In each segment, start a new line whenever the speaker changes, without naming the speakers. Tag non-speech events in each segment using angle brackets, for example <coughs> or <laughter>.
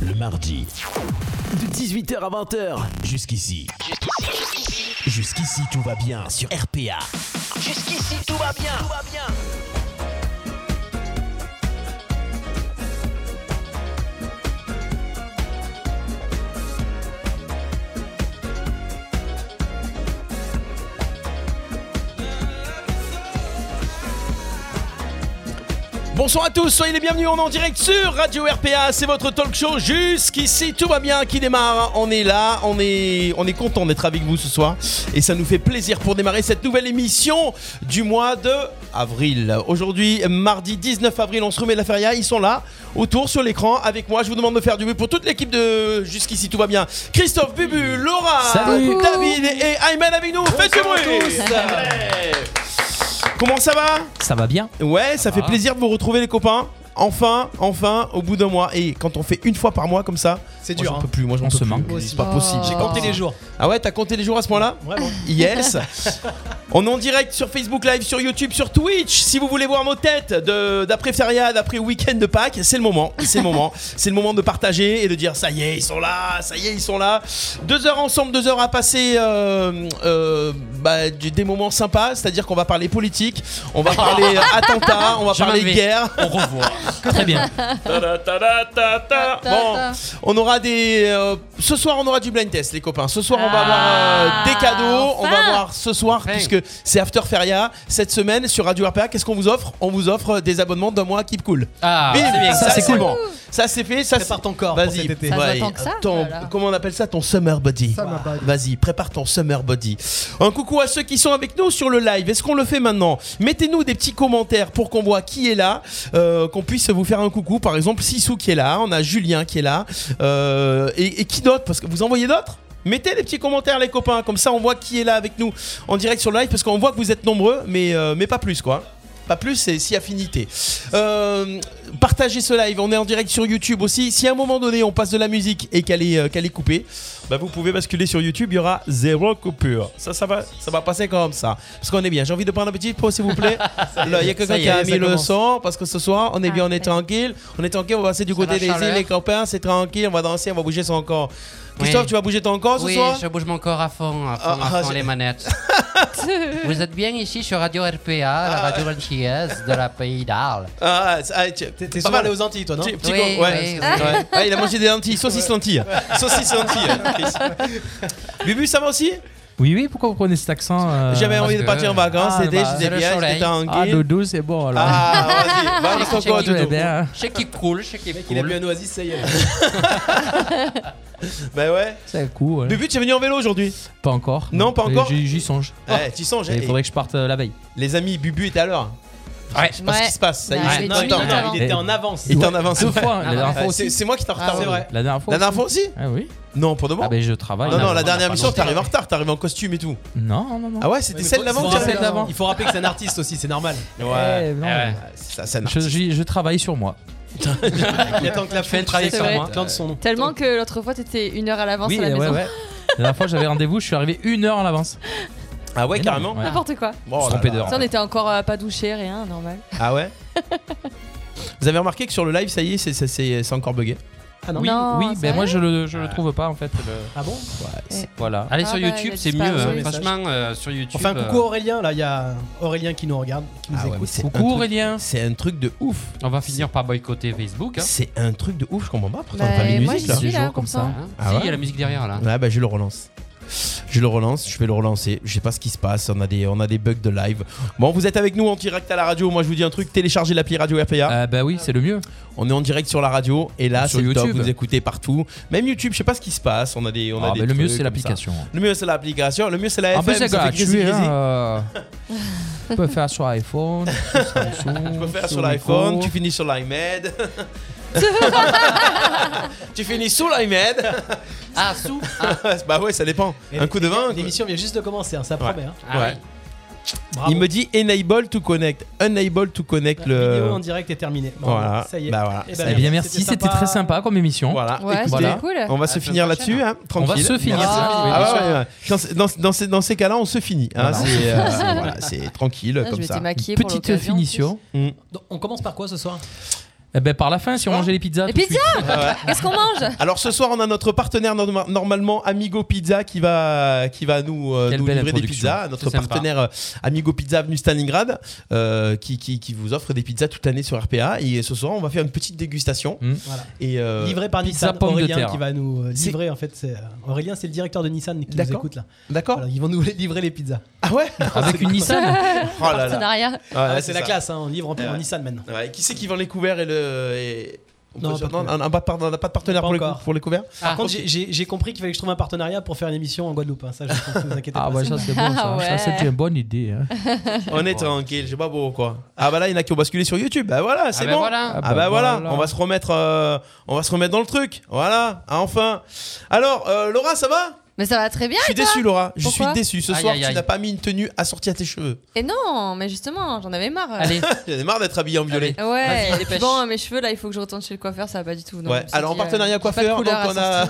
le mardi. De 18h à 20h. Jusqu'ici. Jusqu'ici, tout va bien sur RPA.
Jusqu'ici, tout va bien. Tout va bien.
Bonsoir à tous, soyez les bienvenus, on est en direct sur Radio RPA, c'est votre talk show jusqu'ici, tout va bien, qui démarre, on est là, on est, on est content d'être avec vous ce soir et ça nous fait plaisir pour démarrer cette nouvelle émission du mois de avril. Aujourd'hui, mardi 19 avril, on se remet de la feria, ils sont là, autour sur l'écran avec moi, je vous demande de faire du bruit pour toute l'équipe de jusqu'ici, tout va bien. Christophe, Bubu, Laura,
Salut.
David et Ayman avec nous, faites du bruit Comment ça va
Ça va bien
Ouais, ça, fait plaisir de vous retrouver les copains. Enfin, enfin, au bout d'un mois. Et quand on fait une fois par mois comme ça, c'est
dur,
J'en
hein.
peux plus. Moi, j'en
On
peux
se
plus.
manque.
C'est pas possible.
J'ai compté les jours.
Ah ouais, t'as compté les jours à ce point-là
Vraiment.
Yes.
<laughs>
on est en direct sur Facebook Live, sur YouTube, sur Twitch. Si vous voulez voir nos têtes de- d'après Feria, d'après week-end de Pâques, c'est le moment. C'est
<laughs>
le moment. c'est le moment de partager et de dire ça y est, ils sont là, ça y est, ils sont là. Deux heures ensemble, deux heures à passer euh, euh, bah, du- des moments sympas. C'est-à-dire qu'on va parler politique, on
<laughs>
va parler euh, attentat, on va
Je m'en
parler
vais.
guerre.
On
<laughs>
revoit. Très bien.
Bon, on aura des. euh, ce soir, on aura du blind test, les copains. Ce soir, on va
Ah,
avoir euh, des cadeaux. On va
enfin.
avoir ce soir, puisque c'est After Feria, cette semaine sur Radio RPA. Qu'est-ce qu'on vous offre On vous offre des abonnements d'un mois Keep Cool.
Ah,
Bim,
c'est bien.
ça, c'est
cool.
bon. Ça, c'est fait. Ça,
Prépare
c'est-
ton corps pour
Vas-y.
cet été.
Ça se
ouais.
voit tant que ça, Oh
Ton-
voilà.
Comment on appelle ça Ton summer body. Vas-y, prépare ton summer body. Un coucou à ceux qui sont avec nous sur le live. Est-ce qu'on le fait maintenant Mettez-nous des petits commentaires pour qu'on voit qui est là, euh, qu'on puisse vous faire un coucou. Par exemple, Sissou qui est là, on a Julien qui est là, euh, et, et qui d'autre Parce que vous envoyez d'autres Mettez des petits commentaires les copains, comme ça on voit qui est là avec nous en direct sur le live, parce qu'on voit que vous êtes nombreux, mais, euh, mais pas plus quoi. Pas plus, c'est si affinité. Euh, partagez ce live, on est en direct sur YouTube aussi. Si à un moment donné on passe de la musique et qu'elle est, euh, qu'elle est coupée, bah vous pouvez basculer sur YouTube, il y aura zéro coupure. Ça, ça va, ça va passer comme ça. Parce qu'on est bien. J'ai envie de prendre un petit pot s'il
<laughs>
vous plaît. Là, Il y a quelqu'un
ça y
qui
est,
a
ça
mis le
commence. Ah,
son parce que ce soir on est bien, on est
Parfait.
tranquille. On est tranquille, on va passer du
va,
côté des îles,
Charleur
les copains, c'est tranquille, on va danser, on va bouger son corps. Christophe,
Oui.
tu vas bouger ton corps ce
Oui,
soir
je bouge mon corps à fond, à fond,
Ah, ah,
à fond
j'ai-
les manettes. Vous êtes bien ici sur Radio RPA, la radio antillaise de la pays d'Arles.
Ah, c'est- ah, tu-
T'es- T'es
pas
souvent
mal.
allé aux Antilles, toi, non
Petit- petit
Oui,
con- ouais,
oui,
ouais. Ouais. Ouais, Ah, il a mangé des lentilles, saucisse lentilles. Saucisse lentilles. Chris. Bubu, ça va aussi
Oui, oui, pourquoi vous prenez cet accent euh,
J'avais envie de
que-
partir en vacances,
Ah,
c'était,
bah,
j'étais
le
bien,
soleil.
j'étais en
Ah,
guille.
Doudou, c'est bon alors.
Ah,
<laughs>
vas-y, va,
Chez
reste
qui
encore
Doudou.
doudou.
hein.
bien.
Chez qui coule, chez qui
Il a bu
coule.
un oasis, ça y est.
Bah ouais.
C'est cool. ouais.
Bubu, tu es venu en vélo aujourd'hui
Pas encore.
Non, pas
mais
encore.
J'y j'y songe.
Eh, tu songes,
Il
eh,
faudrait que je parte euh, la veille.
les amis, Bubu est à l'heure.
Ouais.
Je sais pas ce
Ouais.
qui se passe, ça y est,
Ouais,
je suis
non,
pas
il
temps.
est en avance.
Il
Il était en avance.
est en avance.
Deux fois. La
Ah,
dernière fois
C'est
aussi. Ah,
c'est moi qui t'ai retardé.
c'est vrai.
La dernière fois.
La dernière
aussi.
fois aussi
Ah oui.
Non, pour de bon.
Ah ben je travaille.
Non, non, la
on
dernière
n'a pas
mission,
le
t'arrives en retard, t'arrives en costume et tout.
temps. Non, non, non.
Ah ouais, c'était
Ouais, mais
celle
faut-
d'avant
faut
que
rappeler-
j'avais-
d'avant.
Il faut rappeler que c'est un artiste aussi, c'est normal.
Eh,
Ouais,
non.
Ah ouais.
ça, ça
Je, j'y- je travaille sur moi.
Il attend que la
fais
fin
le travail
travaille
sur
sur
moi.
moi. Plante son nom.
Tellement que l'autre fois, t'étais une heure à l'avance
oui, eh
à la
ouais,
maison.
ouais. La dernière fois, j'avais rendez-vous, je suis arrivé une heure en avance.
Ah
Mais
ouais,
non,
carrément
ouais.
N'importe quoi. Ça,
Bon, là,
Trompé
là.
d'heure.
on était encore euh, pas douché, rien, normal.
Ah ouais Vous avez remarqué que sur le live, ça y est, c'est- c'est- c'est c'est encore bugué.
Ah non
Oui,
Non,
oui,
c'est
mais
vrai
moi je le, je le trouve pas en fait. le-
Ah bon
Voilà.
Allez
Ah
sur
bah, il
YouTube,
a
c'est mieux.
disparu.
hein.
Message.
Franchement, euh, sur YouTube.
On fait un coucou à
euh,
Aurélien, là, il y a Aurélien qui nous regarde, qui nous
Ah ouais, mais
écoute.
c'est un
Coucou
truc-
<laughs>
Aurélien.
C'est un truc de ouf.
on va finir par boycotter Facebook. hein.
C'est un truc de ouf, je comprends pas. Pourtant,
Bah,
pas mis de
moi,
musique
j'y
là.
suis
Ces
là,
jours
comme
comme
ça.
ça.
Hein
Ah
si,
ouais
il y a la musique derrière là.
Ouais, bah je le relance. Je le relance, je vais le relancer. Je sais pas ce qui se passe, on a des, on a des bugs de live. Bon, vous êtes avec nous en direct à la radio. Moi, je vous dis un truc téléchargez l'appli Radio RPA.
Euh, bah oui, c'est le mieux.
On est en direct sur la radio et
Sur
là, sur YouTube. Top,
YouTube.
vous écoutez partout. Même YouTube, je sais pas ce qui se passe. On a des, on a
Ah,
des
bah, le mieux
trucs
c'est
comme ça.
l'application.
Le mieux, c'est l'application. Le mieux, c'est la
En plus,
FM.
c'est
ça fait grisi,
gratuit.
grisi.
hein, euh, Tu peux faire sur iPhone,
<laughs>
sur Samsung.
Tu peux faire sur
Nico.
l'iPhone, tu finis
<laughs>
sur l'iMed. <laughs> tu finis sous l'iMed.
Ah, sous
bah <laughs> ouais, ça dépend.
Et
Un coup de
les-
vin. quoi.
L'émission vient juste de commencer, hein, ça promet. hein.
Ah
Ouais.
oui.
Bravo.
Il me dit enable to connect. Enable to connect
La vidéo
le.
en direct est terminée. Bon,
Voilà.
Ça y est.
Bah voilà.
Eh ben,
Eh bien merci, c'était très sympa comme émission.
Voilà.
Ouais,
Écoutez,
c'était cool.
Ah,
On va se
la
finir
semaine
là-dessus,
prochaine.
hein, tranquille.
On va se finir.
Merci.
Ah.
oui, bien
Ah
sûr.
ouais, ouais, ouais. Dans, ces- dans ces- dans ces, dans ces cas-là, on se finit. hein.
Voilà.
C'est euh,
<laughs>
c'est- voilà, c'est tranquille
Ah,
Là, Ah, je
comme ça. Mm.
m'étais maquillée pour
Petite
l'occasion, en plus.
finition.
Donc, on commence par quoi ce soir
Eh ben par la fin, si on mangeait les pizzas.
Hein Les
tout de
<laughs>
pizzas
Ah
suite.
Qu'est-ce qu'on mange
Alors ce soir, on a notre partenaire norma- normalement Amigo Pizza qui va qui va nous, euh,
Quelle
nous
belle
livrer des
introduction.
pizzas. Notre
C'est sympa.
partenaire euh, Amigo Pizza avenue Stalingrad euh, qui, qui, qui vous offre des pizzas toute l'année sur RPA. Et ce soir, on va faire une petite dégustation.
Mm.
Voilà.
Et euh,
Livré par
pizza
Nissan,
pomme de
Aurélien
terre.
qui va nous euh,
C'est-
livrer en fait. c'est, euh, Aurélien, c'est le directeur de Nissan qui nous
D'accord.
écoute là.
d'accord.
Voilà, ils vont nous <laughs> livrer les pizzas. <laughs>
Ah ouais.
Avec une Nissan.
Oh là là.
Partenariat.
Ouais,
Ah,
ouais,
c'est la
ça.
classe, hein, on livre en, en
Ouais.
Nissan maintenant.
Ouais, et qui c'est qui vend les couverts et le et- on
Non,
peut-
pas de
non,
couverts.
on n'a pas, de- on n'a pas de partenaire
Pas
pour les,
encore.
cou- pour les couverts.
Par contre, j'ai- j'ai j'ai compris qu'il fallait que je trouve un partenariat pour faire une émission en Guadeloupe. hein, Ça, je pense, ne vous inquiétez
Ah
pas.
ouais, ça c'est bon. Ça,
Ah
Ça, c'est
ouais.
une bonne idée. hein.
<laughs> on est tranquille, j'ai pas beau quoi. Ah bah là, il y en a qui ont basculé sur YouTube. Bah voilà, c'est
Ah ben
bon.
voilà.
Ah bah voilà, on va se remettre, euh, on va se remettre dans le truc. Voilà, Ah, enfin. Alors, euh, Laura, ça va
Mais ça va très bien.
Je suis déçu, Laura. Je suis
Pourquoi
déçu. Ce
Aïe,
soir,
aïe,
tu
aïe.
n'as pas mis une tenue assortie à tes cheveux.
Et non, mais justement, j'en avais marre.
Allez,
<laughs> J'en ai marre d'être habillé en violet.
<laughs> Ouais,
Vas-y,
et
dépêche.
puis bon, mes cheveux là, il faut que je retourne chez le coiffeur, ça va pas du tout. non.
Ouais.
Je me suis
Alors en
dit, euh,
partenariat
j'ai pas de
coiffeur, donc
couleur
on a,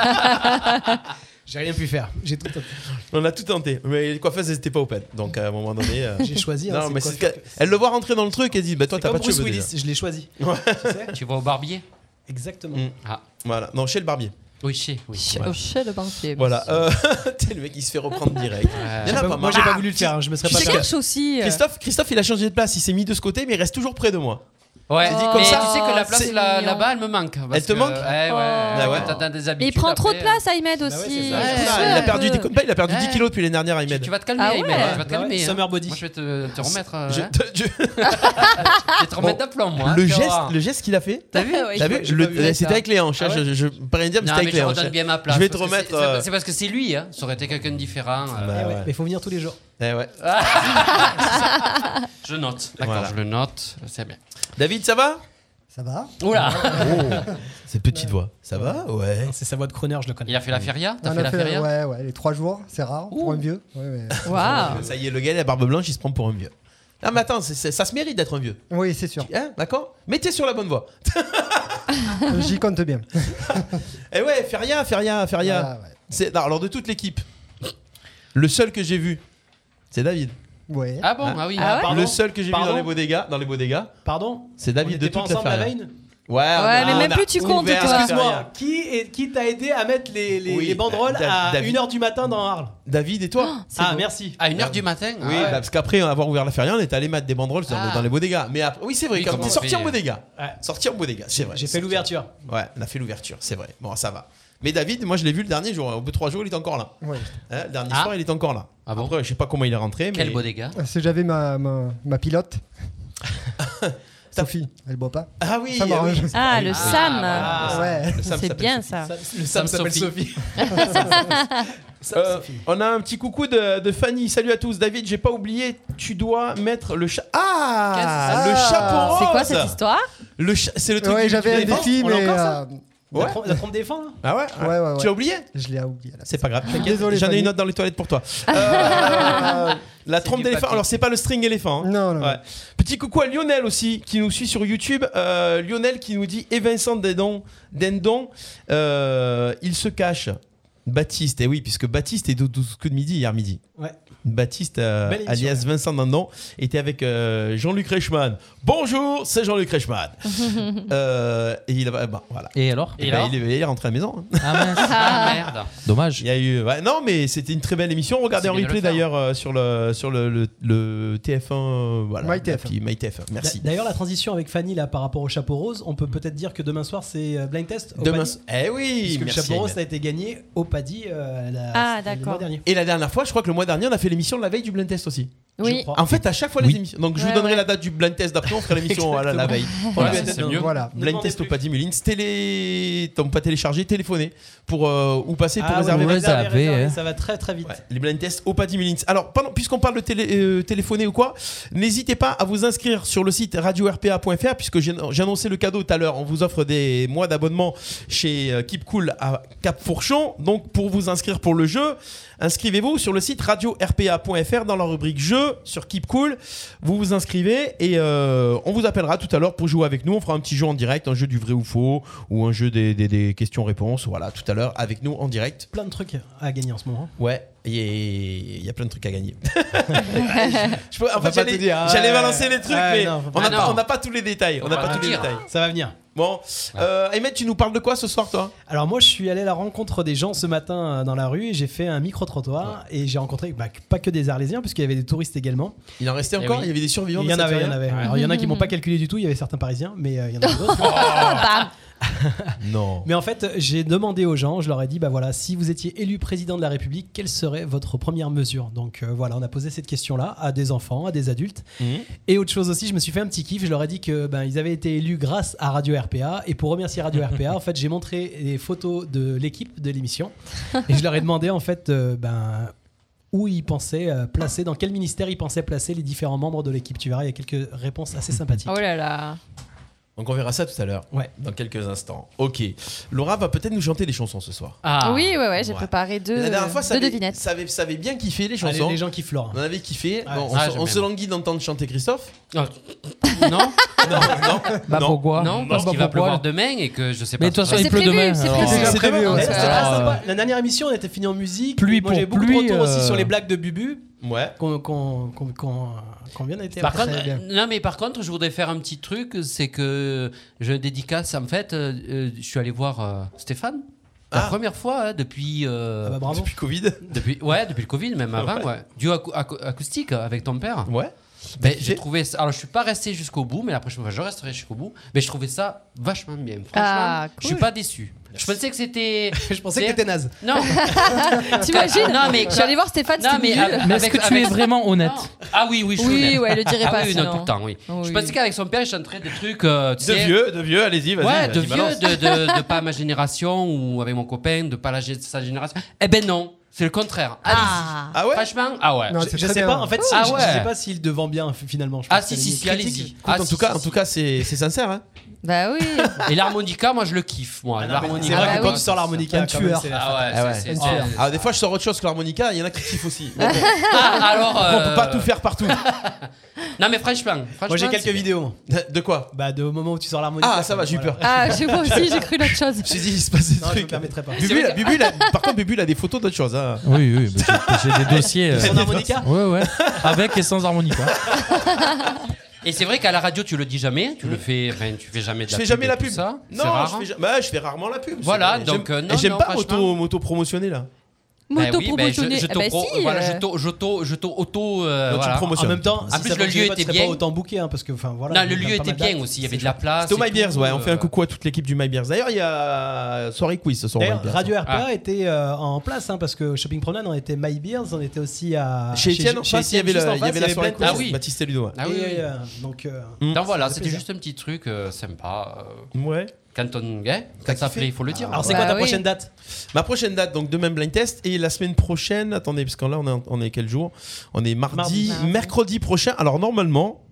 Ah
<laughs> J'ai rien pu faire. J'ai tout-
<laughs> on a tout tenté. Mais les coiffeuses, elles étaient pas open. Donc à un moment donné. euh,
j'ai choisi. hein,
Non,
c'est
mais
quoi
c'est
faire.
ce qu'elle- elle le voit rentrer dans le truc et dit Bah, toi,
C'est
t'as
comme
pas de
Bruce
cheveux.
Willis,
déjà.
je l'ai choisi.
Ouais.
Tu sais
tu vas au barbier
Exactement.
Mm.
Ah,
Voilà, non, chez le barbier.
oui, chez. Oui.
coiffeur. Au chez le banquier.
Voilà, euh, <laughs> t'es le mec qui se fait reprendre direct.
Euh,
Il y en a
Bah,
pas
moi,
mal.
j'ai pas voulu le faire. hein, Je me serais
tu
pas
sais
fait.
que-
Cherche aussi. euh,
Christophe, Christophe, il a changé de place, il s'est mis de ce côté, mais il reste toujours près de moi.
Ouais,
J'ai dit comme
mais
ça.
tu sais que la
C'est
place là-
mignon.
là-bas, elle me manque. parce
Ah, Elle te
que-
manque
Ouais, ouais.
Ah
ouais.
quand t'as des
Mais
habitudes
il prend trop de
après,
hein.
place, Ahmed
ouais,
aussi. Je
Ouais,
c'est ça.
suis
Ah, il a
un
perdu
peu.
des combats, il a perdu 10
Ouais.
kilos depuis l'année dernière,
Tu,
Ahmed.
tu vas te calmer,
Ah ouais.
Imen, tu vas te
Ouais,
calmer. hein.
summer body.
Moi, je vais te, te remettre. euh,
Je-
hein. <laughs>
je-
Je vais te remettre d'aplomb, moi. hein,
le
tu vas
geste,
voir.
le geste qu'il a fait,
T'as
<laughs>
vu Ah ouais,
t'as
je-
vu
j'ai
Le-
pas vu ça.
C'était avec les hanches, hein,
Ah ouais
je, je peux rien dire, mais
Non,
c'était
mais
avec les
je
hanches.
redonne bien ma place.
Je vais te
parce que
remettre,
c'est-
euh,
C'est c'est parce que c'est lui, hein. Ça aurait été quelqu'un de différent. euh,
Bah,
Eh ouais,
ouais.
Mais faut venir tous les jours.
Eh ouais.
<laughs> Je note. D'accord,
Voilà.
je le note. C'est bien.
David, ça va
Ça va
<laughs>
Oula
Cette petite voix, ça va Ouais.
C'est sa voix de crooner, je le
Il
connais.
a fait la feria T'as
On
fait
a
la feria
Ouais, ouais, les trois jours, c'est rare pour un vieux. Ouais, mais-
<laughs>
Waouh.
Ça y est, le gars, il a la barbe blanche, il se prend pour un vieux. Non, mais attends, c'est- c'est- ça se mérite d'être un vieux.
Oui, c'est sûr.
Hein, d'accord Mettez sur la bonne voie.
<laughs> J'y compte bien.
<laughs> Eh ouais, Feria, Feria, Feria.
Voilà, ouais.
C'est- non, alors de toute l'équipe, le seul que j'ai vu, c'est David.
<laughs> Ouais.
Ah bon Ah oui.
Ah ouais
Pardon
le seul que j'ai vu
Pardon
dans les beaux dégâts, dans les beaux dégâts,
Pardon
c'est
On
David de
était pas
toute la
ensemble la
famille.
veille
Ouais, on a-
Ouais, mais
Ah,
on
même
a
plus tu comptes,
ouvert
toi.
Feria.
Excuse-moi, qui, est- qui t'a aidé à mettre les, les,
Oui,
les banderoles
Da-
à
David.
1h du matin dans Arles
David et toi.
C'est
Ah,
beau.
merci.
À 1h du matin
Ah
oui, bah, parce qu'après avoir ouvert la feria, on est allé mettre des banderoles dans,
Ah.
dans les beaux dégâts. Mais après- oui, c'est vrai,
Oui,
quand
comment
t'es
on
sorti
fait,
en beaux dégâts.
Ouais.
Sorti en beau dégâts, c'est vrai.
J'ai fait l'ouverture.
Ouais, on a fait l'ouverture, c'est vrai. Bon, ça va. Mais David, moi je l'ai vu le dernier jour. Au bout de trois jours, il est encore là.
ouais.
Hein, le dernier
Ah.
soir, il est encore là.
Ah bon
Après, je sais pas comment il est rentré, mais.
Quel beau dégât.
Parce que Euh, j'avais ma, ma, ma pilote.
T'as-
Sophie, elle boit pas.
Ah oui,
Ça
ah
m'arrange.
oui.
Ah, le
Ah,
Sam.
Ah,
ouais.
Le Sam
C'est
s'appelle
bien ça.
Le
Sam
Sam s'appelle
Sophie.
Sophie.
<laughs>
Euh, on a un petit coucou de, de Fanny. Salut à tous. David, j'ai pas oublié, tu dois mettre le chat. Ah
Qu'est-ce que c'est
Le chapeau rose
C'est quoi cette histoire
Le cha- C'est le truc
Ouais,
du-
j'avais
du
un
défunt.
défi,
on l'a
mais
encore, ça
euh,
La
Ouais.
trompe- La trompe des hein. fins, là
Ah ouais,
Ouais, ouais, ouais.
Tu l'as oublié
je l'ai oublié. Là.
C'est pas grave. t'inquiète.
Désolé,
J'en ai
Fanny.
une autre dans les toilettes pour toi. Euh, la trompe
du
d'éléphant.
papier.
Alors, c'est pas le string éléphant. hein.
Non, non.
Ouais. Petit coucou à Lionel aussi qui nous suit sur YouTube. Euh, Lionel qui nous dit Et Vincent Dendon, Dendon euh, il se cache. Baptiste, et oui, puisque Baptiste est de 12 coups de midi hier midi.
Ouais.
Baptiste, euh,
Belle émission,
alias Vincent Dendon, était avec euh, Jean-Luc Reichmann. Bonjour, c'est Jean-Luc Reichmann. Euh, et il a, bah, voilà.
Et alors
Et
Bah,
alors
il, est, il est rentré à la maison. hein.
Ah mince.
Ah merde.
Dommage.
Il y a eu, ouais, non, mais c'était une très belle émission. Regardez
C'est
en
bien de le
replay
faire. hein.
d'ailleurs euh, sur le sur le, le- le TF1. euh, voilà.
My TF1.
Puis My TF1. Merci.
D'a- D'ailleurs, la transition avec Fanny là par rapport au chapeau rose, on peut peut-être dire que demain soir c'est euh, blind test. au
Demain.
Paddy,
Eh oui.
puisque le
merci,
chapeau rose
Agnès.
a été gagné au Paddy euh, la-
Ah,
le mois
d'accord.
dernier.
Et la dernière fois, je crois que le mois dernier, on a fait l'émission la veille du blind test aussi.
Je
Oui.
crois.
En fait, à chaque fois les émissions. Donc, je vous
Ouais,
donnerai
ouais.
la date du blind test d'après. On fera l'émission à la, la veille.
Voilà,
Blind
ça,
test-
c'est mieux.
Voilà.
Ne
Blind
demandez
test au
plus.
Paddy Mullins. Télé. Donc, pas télécharger, téléphoner pour euh, ou passer pour
Ah,
réserver.
ouais,
votre
réservé,
réservé,
réservé,
hein.
Ça va très très vite.
Ouais, les blind tests au Paddy Mullins. Alors, pardon, puisqu'on parle de télé- euh, téléphoner ou quoi, n'hésitez pas à vous inscrire sur le site radio-rpa.fr puisque j'ai j'ai annoncé le cadeau tout à l'heure. On vous offre des mois d'abonnement chez euh, Keep Cool à Cap Fourchon. Donc, pour vous inscrire pour le jeu, inscrivez-vous sur le site radio-rpa.fr dans la rubrique jeu. jeu sur Keep Cool. Vous vous inscrivez et euh, on vous appellera tout à l'heure pour jouer avec nous. On fera un petit jeu en direct, un jeu du vrai ou faux ou un jeu des, des- des questions-réponses. Voilà, tout à l'heure avec nous en direct.
Plein de trucs à gagner en ce moment. hein.
Ouais, il y a- il y a plein de trucs à gagner. <laughs> Je peux-
va
en fait,
pas
j'allais
tout dire, hein.
j'allais balancer les trucs,
Ouais,
mais
non, faut
on
pas
n'a
dire.
Ah pas, on n'a pas tous les détails. On n'a
va
pas
pas
tous les
dire.
détails.
Ça va venir.
Bon, euh, Ahmed, tu nous parles de quoi ce soir, toi
Alors moi, je suis allé à la rencontre des gens ce matin euh, dans la rue et j'ai fait un micro-trottoir et j'ai rencontré bah, pas que des Arlésiens, puisqu'il y avait des touristes également.
Il en restait
Eh
encore
oui.
Il y avait des survivants
Il
de
y en
cette
avait, il y en
soirée-là
avait. Alors, il y en a qui m'ont pas calculé du tout, il y avait certains Parisiens, mais euh, il y en a d'autres.
<laughs>
Bam.
<laughs> Non.
mais en fait, j'ai demandé aux gens, je leur ai dit, bah voilà, si vous étiez élu président de la République, quelle serait votre première mesure Donc euh, voilà, on a posé cette question-là à des enfants, à des adultes. Et autre chose aussi, je me suis fait un petit kiff. Je leur ai dit que ben ils avaient été élus grâce à Radio RPA. Et pour remercier
<laughs>
Radio RPA, en fait, j'ai montré les photos de l'équipe de l'émission et je leur ai demandé en fait euh, ben où ils pensaient euh, placer, dans quel ministère ils pensaient placer les différents membres de l'équipe. Tu verras, il y a quelques réponses assez sympathiques.
Oh là là.
Donc on verra ça tout à l'heure.
Ouais.
Dans quelques instants. Ok. Laura va peut-être nous chanter des chansons ce soir.
Ah.
Oui, ouais, ouais, j'ai
Ouais.
préparé deux,
La dernière fois, ça
deux
avait,
devinettes.
ça, avait, ça avait bien kiffé les
Allez,
chansons.
les gens qui fleurent.
On avait kiffé.
Ah,
Bon, on
ça,
se-
j'aime
on se
bien.
languit d'entendre chanter Christophe. <laughs>
Ah. Non,
<laughs>
Bah
Non.
pourquoi
non, parce
Bah,
qu'il va
pourquoi
pleuvoir demain et que je sais pas.
Mais de toute
ce que
façon, il
C'est
pleut
prévu,
demain.
c'est
alors.
prévu.
C'est
prévu,
demain,
ouais,
ouais.
c'était
Ah.
hein.
grave sympa. La dernière émission, on était fini en musique.
Pluie
Moi, j'ai
pour
beaucoup
pluie,
de retours aussi
euh,
sur les blagues de Bubu
Ouais.
qu'on qu'on qu'on- qu'on- qu'on vient d'être.
Par contre, euh,
va bien.
non mais par contre, je voudrais faire un petit truc, c'est que je dédicace en fait. euh, euh, je suis allé voir euh, Stéphane la
Ah.
première fois hein, depuis, euh,
Ah bah, bravo.
Depuis Covid.
depuis ouais depuis le Covid même avant ouais. duo acou- acou- acoustique euh, avec ton père.
Ouais.
Ben,
kiffé
j'ai trouvé ça- alors je suis pas resté jusqu'au bout, mais la prochaine fois je resterai jusqu'au bout. Mais je trouvais ça vachement bien. Franchement,
Ah,
je suis
cool.
pas déçu. Je pensais que c'était
Je pensais que t'étais naze.
non.
<laughs> T'imagines
Non, mais-
Je suis allée voir Stéphane,
Non,
c'était
mais
nul.
avec-
Mais est-ce que tu es
avec-
vraiment honnête
Non. Ah oui, oui, je suis
Oui,
honnête.
ouais, le dirai
Ah
pas.
oui, oui, non,
sinon.
tout le temps, oui. Je
Oui.
pensais qu'avec son père, je chanterais des trucs. euh, tu
De
sais,
vieux, de vieux, allez-y, vas-y.
Ouais,
vas-y,
de vieux,
balance.
de, de, de pas ma génération ou avec mon copain, de pas la gé- sa génération. Eh ben non, c'est le contraire. Allez-y.
Ah.
Ah ouais
Franchement, ah ouais.
Non,
Je,
c'est
je
très
sais
bien.
pas, en fait, si-
Ah
je, je
ouais.
sais pas s'il devant bien f- finalement. Je
Ah
pense
si,
qu'il y a
si,
des
si,
critiques.
allez-y.
Écoute,
Ah,
en
si,
tout cas,
si,
en
si.
tout cas, c'est c'est sincère. Hein.
Bah oui.
Et l'harmonica, moi je le kiffe, moi.
C'est
L'harmonica.
vrai
Ah
que
bah
quand
oui.
tu sors l'harmonica,
Un
quand même,
tueur.
c'est la
Ah ouais,
Ah ouais.
c'est- c'est-
Un
c'est-
tueur.
c'est-
Ah, des fois, je sors autre chose que l'harmonica. Il y en a qui kiffent aussi. Mais bon,
Ah, alors.
on peut pas
euh,
tout faire partout.
<laughs> Non, mais franchement, franchement.
Moi j'ai quelques
c'est-
vidéos.
De de quoi
Bah de, au moment où tu sors l'harmonica.
Ah, ça va, j'ai eu
voilà.
peur.
Ah, je sais pas aussi, j'ai cru l'autre chose.
<laughs> J'ai dit, il se passe
Non,
des
je me
trucs.
permettrai pas.
Bubu, il a- Bubu, il a- par contre, Bubu, il a des photos d'autres choses. hein.
Oui, oui, bah, j'ai j'ai des dossiers. euh,
Son harmonica
Ouais, ouais. Avec et sans harmonica.
Oh.
Et c'est vrai qu'à la radio, tu le dis jamais. Tu le
Mm.
fais. Enfin, tu fais jamais de
Je
la
fais
pub
jamais
et
la
tout
pub.
Ça. C'est
Non,
rare,
je
hein.
fais, ja- bah, je fais rarement la pub. c'est
Voilà,
vrai.
donc,
J'aime-
euh, non,
et j'aime
non,
pas
franchement.
m'auto- m'auto-promotionner là.
Ben
Moto
oui, ben, je-
promotionné.
je
Eh ben
t'auto-
si.
voilà,
euh,
je t'au- je t'au- je t'au- auto. euh,
Non, tu
voilà.
me promotionnes.
En même temps,
En
si
plus,
ça
le
fonctionnait
lieu
pas, tu
était
serais pas
bien.
autant booké hein, parce que enfin voilà.
Non, le
il y a
lieu
pas
était
mal d'actes.
bien aussi. Il y avait
C'est
de la place.
C'était au
et
My Beers,
tout,
ouais. On fait
euh,
un coucou à toute l'équipe du My Beers. D'ailleurs, il y a soirée quiz ce soir. au My
D'ailleurs,
Beers.
Radio RPA était euh, en place hein, parce que Shopping Promenade, on était My Beers, on était aussi à.
Chez Etienne, en face, il y avait
juste
le-
en
il y
face,
avait la soirée
plein de
quiz.
Ah
courses.
oui.
Baptiste et Ludo. Hmm.
Ah oui, oui, oui.
Et, euh, donc, euh,
Donc voilà,
Ça fait
c'était
plaisir.
juste un petit truc euh, sympa. euh,
Ouais.
quand on hein,
T'as
quand ça
kiffé
plaît, il faut le dire.
Alors, c'est
Bah
quoi ta
oui.
prochaine date
Ma prochaine date, donc demain blind test. Et la semaine prochaine, attendez, parce que là, on est, on est quel jour On est mardi,
Mardi.
Mardi.
mercredi prochain. Alors, normalement,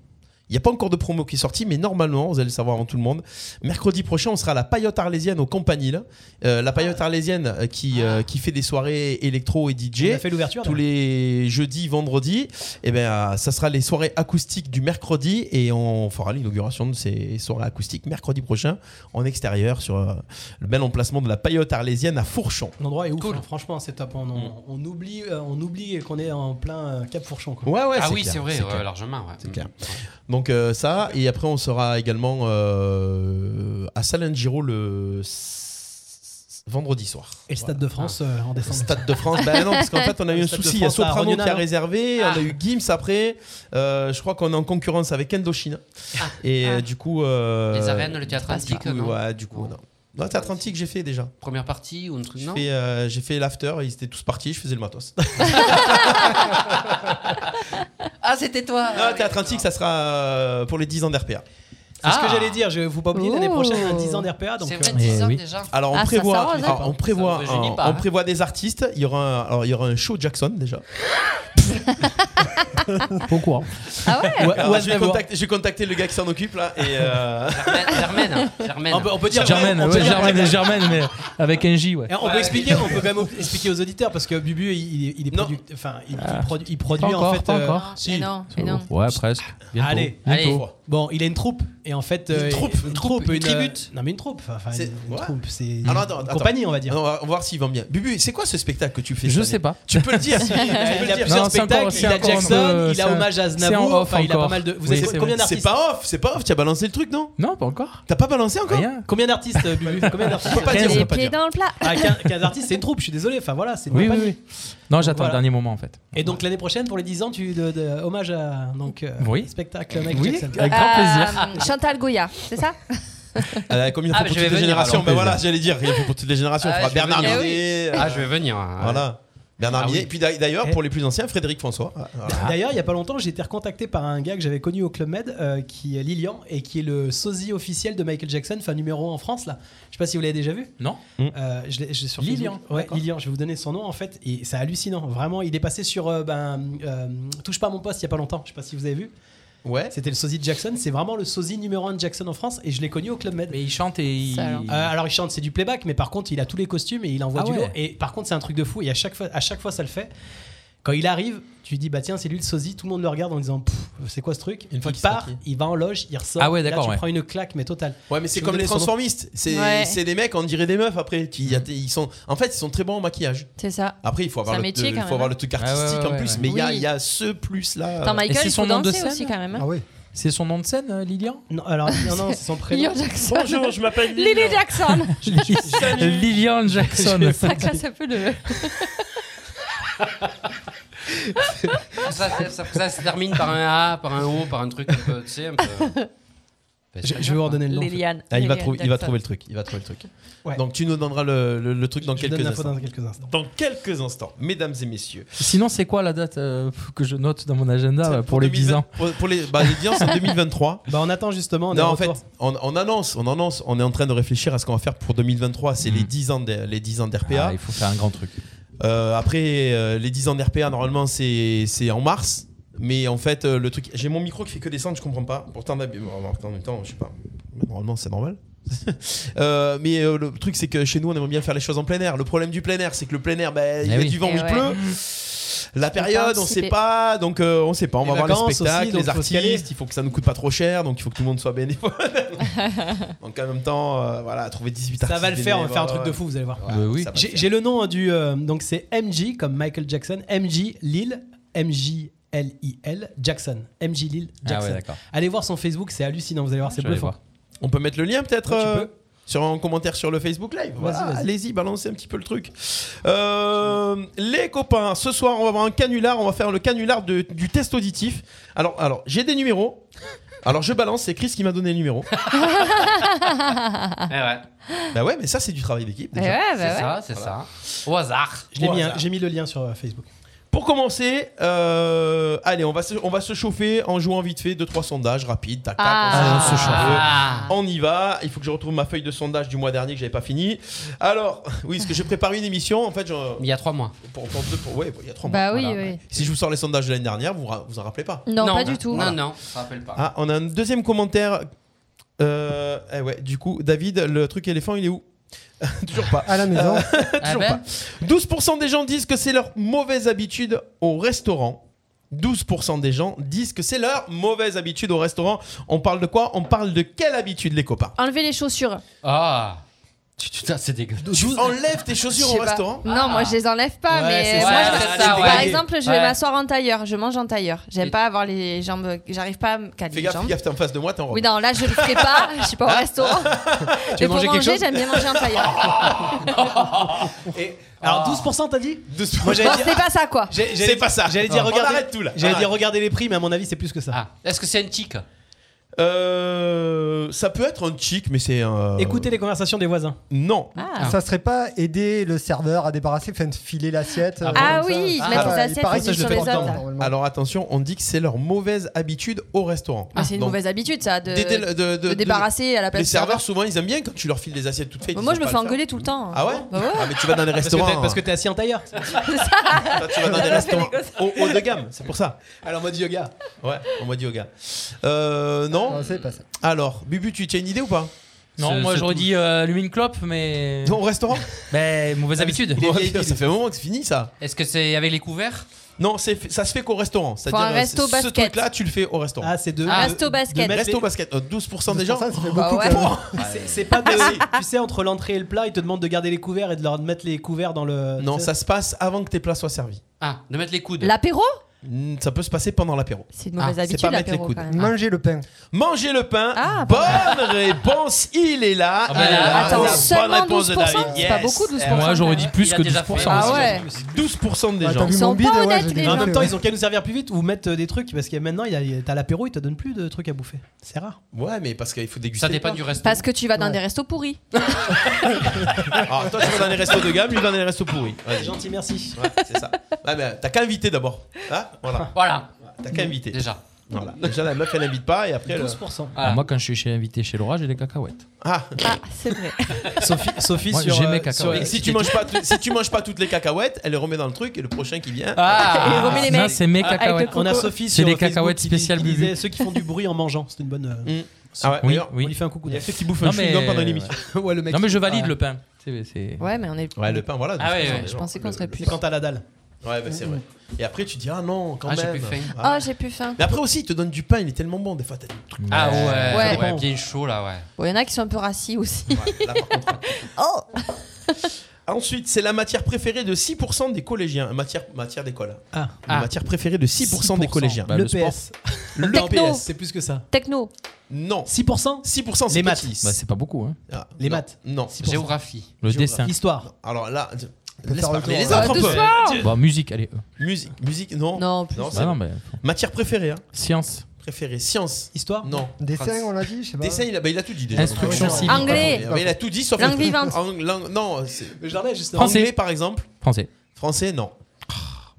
il n'y a pas encore de promo qui est sorti, mais normalement, vous allez le savoir avant tout le monde. Mercredi prochain, on sera à la Paillote Arlésienne au Campanile. Euh, la Paillote Arlésienne euh, qui,
Ah.
euh, qui fait des soirées électro et
On
DJ.
a fait l'ouverture.
tous les jeudis, vendredis. Et ben, euh, ça sera les soirées acoustiques du mercredi et on fera l'inauguration de ces soirées acoustiques mercredi prochain en extérieur sur euh, le bel emplacement de la paillote arlésienne à Fourchon.
L'endroit est ouf,
Cool.
hein, franchement, c'est top. On,
Hmm.
on- on oublie, euh, on oublie qu'on est en plein euh, Cap Fourchon. Quoi.
Ouais, Hmm. ouais,
ah oui,
clair,
c'est vrai, ouais,
clair.
largement. ouais. Mm.
C'est clair. Donc euh, ça, et après on sera également euh, à Salengiro le s- vendredi soir.
Et le
Voilà.
Stade de France euh, en décembre.
Stade de France, bah non, parce qu'en fait, on a eu
Le
un
Stade de
souci. Il y a
France, à
Soprano qui a
Rognona.
réservé, on a eu Gims après. Euh, je crois qu'on est en concurrence avec Indochine. Et euh, du coup. euh,
Les arènes, le théâtre
du
antique,
coup,
non
Ouais, du coup,
Non.
non. Non, Théâtre Antique, j'ai fait déjà.
Première partie ou un truc,
J'ai
non
fait, euh, j'ai fait l'after, ils étaient tous partis, je faisais le matos. <laughs>
Ah, c'était toi
Ah, Non, Théâtre Antique, ça sera euh, pour les 10 ans d'RPA.
C'est ce que
Ah.
j'allais dire. Je vous pas oublier l'année
Oh.
prochaine, un 10 ans d'RPA. Donc,
C'est
euh,
vrai,
Eh
10 ans
oui.
déjà.
Alors on
Ah, ça
prévoit,
s'arrange, hein.
alors, on prévoit,
Ça ne
un-
rajeunit pas,
on
hein.
prévoit des artistes. Il y aura, un, alors il y aura un show Jackson déjà.
bon courant.
Ah ouais
Ouais,
Alors,
ouais,
je, vais
d'abord.
contacter, je vais contacter le gars qui s'en occupe là et euh,
Germaine, Germaine, Germaine.
on, peut, on peut dire
Germaine,
on peut
ouais,
dire-
Germaine, Germaine, mais avec un J, ouais.
Et on peut expliquer, on peut quand même expliquer aux auditeurs parce que Bubu, il, il est
Non.
produit, enfin, il, il produ- il produit
Ah. Pas
en
encore,
fait.
pas
euh,
encore.
Non,
Si.
Ah, mais non, mais non.
Ouais, presque. Bientôt.
Allez,
Allez,
Bon, il a une troupe et en fait euh,
Une troupe,
une
une
troupe,
troupe, une
une
tribute.
euh, Non mais une troupe, enfin
C'est-
une, une
ouais.
troupe, c'est une
Alors, attends, attends.
compagnie on va
Ah
dire.
non, on va on va voir s'il vend bien. Bubu, c'est quoi ce spectacle que tu fais
Je
cette
sais
année
pas.
Tu peux le
<laughs>
dire. tu peux le
Il a
dire.
plusieurs
Non, c'est
spectacles,
encore- c'est
il a
encore un
Jackson, il
peu- euh, c'est
a
un-
hommage à
c'est en
Aznavour,
off
enfin, il a pas
encore.
mal de Vous
Oui,
avez combien
c'est vrai.
C'est
d'artistes
pas off, c'est pas off. Tu as balancé le truc non
Non, pas encore.
T'as pas balancé encore
Rien.
Combien d'artistes euh, Bubu Combien d'artistes
On peut pas dire, on peut
Les
pas
pieds
dire.
dans le plat.
Ah, 15, 15 artistes, c'est une troupe, je suis désolé, enfin voilà, c'est une
Oui, oui,
compagnie.
oui. Non, j'attends
Voilà.
le dernier moment en fait.
Et donc l'année prochaine pour les 10 ans, tu de, de- hommage à donc euh,
Oui.
spectacle Michael
Oui,
Jackson.
avec grand plaisir.
Euh, Chantal Goya, c'est ça
Elle a combien de
Ah,
fois
mais je vais
pour toutes les
venir,
générations
alors,
Ben
plaisir.
voilà, j'allais dire, il faut pour toutes les générations.
Ah,
on fera
je vais
Bernard
venir.
Minet.
Ah, je vais venir. hein.
Voilà. Bernard
Ah oui.
Minet. Et puis d'a- d'ailleurs,
Eh.
pour les plus anciens, Frédéric François. Voilà.
Ah.
D'ailleurs, il y a pas longtemps, j'ai été recontacté par un gars que j'avais connu au Club Med, euh, qui est Lilian, et qui est le sosie officiel de Michael Jackson, enfin numéro 1 en France là. Je sais pas si vous l'avez déjà vu.
Non
Hmm.
Euh, je l'ai- je l'ai sur
Lilian,
Facebook. Ouais,
d'accord.
Lilian, je vais vous donner son nom en fait, et c'est hallucinant. Vraiment, il est passé sur euh, ben, euh, Touche pas à mon poste il y a pas longtemps, je sais pas si vous avez vu.
Ouais.
C'était le sosie de Jackson, c'est vraiment le sosie numéro 1 de Jackson en France, et je l'ai connu au Club Med.
Mais il chante et il.
Ça, alors.
Euh, alors il chante, c'est du playback, mais par contre il a tous les costumes et il envoie
Ah
du
ouais.
lourd. Et par contre c'est un truc de fou. Et à chaque fois, à chaque fois ça le fait. Quand il arrive, tu dis bah tiens c'est lui le sosie. Tout le monde le regarde en disant Pff, c'est quoi ce truc.
Une fois
il
qu'il
part,
se maquille.
il va en loge, il ressort.
Ah ouais,
Là,
d'accord,
Tu
ouais.
prends une claque mais totale.
Ouais, mais c'est
Je
comme
vous
les
donne son nom.
transformistes. C'est
Ouais.
c'est des mecs, on dirait des meufs après. qui- y a- ils sont, en fait, ils sont très bons en maquillage.
C'est ça.
Après, il faut avoir,
C'est un
le,
métier,
de-
quand
il faut
même,
avoir
hein.
le truc artistique
Ouais, ouais,
en
ouais,
plus.
ouais.
Mais il y a-
Oui.
il y, a ce plus-là.
Attends,
Et
Michael,
c'est
il
son
faut
nom de
danser
scène
aussi quand même. hein.
Ah oui.
C'est son nom de scène, euh, Lilian
Non alors non,
<laughs>
non c'est son prénom.
Lilian Jackson.
Bonjour, je m'appelle
Lily
Lilian.
Jackson.
<laughs>
<laughs> Lilian <laughs> Jackson.
Ça casse un peu le.
<laughs> Ça, ça, ça- ça se termine par un A, par un O, par un truc un peu, tu sais, un peu. Ben,
Je, je vais vous redonner le nom. en fait.
Lilian.
Ah, il, va
Lilian
trouver, il va
Jackson.
trouver le truc. Il va trouver le truc.
Ouais.
Donc, tu nous donneras le, le- le truc
Je
dans
vous
quelques
donne l'info
instants.
dans quelques instants.
Dans quelques instants, mesdames et messieurs.
Sinon, c'est quoi la date euh, que je note dans mon agenda euh, pour, les 10
2020
ans
Pour, pour les, bah, les 10 ans, c'est
<laughs>
en 2023.
Bah on attend justement. On est
non, en
retour.
fait, on, on annonce, on annonce, on est en train de réfléchir à ce qu'on va faire pour 2023. C'est les 10 ans, des- les 10 ans d'RPA.
Mm. Ah, Il faut faire un grand truc.
Euh, après, euh, les 10 ans d'RPA, normalement, c'est c'est en mars. Mais en fait, euh, le truc. J'ai mon micro qui fait que descendre, je comprends pas. Pourtant, d'hab- bon, en même temps, je sais pas. Mais Normalement, c'est normal. <laughs> Euh, mais euh, le truc, c'est que chez nous, on aimerait bien faire les choses en plein air. Le problème du plein air, c'est que le plein air, ben, il y
Eh
a
oui.
du vent,
Eh
il
ouais. <laughs>
pleut. La
peux pas
période, on
anticiper.
sait pas, donc euh, on sait pas. On
Les
va voir les
vacances
spectacles,
aussi, donc
les
faut se caler.
artistes. Il faut que ça nous coûte pas trop cher, donc il faut que tout le monde
<laughs>
soit bénévole. donc en même temps, euh, voilà, trouver 18
Ça
artistes
va le faire. On va
bénévoles,
faire un truc de fou. Vous allez voir.
ouais,
Bah oui.
ça va le
J'ai
faire.
j'ai le nom hein, du. euh, donc c'est MJ comme Michael Jackson. MJ Lille. MJ L-I-L Jackson. MJ Lille
Ah ouais,
Jackson.
d'accord.
allez voir son Facebook, c'est hallucinant. Vous allez voir, c'est
Je vais aller
bluffant.
voir.
On peut mettre le lien peut-être
Ouais, tu
euh,
peux.
sur en commentaire sur le Facebook Live. Voilà,
vas-y.
Allez-y, balancez un petit peu le truc. Euh, les copains, ce soir on va avoir un canular, on va faire le canular de- du test auditif. Alors, alors j'ai des numéros. Alors je balance, c'est Chris qui m'a donné le numéro.
Eh ouais,
bah ouais, mais ça c'est du travail d'équipe.
Eh
déjà.
ouais,
c'est
bah ouais.
ça, c'est ça. Au hasard.
Je l'ai
Au
mis, hein,
hasard.
J'ai mis le lien sur euh, Facebook.
Pour commencer, euh, allez, on va, se, on va se chauffer en jouant vite fait deux trois sondages rapides. Tac, tac,
Ah.
on se chauffe un peu.
Ah.
On y va. Il faut que je retrouve ma feuille de sondage du mois dernier que j'avais pas fini. Alors, <laughs> oui, parce que j'ai préparé une émission. En fait, j'en-
Il y a trois mois.
Pour, pour deux- pour- ouais, il y a trois mois.
Bah oui,
Voilà.
oui.
Si je vous sors les sondages de l'année dernière, vous ra- vous en rappelez pas.
Non, pas du tout.
Non, non, ça rappelle pas.
Ah, on a un deuxième commentaire. Euh, eh ouais, du coup, David, le truc éléphant, il
<laughs>
est où Euh, Toujours pas.
À la maison.
<laughs>
Ah ben,
12% des gens disent que c'est leur mauvaise habitude au restaurant. 12% des gens disent que c'est leur mauvaise habitude au restaurant. On parle de quoi On parle de quelle habitude, les copains
Enlever les chaussures.
ah. Tu- tu- ça, c'est dégueulasse.
Tu enlèves tes chaussures
Je sais
au
pas.
restaurant Ah.
Non, moi je les enlève pas,
Ouais,
mais
c'est
moi,
ça,
je
ouais,
me-
c'est ça,
par
ouais.
exemple, je vais
Ouais.
m'asseoir en tailleur, je mange en tailleur. J'aime
Et-
pas avoir les jambes, j'arrive pas à me caler
Fais
les
gaffe, fais
jambes.
gaffe, Ah. t'es en face de moi, t'es en robe.
Oui, non, là je le ferai
<laughs>
pas, je suis pas au restaurant. Mais pour
manger quelque
manger,
chose
j'aime bien manger en
<laughs>
tailleur.
Ah.
Alors 12% t'as dit Moi
12%.
Bon,
j'allais dire.
c'est pas ça quoi.
j'ai- j'allais-
C'est pas ça.
J'allais dire
On
regardez.
arrête tout là.
J'allais
Ah.
dire regardez les prix, mais à mon avis c'est plus que ça.
Ah. Est-ce que c'est un tic
Euh, ça peut être un chic, mais c'est un.
Écoutez les conversations des voisins.
Non.
Ah,
Ça serait pas aider le serveur à débarrasser, enfin, de filer l'assiette euh,
Ah
comme ça.
oui,
Ça,
mettre les
il
assiettes
paraît
les
que
unes
je
sur
fais
les
tout le temps,
autres.
normalement.
Alors attention, on dit que c'est leur mauvaise habitude au restaurant.
Ah, c'est une
Donc,
mauvaise habitude ça de,
dès- dès le- de- de-
de
de-
débarrasser à la place
Les
du
serveurs, souvent, ils aiment bien quand tu leur files des assiettes toutes faites.
Bah,
ils
moi
savent
je me
pas
fais
le
engueuler tout le temps.
Ah ouais
Bah ouais.
faire. Ah, mais tu vas dans les
Parce que
restaurants.
t'es-
hein.
Parce que t'es assis en
<laughs>
tailleur.
Toi, tu vas dans des restaurants haut, haut de gamme, c'est pour ça.
Alors mode yoga.
Ouais, on m'a dit au gars. Euh, non
Non, c'est pas ça.
Alors, Bubu, tu tu as une idée ou pas
Ce-
Non, moi
ce
j'aurais
tout-
dit euh, Lumine Clop, mais.
Au restaurant
<laughs> Mais
Ah,
mauvaise habitude.
Ouais, putain, Ça fait un moment que c'est fini ça.
Est-ce que c'est avec les couverts
Non, c'est- ça se fait qu'au restaurant. C'est-à-dire,
un resto
euh, ce
basket.
truc-là, tu le fais au restaurant.
Ah, c'est de.
Ah,
de-
resto
de
basket.
mettre
resto
les-
basket, euh, 12% des
Pour
gens. Ah
ça, ça fait
Bah
beaucoup
ouais.
quand même.
<laughs>
C'est c'est pas de. tu sais, entre l'entrée et le plat, ils te demandent de garder les couverts et de leur mettre les couverts dans le.
Non,
tu sais.
ça se passe avant que tes plats soient servis.
Ah, de mettre les coudes.
L'apéro
Mm, Ça peut se passer pendant l'apéro.
C'est une mauvaise
Ah, c'est pas
habitude
mettre les
l'apéro quand
coudes.
même.
Manger le pain.
Manger le pain.
Ah,
bonne réponse, il est là.
ben
Il est
là,
là.
attends,
Bonne
seulement
réponse de
12%,
David.
c'est pas
Yes.
beaucoup, 12%.
Eh,
Moi j'aurais dit plus
Il a
que
déjà
10%.
fait.
Ah
aussi.
ouais.
12% des
Ah, t'as
gens.
vu
sont
mon bide,
pas
ouais,
honnêtes,
j'ai
les
déjà
Mais en
gens.
fait,
même temps,
ouais.
ils ont qu'à nous servir plus vite ou mettre euh, des trucs parce que maintenant, il y a- t'as l'apéro, ils te donnent plus de trucs à bouffer. C'est rare.
Ouais, mais parce qu'il faut déguster.
Ça
le
dépend
pain.
du restaurant.
Parce que tu vas dans
Ouais.
des restos pourris.
Alors, toi, tu vas dans les restos de gamme, lui dans les restos pourris. Vas-y.
Gentil, merci.
Ouais, c'est ça. Ouais, mais euh, t'as qu'à inviter d'abord. Hein voilà.
Voilà,
T'as qu'à inviter.
déjà.
Voilà. Déjà, la meuf, elle invite pas et après. elle- euh,
12%.
Voilà.
Ah, moi quand je suis chez invité chez Laura, j'ai des cacahuètes.
Ah,
Ah, c'est vrai.
Sophie, Sophie
Moi,
sur.
j'ai mes
euh,
cacahuètes.
sur-
et si tu manges pas, tu- si tu manges pas toutes les cacahuètes, elle les remet dans le truc et le prochain qui vient.
Ah,
Et remet les
Non,
mecs.
c'est mes cacahuètes.
On a Sophie
C'est
sur
des
Facebook
cacahuètes
qui-
spéciales
qui
Bubu.
disait Ceux qui font du bruit en mangeant, c'est une bonne. euh,
Mm. Ah ouais,
Oui,
d'ailleurs,
On
oui.
lui fait un coucou.
Il y a
d'ailleurs.
ceux qui bouffent
Non,
un
mais-
chewing-gum pendant l'émission.
<laughs>
Ouais, le mec.
Non mais je valide
Ah.
le pain. C'est- c'est-
Ouais, mais on est.
Ouais, le pain, voilà.
Ah ouais,
12%
ouais.
des
Je
gens.
pensais qu'on
Le-
serait
le-
plus.
C'est quand t'as la dalle.
Ouais, bah, c'est vrai. Et après, tu dis, ah non, quand
Ah, j'ai
même.
plus faim.
Oh,
Ah.
j'ai plus faim.
Mais après aussi, il te donne du pain, il est tellement bon. Des fois, t'as des trucs.
Ah ouais,
Ouais.
ouais, bien chaud là, ouais.
Bon, il y en a qui sont un peu rassis aussi.
Ouais, là, par contre.
Oh
Ensuite, c'est la matière préférée de 6% des collégiens. Euh, Matière, matière d'école.
Ah.
La matière préférée de 6%, des
6%.
collégiens.
Bah,
le,
le sport. <laughs>
PS.
Le
Techno.
PS.
C'est plus que ça.
Techno.
Non.
6%
6% c'est
Les maths.
petit.
Bah, c'est pas beaucoup. Hein.
Ah,
Les
non,
maths.
Non.
Géographie.
Le
Géographie.
dessin.
Histoire.
Alors là, je-
peut
laisse
faire le
parler
tour,
les
hein.
autres un
Euh,
peu.
Bon, musique, allez. euh.
Musique, musique, non.
Non, en plus.
Non, c'est-
Bah, non, mais...
Matière préférée, hein.
Science.
Préférée. Science.
Histoire
Non.
Dessin, on l'a dit, je sais pas.
Dessin, il a, bah, il a tout dit déjà.
Instruction
Ah ouais.
civique.
Anglais.
Ah, bah, il a tout dit sauf.
Langue
le truc-
vivante.
Ang- langue- non. c'est-
Le jardin, juste
Français.
Anglais par exemple.
Français.
Français, non.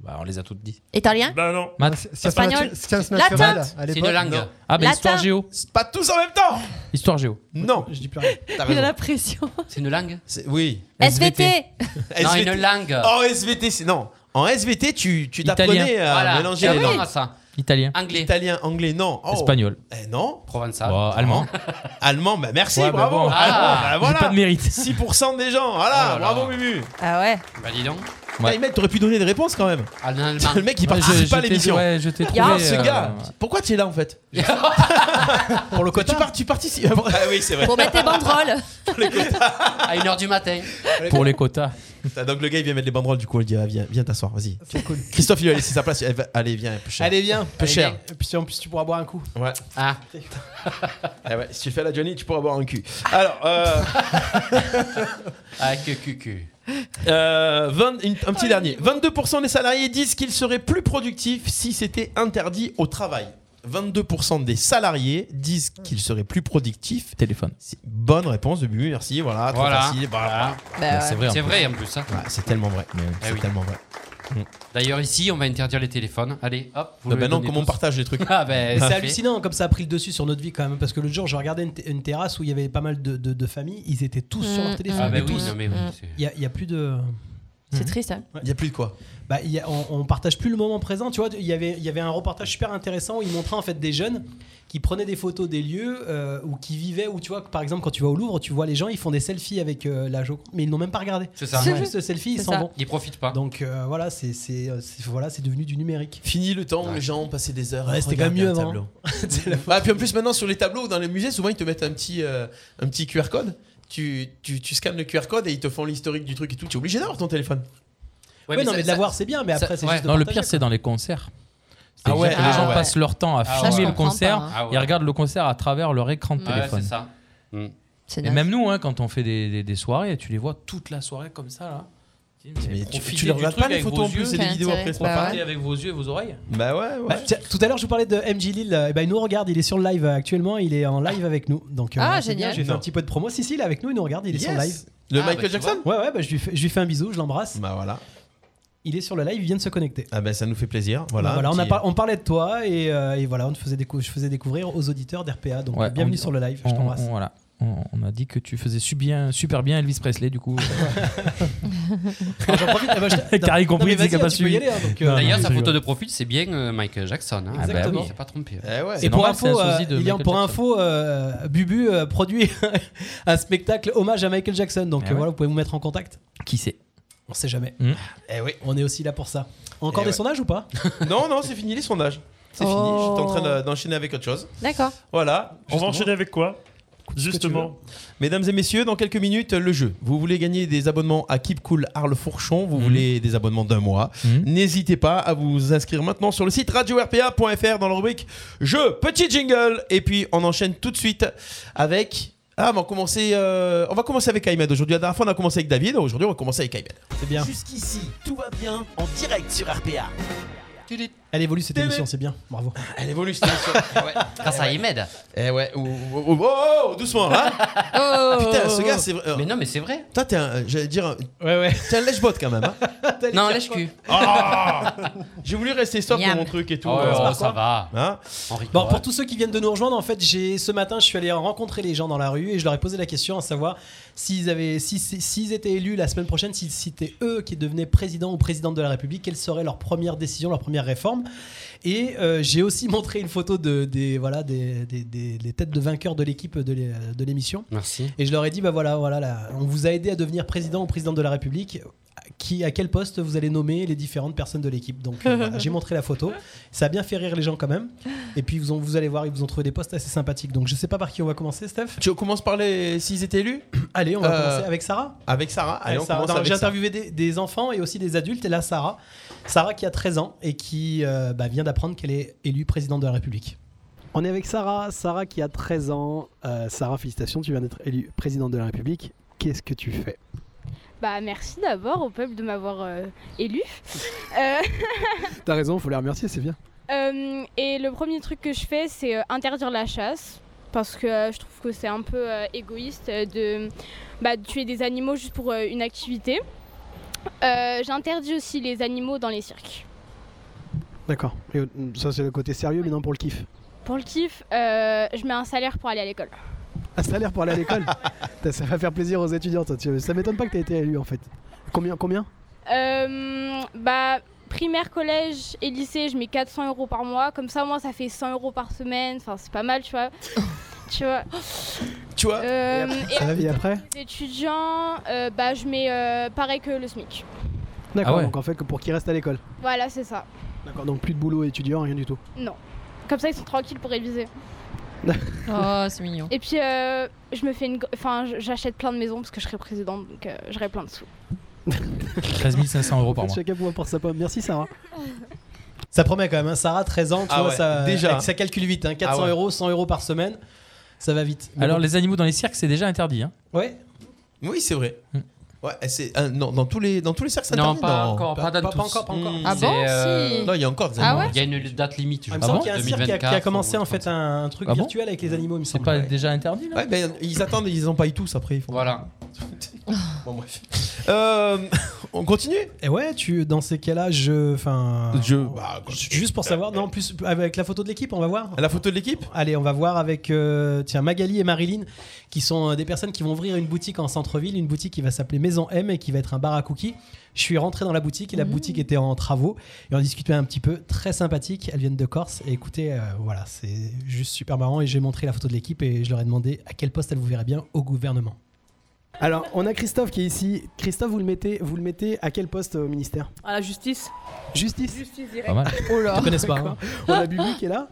Bah, on les a toutes dit.
Italien
Ben
Bah non.
Maths.
Sciences
Espagnol.
natu- Sciences
Latin.
naturelles. à
C'est
l'époque.
une langue.
non.
Ah, bah,
Latin.
histoire géo.
C'est Pas tous en même temps.
Histoire géo.
Non.
Je dis plus rien.
T'as
Il a
raison.
la pression.
C'est une langue
C'est- Oui.
SVT.
<laughs>
Non,
SVT.
une langue.
En SVT, c'est non. En SVT, tu tu t'apprenais
Italien.
à
Voilà,
mélanger
c'est
les
Ah
vraiment
langues.
ça.
Italien.
Anglais,
Italien, anglais, non. Oh.
Espagnol.
Eh non.
provençal.
Bon, allemand.
Allemand, bah merci,
Ouais, bah
bravo.
bon.
Ah, bah
J'ai
voilà.
pas de mérite.
6% des gens, voilà,
Oh là là.
bravo Mumu.
Ah ouais.
Bah dis donc.
Ouais.
Putain, mec, t'aurais pu donner des réponses quand même.
En allemand.
Le mec, il
Ouais,
participe pas à
t'ai-
l'émission.
Ouais, Ah, je t'ai trouvé.
Ah, ce
euh,
gars, pourquoi tu es là
<laughs>
en fait
Pour le
Quand tu,
quota.
pars, tu participes. Ah oui, c'est vrai.
Pour mettre les banderoles.
À 1h du matin.
Pour les quotas.
Putain, Ah, Donc le gars, il vient mettre les banderoles, du coup, on lui dit ah, viens, viens t'asseoir, vas-y. Christophe, il lui a laissé sa place. Elle va- Allez, viens, peu cher.
Allez, viens.
peu cher.
Et puis en plus, tu pourras boire un coup.
Ouais. <laughs>
Ah,
Eh ouais, si tu le fais à la Johnny, tu pourras boire un cul. Alors, euh,
avec QQ.
euh, 20 une- un petit
Oh,
dernier. 22% des salariés disent qu'ils seraient plus productifs si c'était interdit au travail. 22% des salariés disent qu'ils seraient plus productifs
Téléphone.
C'est une Bonne réponse de Bubu, merci. Voilà, trop
Voilà.
facile. Voilà.
Bah, ouais.
vrai. en
C'est
fait.
vrai en plus. hein.
Ouais, c'est tellement vrai.
Eh
C'est
oui.
tellement vrai.
D'ailleurs, ici, on va interdire les téléphones. Allez, hop. Vous
Non,
le
bah non,
donnez
comment on
tous.
partage les trucs
Ah, ben,
C'est
ça fait.
hallucinant comme ça a pris le dessus sur notre vie quand même. Parce que l'autre jour, je regardais une, t- une terrasse où il y avait pas mal de, de- de familles. Ils étaient tous sur
Mm,
leur téléphone.
Ah,
mais
ben oui,
tous.
non, mais oui.
Mm.
c'est-
Il y a- il y a plus de.
C'est triste, hein.
Il y a plus de quoi.
bah, il y a- on, on partage plus le moment présent. Tu vois, il y avait, il y avait un reportage super intéressant où il montrait en fait des jeunes qui prenaient des photos des lieux euh, ou qui vivaient. Ou tu vois, par exemple, quand tu vas au Louvre, tu vois les gens, ils font des selfies avec euh, la Joconde, mais ils n'ont même pas regardé.
C'est ça.
Ils font juste le selfie, ils
C'est
s'en
ça.
vont.
Ils profitent pas.
Donc euh, voilà, c'est c'est euh, c'est- voilà, c'est devenu du numérique.
Fini le temps où
Ouais.
les gens passaient des heures. à
Ouais, c'était quand même
regarder
mieux
un
avant.
tableau. <laughs> Ah, puis en plus, maintenant, sur les tableaux, dans les musées, souvent, ils te mettent un petit, euh, un petit QR code. Tu, tu, tu scannes le QR code et ils te font l'historique du truc et tout. Tu es obligé d'avoir ton téléphone.
Ouais,
Ouais, non,
ça-
mais de
ça-
l'avoir, c'est bien, mais
ça-
après, c'est
ouais.
juste. de
Non, le
partager,
pire, c'est dans les concerts.
Ah
Ah
ouais,
ouais,
ah
les gens
ouais.
passent leur temps à
Ah
Ça,
filmer
je
le
comprends
concert.
pas, hein.
Ah ouais.
Ils regardent le concert à travers leur écran de
Ouais,
téléphone.
c'est ça.
C'est
Et
Mm.
naze.
même nous, hein, quand on fait des, des- des soirées, tu les vois toute la soirée comme ça, là.
Mais tu-
Profitez
tu les
du
regardes
truc
pas les
avec
photos
vos
en plus,
yeux.
c'est des
Quel
vidéos
intérêt
après. c'est
Bah
pas
ouais.
pareil.
Profitez avec vos yeux et vos oreilles.
Bah ouais, ouais.
Bah, tiens, tout à l'heure, je vous parlais de MJ Lille. euh, eh ben, il nous regarde, il est sur le live euh, actuellement. Il est en live avec nous. Donc, euh,
Ah,
c'est bien,
génial.
J'ai fait
Non.
un petit peu de promo. Si, si, il est avec nous, il nous regarde, il est sur le
Yes.
live.
Le
Ah,
Michael
bah, tu
Jackson
Ouais, ouais, bah, je, lui fais, je lui fais un bisou, je l'embrasse.
Bah voilà.
Il est sur le live, il vient de se connecter. Ah,
Ah bah ça nous fait plaisir. Voilà.
Voilà,
un
on, a
petit-
par- on parlait de toi et, euh, et voilà, on te faisait décou- je faisais découvrir aux auditeurs d'RPA. Donc,
Ouais,
euh, bienvenue
on-
sur le live, je
On,
t'embrasse.
on- voilà. On, on a dit que tu faisais su- bien- super bien Elvis
<laughs>
Presley, du coup.
Ah, j'en profite,
Eh ben,
<laughs>
ah, bah, je-
Car il
Non,
compris,
mais
il
vas-y, hein,
disait qu'il a pas
tu peux y
suivi.
aller, hein, donc, euh,
Non, non,
D'ailleurs,
mais
sa
c'est
photo
vrai.
de profil, c'est bien euh, Michael Jackson. hein.
Ah bah
Exactement.
Il s'est pas hein. trompé.
Eh ouais.
Et
C'est
pour
normal,
info,
c'est un
euh,
sosie de
Lilian,
Michael
pour
Jackson.
info euh, Bubu euh, produit <laughs> un spectacle hommage à Michael Jackson. Donc
Ah
euh,
ouais. Mm.
voilà, vous pouvez vous mettre en contact.
Qui c'est
On sait jamais.
Eh oui.
On est aussi là pour ça. Encore
Eh
des
ouais.
sondages ou pas
Non, non, c'est fini les sondages. C'est
Oh.
fini, j'étais en train de- d'enchaîner avec autre chose.
D'accord.
Voilà.
On va enchaîner avec quoi Justement,
Mesdames et messieurs, dans quelques minutes, le jeu. Vous voulez gagner des abonnements à Keep Cool Arle Fourchon,
Mhm.
vous voulez des abonnements d'un mois.
Mhm.
N'hésitez pas à vous inscrire maintenant sur le site radio-rpa.fr dans la rubrique jeu, petit jingle. Et puis on enchaîne tout de suite avec. Ah, mais on, va commencer, euh, on va commencer avec Aymed aujourd'hui. La dernière fois, on a commencé avec David. Aujourd'hui, on va commencer avec Aymed.
C'est bien.
Jusqu'ici, tout va bien en direct sur RPA.
Elle évolue cette émission, c'est bien. Bravo.
Elle évolue, cette émission.
Ouais. Grâce à Ahmed.
Eh ouais. Oh, oh, oh, oh, oh, doucement,
<laughs>
hein.
Oh,
Putain, ce gars, c'est. vrai- euh,
Mais non, mais c'est vrai.
Toi, t'es un. euh, J'allais dire. un-
Ouais, ouais.
T'es un lèche-bot quand même, hein.
Non, lèche-cul.
Ah. <laughs> J'ai voulu rester soft dans
Miam.
mon truc et tout.
Oh,
euh,
oh, ça va.
hein.
Henri
Bon,
Coral.
pour tous ceux qui viennent de nous rejoindre, en fait, j'ai ce matin, je suis allé rencontrer les gens dans la rue et je leur ai posé la question à savoir s'ils avaient, si- si- s'ils étaient élus la semaine prochaine, si c'était eux qui devenaient président ou présidente de la République, quelle serait leur première décision, leur première réforme. Et euh, j'ai aussi montré une photo de des voilà des, des- des- des têtes de vainqueurs de l'équipe de l'é- de l'émission.
Merci.
Et je leur ai dit, bah voilà, voilà, là, on vous a aidé à devenir président ou présidente de la République. Qui, à quel poste vous allez nommer les différentes personnes de l'équipe Donc euh, voilà, j'ai montré la photo. Ça a bien fait rire les gens quand même. Et puis vous, ont- vous allez voir, ils vous ont trouvé des postes assez sympathiques. Donc je sais pas par qui on va commencer, Steph.
Tu commences par les. S'ils étaient élus
Allez, on va
Euh,
commencer avec Sarah.
Avec Sarah. Allez,
Avec
on
Sarah.
commence
Non,
Ah, avec
J'ai
Sarah.
interviewé des, des enfants et aussi des adultes. Et là, Sarah, Sarah qui a 13 ans et qui euh, bah, vient d'apprendre qu'elle est élue présidente de la République. On est avec Sarah, Sarah qui a 13 ans. Euh, Sarah, félicitations, tu viens d'être élue présidente de la République. Qu'est-ce que tu fais
Bah merci d'abord au peuple de m'avoir euh, élu.
T'as raison, faut les remercier, c'est bien.
<laughs> Euh, et le premier truc que je fais, c'est euh, interdire la chasse. Parce que euh, je trouve que c'est un peu euh, égoïste euh, de, bah, de tuer des animaux juste pour euh, une activité. Euh, J'interdis aussi les animaux dans les cirques.
D'accord. Et, euh, ça, c'est le côté sérieux, mais non pour le kiff.
Pour le kiff, euh, je mets un salaire pour aller à l'école.
Un salaire pour aller à l'école Putain, <laughs> Ça va faire plaisir aux étudiants. toi. Tu- Ça m'étonne pas que t'aies été élu en fait. Combien, combien
Euh, bah, primaire, collège et lycée, je mets 400 euros par mois. Comme ça, moi, ça fait 100 euros par semaine. Enfin, c'est pas mal, tu vois. tu vois.
Tu vois
Euh, et
Ça va, Et après
Les étudiants, euh, bah, je mets euh, pareil que le SMIC.
D'accord,
Ah ouais.
donc en fait, que pour qu'ils restent à l'école.
Voilà, c'est ça.
D'accord, donc plus de boulot étudiant, rien du tout.
Non. Comme ça, ils sont tranquilles pour réviser.
Oh, c'est mignon.
Et puis, euh, je me fais une. gr- Enfin, j- j'achète plein de maisons parce que je serai présidente, donc euh, j'aurai plein de sous.
13 500 euros par mois.
Chacun pouvoir porter sa pomme. Merci Sarah. Ça promet quand même, hein. Sarah, 13 ans, tu
Ah
vois,
ouais,
ça,
déjà.
avec- ça calcule vite. hein. 400
Ah ouais.
euros, 100 euros par semaine, ça va vite. Mais
Alors,
bon.
les animaux dans les cirques, c'est déjà interdit. Hein.
Ouais,
Oui, c'est vrai.
Mm.
Hmm.
Ouais, c'est. ah, non, dans tous les, dans tous les cercles, ça
Non,
interdit,
pas encore, pas dans
pas, pas
tous.
encore, pas encore.
Hmm.
Ah
C'est,
bon
euh,
Si.
Non, il
<laughs>
y a encore des
Ah
animaux.
ouais
Il y a une date limite. je
Il me
crois.
semble
bon
qu'il y a un cirque qui a, qui a
2024,
commencé
ou
en fait un, un truc
Ah bon
virtuel avec les animaux, il me
C'est
semble.
pas
Ouais.
déjà interdit là
Ouais, ben, ils attendent, ils en paillent tous après. ils font-
Voilà.
Bon, bref. Euh, <laughs> on continue
Et Eh ouais, tu, dans ces cas-là, je. Enfin.
Je- bah, quoi.
Juste pour savoir, non, en plus avec la photo de l'équipe, on va voir.
La photo de l'équipe
Allez, on va voir avec euh, tiens Magali et Marilyn, qui sont euh, des personnes qui vont ouvrir une boutique en centre-ville, une boutique qui va s'appeler Maison M et qui va être un bar à cookies. Je suis rentré dans la boutique et la boutique était en travaux et on discutait un petit peu, très sympathique. Elles viennent de Corse et écoutez, euh, voilà, c'est juste super marrant et j'ai montré la photo de l'équipe et je leur ai demandé à quel poste elles vous verraient bien au gouvernement.
Alors, on a Christophe qui est ici. Christophe, vous le mettez, vous le mettez à quel poste au ministère
À la justice.
Justice.
Justice
Pas mal.
Oh là.
Ils connaissent
<laughs>
pas. hein.
On a Bubu qui est là.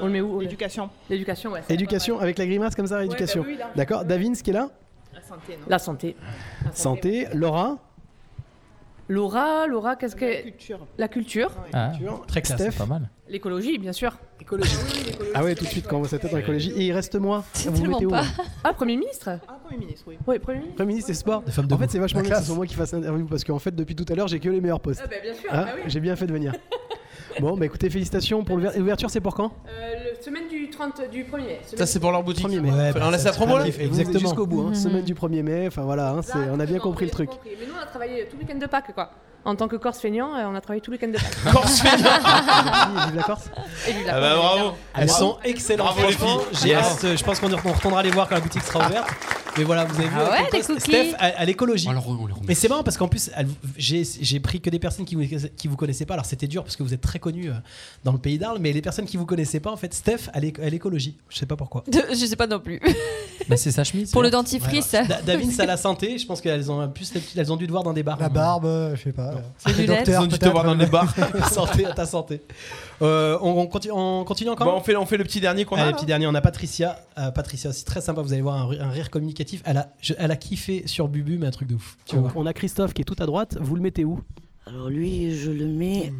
On le met où L'éducation. L'éducation, ouais.
Éducation, avec la grimace comme ça,
bah
éducation. D'accord. Davins qui est là.
La santé.
Santé. Laura.
Laura, Laura, qu'est-ce que. La culture. La culture.
Ah,
Très classe.
c'est pas mal.
L'écologie, bien sûr. Écologie.
Ah ouais, tout de suite, quand vous êtes dans l'écologie. Et il reste moi. Vous
Tellement
mettez où
pas.
là
Ah, Premier ministre Ah, Premier ministre, oui. Oui, Premier ministre.
Premier ministre et sport. En fait, c'est vachement
La
bien que ce
classe.
soit moi qui fasse l'interview parce qu'en fait, depuis tout à l'heure, j'ai que les meilleurs postes.
Ah bah, bien sûr,
Hein
bah oui.
J'ai bien fait de venir. bon, bah écoutez, félicitations pour l'ouver- l'ouverture. C'est pour quand
Euh, le semaine du 30 du 1er.
Ça, c'est pour leur boutique.
Ouais,
on laisse la promo là
Exactement. Jusqu'au bout,
Mmh.
hein.
Mhm.
semaine du 1er mai. Enfin voilà, hein, c'est- on a bien compris le truc.
Mais nous, on a travaillé tout le week-end de Pâques, quoi. En tant que Corse feignant, euh, on a travaillé tout le week-end de Pâques.
Corse
<laughs>
feignant Vive la Corse
Et vive la
Ah bah
Corse,
bravo.
évidemment.
Elles
Bravo.
sont excellentes.
Bravo les
franchement.
filles.
J'ai
Yes.
hâte, euh, Je pense qu'on y retourne- on retournera les voir quand la boutique sera ouverte. Mais voilà, vous avez vu
Ah
à
ouais,
quel
les
poste
cookies.
Steph à, à l'écologie. Mais c'est marrant parce qu'en plus, elle- j'ai j'ai pris que des personnes qui vous, qui vous connaissaient pas. Alors c'était dur parce que vous êtes très connus euh, dans le pays d'Arles, mais les personnes qui vous connaissaient pas, en fait, Steph à l'éc- à l'écologie. Je sais pas pourquoi.
De- je sais pas non plus.
Bah, c'est sa chemise.
Pour le dentifrice.
David Davine, ça la santé. Je pense qu'elles ont plus, elles ont dû te voir dans des bars. La barbe,
euh,
je sais pas.
Les lunettes. docteurs,
Elles ont dû te
peut-être.
voir dans des bars. santé, à ta santé. Euh, on, on continue, on continue encore.
Bah, on fait, on fait le petit dernier qu'on a.
Allez,
là.
petit dernier, on a Patricia. Euh, Patricia aussi très sympa. Vous allez voir un, ri- un rire communicatif. Elle a, je- elle a kiffé sur Bubu, mais un truc de ouf. Tu vas voir.
On a Christophe qui est tout à droite. Vous le mettez où Hmm.
Alors lui, je le mets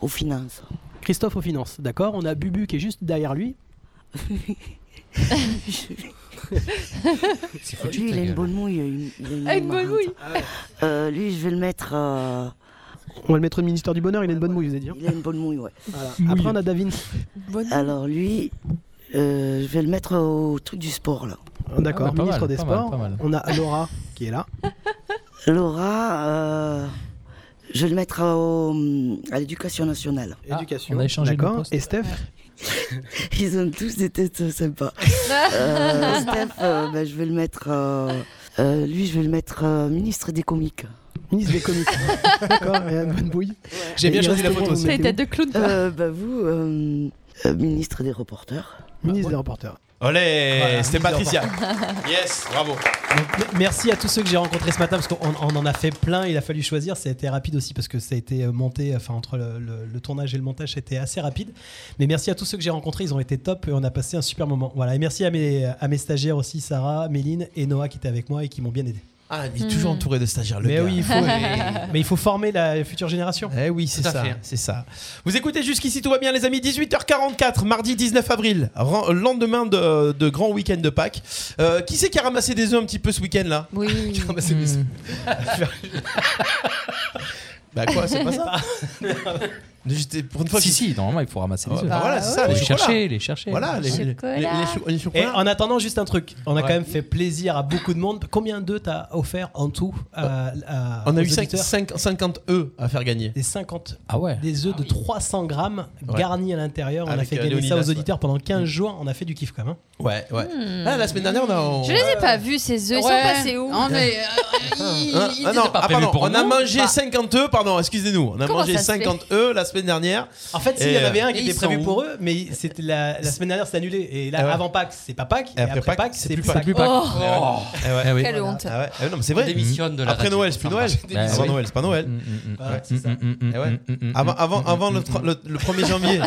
aux finances.
Christophe aux finances, d'accord. On a Bubu qui est juste derrière
<laughs>
lui.
lui,
<laughs>
il a une bonne mouille. Une, il a une,
Ah, une bonne
marrante.
mouille.
Euh, lui, je vais le mettre. euh,
On va le mettre au ministère du Bonheur. Il a une bonne mouille, vous avez dit.
Il a une bonne mouille, ouais.
Après, on a Davin.
Alors lui, euh, je vais le mettre au truc du sport, là.
Ah, D'accord, ministre des Sports. On a Laura qui est là.
Laura, euh, je vais le mettre au- à l'éducation nationale.
Éducation. D'accord. Et Steph
<laughs> Ils ont tous des
<laughs>
têtes sympas. Euh, Steph, euh, bah, je vais le mettre. euh, euh, lui, je vais le mettre euh, ministre des comiques.
Ministre des comiques.
<laughs>
D'accord, il a une bonne bouille.
J'ai bien
Et il
choisi la
reste
photo
au
aussi.
fond,
Les
vous
têtes
mettez
de clown, quoi. Euh, bah, vous, ministre des reporters.
où Ministre des reporters.
Allez,
Voilà,
c'était
mise en
Patricia.
forme.
<laughs> yes, bravo.
Donc, m- merci à tous ceux que j'ai rencontrés ce matin parce qu'on on en a fait plein. Il a fallu choisir. Ça a été rapide aussi parce que ça a été euh, monté. Enfin, entre le, le- le tournage et le montage, c'était assez rapide. Mais merci à tous ceux que j'ai rencontrés. Ils ont été top et on a passé un super moment. Voilà. Et merci à mes, à mes stagiaires aussi, Sarah, Méline et Noah qui étaient avec moi et qui m'ont bien aidé.
Ah, il est toujours
Hmm.
entouré de stagiaires, le
Mais
gars.
oui,
<laughs>
il faut, mais il faut former la future génération.
Eh oui, c'est
Tout à
ça,
fait.
c'est ça. Vous écoutez jusqu'ici, tout va bien, les amis. 18h44, mardi 19 avril, ren- euh, lendemain de, de grand week-end de Pâques. Euh, qui c'est qui a ramassé des œufs un petit peu ce week-end là
Oui.
<laughs> Qui a ramassé des œufs Bah quoi, c'est
<laughs>
pas ça J'étais- pour une fois
si, si, normalement, il faut ramasser les
Ouais,
œufs.
bah voilà, c'est ça,
Faut
les
les
chocolats.
chercher, les chercher.
Voilà, les- les- Chocolat. les- les chou- les
Et
chocolats.
en attendant, juste un truc. On a
Ouais.
quand même fait plaisir à beaucoup de monde. Combien d'œufs t'as offert en tout à- à-
Oh. On a
aux
eu cinq-
auditeurs
cinq- 50 œufs à faire gagner.
Des 50
Ah ouais
Des œufs de 300 grammes
Ouais.
garnis à l'intérieur. On a
Avec,
fait
euh, Mm.
gagner ça
Léonidas,
aux auditeurs pendant 15 jours. On a fait du kiff quand même.
<laughs>
hein.
Ouais, ouais.
Hmm.
Ah, la semaine dernière, on a. on-
Je les ai pas vus, ces œufs. Ils sont
Ouais.
passés où
Non, mais,
Hein Ah non, ah, pardon, on a mangé 50 œufs, pardon, excusez-nous. On a
Comment
mangé
ça se
50 œufs la semaine dernière.
En fait, s'il
Et,
y en avait un
euh,
qui
ils
était prévu
sont où
pour eux, mais c'était la, la semaine dernière, c'est annulé. Et là,
Ah ouais.
avant Pâques, c'est pas Pâques. Et, après, Pâques, c'est plus
Pâques.
Pâques.
Plus Pâques.
Oh.
Eh ouais. Eh ouais.
Eh oui. Quelle honte.
Ah ouais. Eh non, mais c'est vrai.
On démissionne de la
Après
radio,
Noël, c'est plus
ça
Noël.
marche. Bah,
Avant
oui.
Noël, c'est pas Noël. Ouais, c'est ça. Eh ouais. Avant, avant, avant le, tro- le- le 1er janvier.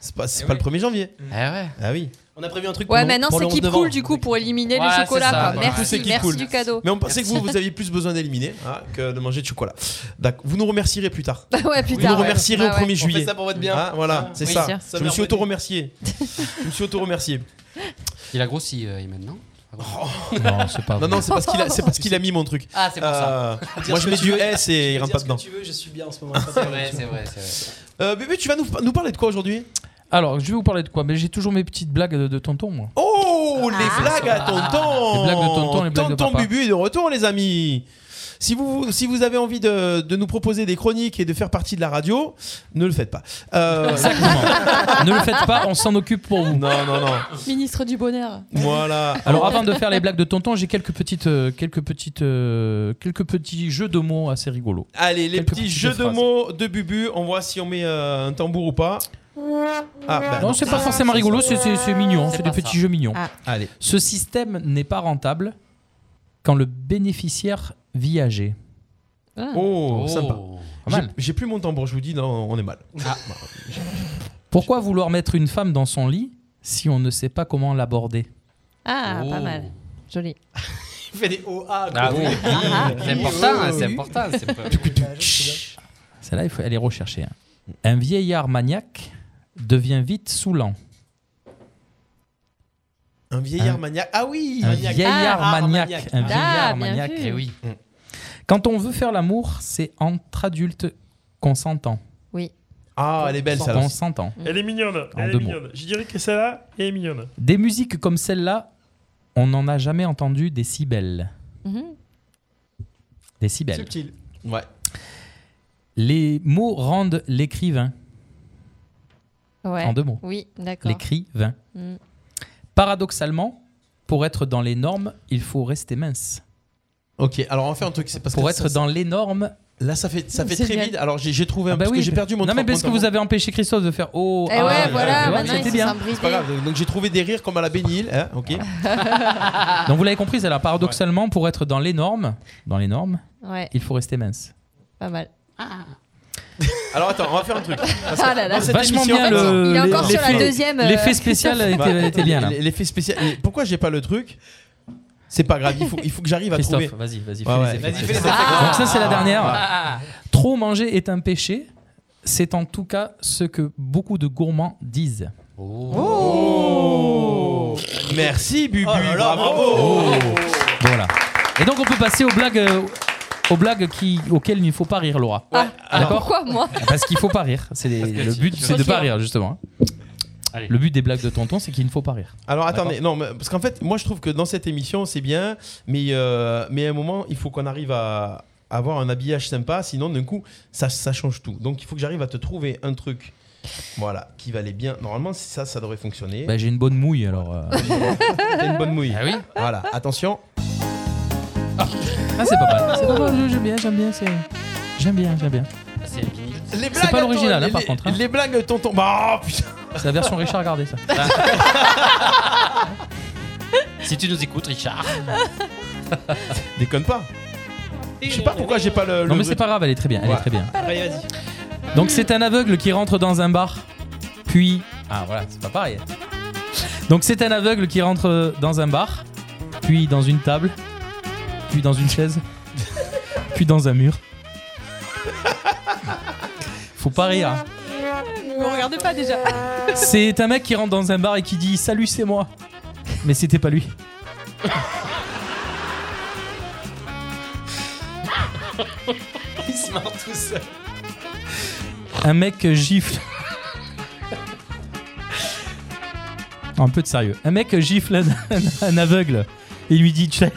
C'est pas, c'est pas le 1er janvier. Ah oui.
On a prévu un truc.
Ouais,
pour le-
maintenant
pour
c'est
le
qui
11
coule
novembre.
du coup pour éliminer
Voilà,
le chocolat.
c'est ça,
Ah,
quoi.
voilà.
Merci,
Ceux qui
merci
coulent.
du cadeau.
Mais on pensait que vous, vous aviez plus besoin d'éliminer hein, que de manger de chocolat. D'accord. Vous nous remercierez plus tard.
Bah ouais, plus
vous
tard,
nous
ouais.
remercierez
Ah
au 1er
ouais.
juillet.
On fait ça pour votre bien.
Hein, voilà, c'est
Oui,
ça.
sûr.
Je me suis auto-remercié. Je me suis auto-remercié.
Il a grossi, euh, Imen, non
Oh. Non, c'est pas
Non,
vrai.
non, c'est parce qu'il a, c'est parce qu'il a mis mon truc.
Ah, c'est pour ça.
Euh,
Dire
moi,
ce
je
que
mets
tu
du
veux,
S et
Tu
il
peux
rame
dire
pas
ce que
dedans.
tu veux, je suis bien en ce moment.
C'est vrai, c'est vrai, c'est vrai.
Euh, bébé, tu vas nous, nous parler de quoi aujourd'hui
Alors, je vais vous parler de quoi Mais j'ai toujours mes petites blagues de, de tonton, moi.
Oh,
Ah.
Ah.
les blagues à tonton
Les blagues de tonton, les blagues de papa.
Bubu est de retour, les amis si vous, si vous avez envie de, de nous proposer des chroniques et de faire partie de la radio, ne le faites pas. Euh,
ne le faites pas, on s'en occupe pour vous.
Non, non, non.
Ministre du bonheur.
Voilà.
<laughs> Alors avant de faire les blagues de tonton, j'ai quelques petites, euh, quelques petites, euh, quelques petits jeux de mots assez rigolos.
Allez, les
Quelques
petits
petites
jeux de
phrases.
mots de Bubu, on voit si on met euh, un tambour ou pas. Ah, bah
ben non, c'est pas forcément rigolo, c'est- c'est c'est mignon, hein, c'est des petits jeux mignons.
Ah. Allez.
Ce système n'est pas rentable quand le bénéficiaire vit âgé.
Oh,
Oh.
sympa.
Pas mal.
J'ai- J'ai plus mon tambour, je vous dis, non, on est mal. Bah,
Pourquoi vouloir mettre une femme dans son lit si on ne sait pas comment l'aborder
Ah,
Oh.
<laughs>
pas mal. Joli.
Il fait des OA.
Ah oui, c'est important, hein, c'est
oui.
important. c'est pas-
Celle-là, il faut aller rechercher. hein. Un vieillard maniaque devient vite saoulant.
Un vieillard
Un-
maniaque. Ah oui
Un
Ah,
vieillard maniaque. Un vieillard
Ah, bien
maniaque,
vu.
eh oui.
Mm.
Quand on veut faire l'amour, c'est entre adultes consentants.
Oui.
Ah, elle est belle, celle-là.
Consentants.
Mm.
Elle est mignonne.
En
Elle
deux
est
mots.
mignonne. Je dirais que celle-là, elle est mignonne.
Des musiques comme celle-là, on n'en a jamais entendu des si belles.
Mhm.
Des si belles.
Subtil.
Ouais.
Les mots rendent l'écrivain.
Ouais.
En deux mots.
Oui, d'accord.
L'écrivain.
Mm.
Paradoxalement, pour être dans les normes, il faut rester mince.
Ok, alors on fait un truc, c'est parce
Pour
que
être
ça- ça-
dans les normes.
Là, ça fait, ça fait
C'est
très
bien.
vite. Alors, j'ai j'ai trouvé un
Ah bah
parce que
oui,
j'ai perdu mon
Non, mais
temps-
parce que
mon temps.
vous avez empêché Christophe de faire Oh.
Eh ouais, voilà,
tu vois,
maintenant, ils
c'était
se
bien.
sentent bridés.
C'est pas grave, donc j'ai trouvé des rires comme à la Bénil. Hein, ok.
<laughs> Donc vous l'avez compris, c'est là. Paradoxalement, pour être dans les normes, dans les normes,
Ouais.
il faut rester mince.
Pas mal.
Alors, attends, on va faire un truc. Parce
<laughs>
que
Ah là là.
dans cette
Vachement
émission-
bien le- Il est encore sur la
l'effet-
deuxième, euh, L'effet spécial
Christophe.
était- était bien, là.
L- L'effet spécial. et Pourquoi j'ai pas le truc C'est pas grave, il faut, il faut que j'arrive à
Christophe,
trouver.
vas-y, vas-y, fais
Ouais,
les
ouais.
effets,
Vas-y,
fais les
fais les
effets.
effets.
Donc ça, c'est la dernière.
Ah.
Trop manger est un péché. C'est en tout cas ce que beaucoup de gourmands disent.
Oh. Merci, Bubu. bravo. Oh.
Voilà. Et donc on peut passer aux blagues, euh, aux blagues qui, auxquelles il ne faut pas rire, Laura.
Ah,
D'accord
Pourquoi
<laughs>
moi
Parce qu'il faut pas rire. C'est des- le but, c'est de pas rire justement. hein. Le but des blagues de tonton, c'est qu'il ne faut pas rire.
Alors attendez,
D'accord
non, mais- parce qu'en fait, moi je trouve que dans cette émission c'est bien, mais, euh, mais à un moment il faut qu'on arrive à avoir un habillage sympa, sinon d'un coup ça, ça change tout. Donc il faut que j'arrive à te trouver un truc voilà, qui valait bien. Normalement, si ça, ça devrait fonctionner.
Bah, j'ai une bonne mouille alors. euh.
T'as une bonne mouille.
Ah oui
Voilà, attention.
Ah, c'est pas mal. Euh, C'est pas mal, j'aime bien, j'aime bien. c'est- J'aime bien, j'aime bien.
C'est
Les
C'est pas l'original, hein,
attends,
par
les-
contre.
Les blagues de tonton. Bah, oh, putain.
C'est la version Richard Gardé, ça.
Ah.
<laughs> Si tu nous écoutes, Richard.
<laughs> Déconne pas. Je sais pas pourquoi j'ai pas le.
Non, mais c'est pas grave, elle est très bien. Elle est très bien.
Allez, vas-y.
Donc c'est un aveugle qui rentre dans un bar, puis... Ah voilà, c'est pas pareil. Donc c'est un aveugle qui rentre dans un bar, puis dans une table, puis dans une chaise, puis dans un <laughs> mur. Faut pas rire. hein.
Ne me regardez pas
<laughs>
déjà.
C'est un mec qui rentre dans un bar et qui dit salut c'est moi. Mais c'était pas lui.
Il se marre tout seul.
Un mec euh, gifle... Non, un peu de sérieux. Un mec gifle un, un aveugle et lui dit check.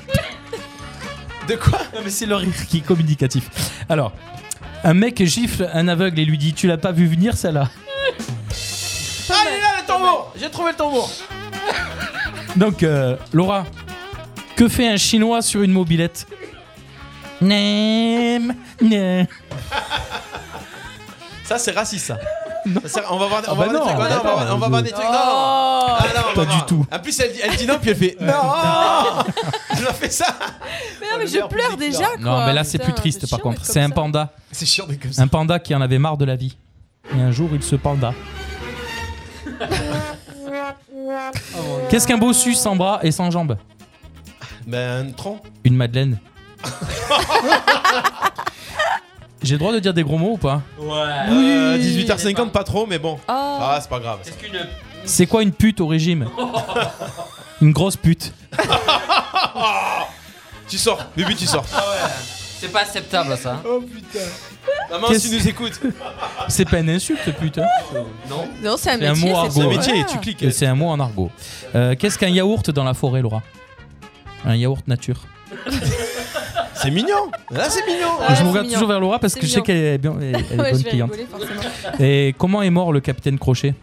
De quoi
Non mais c'est le rire qui est communicatif. Alors, un mec gifle un aveugle et lui dit tu l'as pas vu venir celle-là.
Allez, Ah, là, le tambour J'ai trouvé le tambour
Donc euh, Laura, que fait un chinois sur une mobilette Nem, nem.
Ça, c'est
<laughs>
raciste, ça. Ça, c'est- On va voir, on
Ah
va
bah
voir des trucs.
non,
Ouais, non, on va voir- on va voir des trucs.
Oh.
Non, Ah non, on va
Pas
voir.
du tout.
En plus, elle dit, elle dit non, puis elle fait Non <laughs> Elle a fait ça Oh,
Mais non, mais je pleure déjà. Quoi.
Non mais là c'est
Putain,
plus triste par
chiant
contre.
d'être comme
C'est un
ça.
panda.
C'est chiant d'être comme
Un panda qui en avait marre de la vie. Et un jour il se panda.
Oh,
Qu'est-ce qu'un bossu sans bras et sans jambes
Ben, un tronc.
Une madeleine. J'ai le droit de dire des gros mots ou pas
Euh, 18h50, pas trop, mais bon. Ah, c'est pas grave.
C'est quoi une pute au régime Une grosse pute.
<laughs> tu sors, Bubu, tu sors.
C'est pas acceptable
<laughs>
ça.
Oh putain. Maman,
Qu'est-ce-
si tu nous écoutes.
Ah
C'est pas une insulte, hein. putain. <laughs>
Non.
Non, c'est un
C'est un
métier.
mot argot.
métier, tu cliques.
Et C'est un mot en argot. Euh, Qu'est-ce qu'un yaourt dans la forêt, Laura Un yaourt nature.
<laughs> C'est mignon. Là, c'est mignon.
Et je me regarde toujours vers Laura parce
C'est
que je sais
mignon.
qu'elle est, bien, elle- elle
<laughs>
est
Ouais,
bonne
je vais
cliente.
rigoler, forcément.
Et comment est mort le capitaine Crochet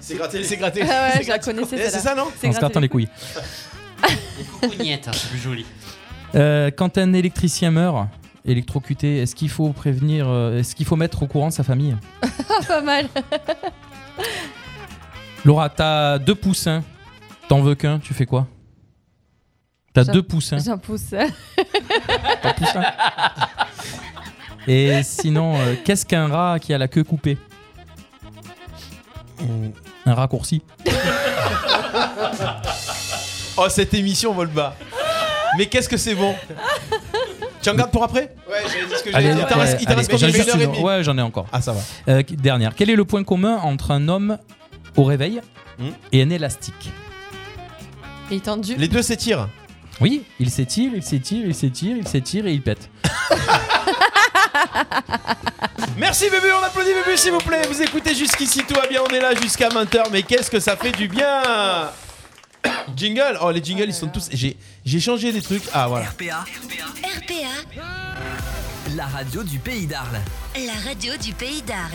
C'est gratté, c'est gratté.
Ah ouais,
C'est
je la
gratté.
connaissais,
Eh,
celle-là.
C'est ça, non
C'est
En se
gratté
grattant
<laughs>
les couilles.
Cougnette, hein, c'est plus joli.
Euh, quand un électricien meurt, électrocuté, est-ce qu'il faut prévenir euh, Est-ce qu'il faut mettre au courant sa famille
<laughs> Ah, pas mal.
Laura, t'as deux poussins. T'en veux qu'un, tu fais quoi T'as
J'en-
deux
hein.
poussins.
J'en pousse. T'as
poussin Et sinon, euh, qu'est-ce qu'un rat qui a la queue coupée Un raccourci.
Oh, cette émission, on va le bas. Mais qu'est-ce que c'est bon Tu en gardes pour après Ouais, j'avais dit ce que
Allez,
Il t'en reste- il t'en reste
allez,
combien
j'en ai
Une
juste
heure et
une
demie
autre. Ouais, j'en ai encore.
Ah, ça va.
Euh, qu- dernière. Quel est le point commun entre un homme au réveil
Hmm.
et un élastique
Il est tendu.
deux s'étirent.
Oui, il s'étire, il s'étire, il s'étire, il s'étire et il pète.
Merci Bébu, on applaudit Bébu s'il vous plaît. Vous écoutez jusqu'ici, tout va bien, on est là jusqu'à 20h, mais qu'est-ce que ça fait du bien <coughs> Jingle Oh, les jingles, ils sont tous. J'ai j'ai changé des trucs. Ah, voilà.
RPA. RPA. La radio du pays d'Arles.
La radio du pays d'Arles.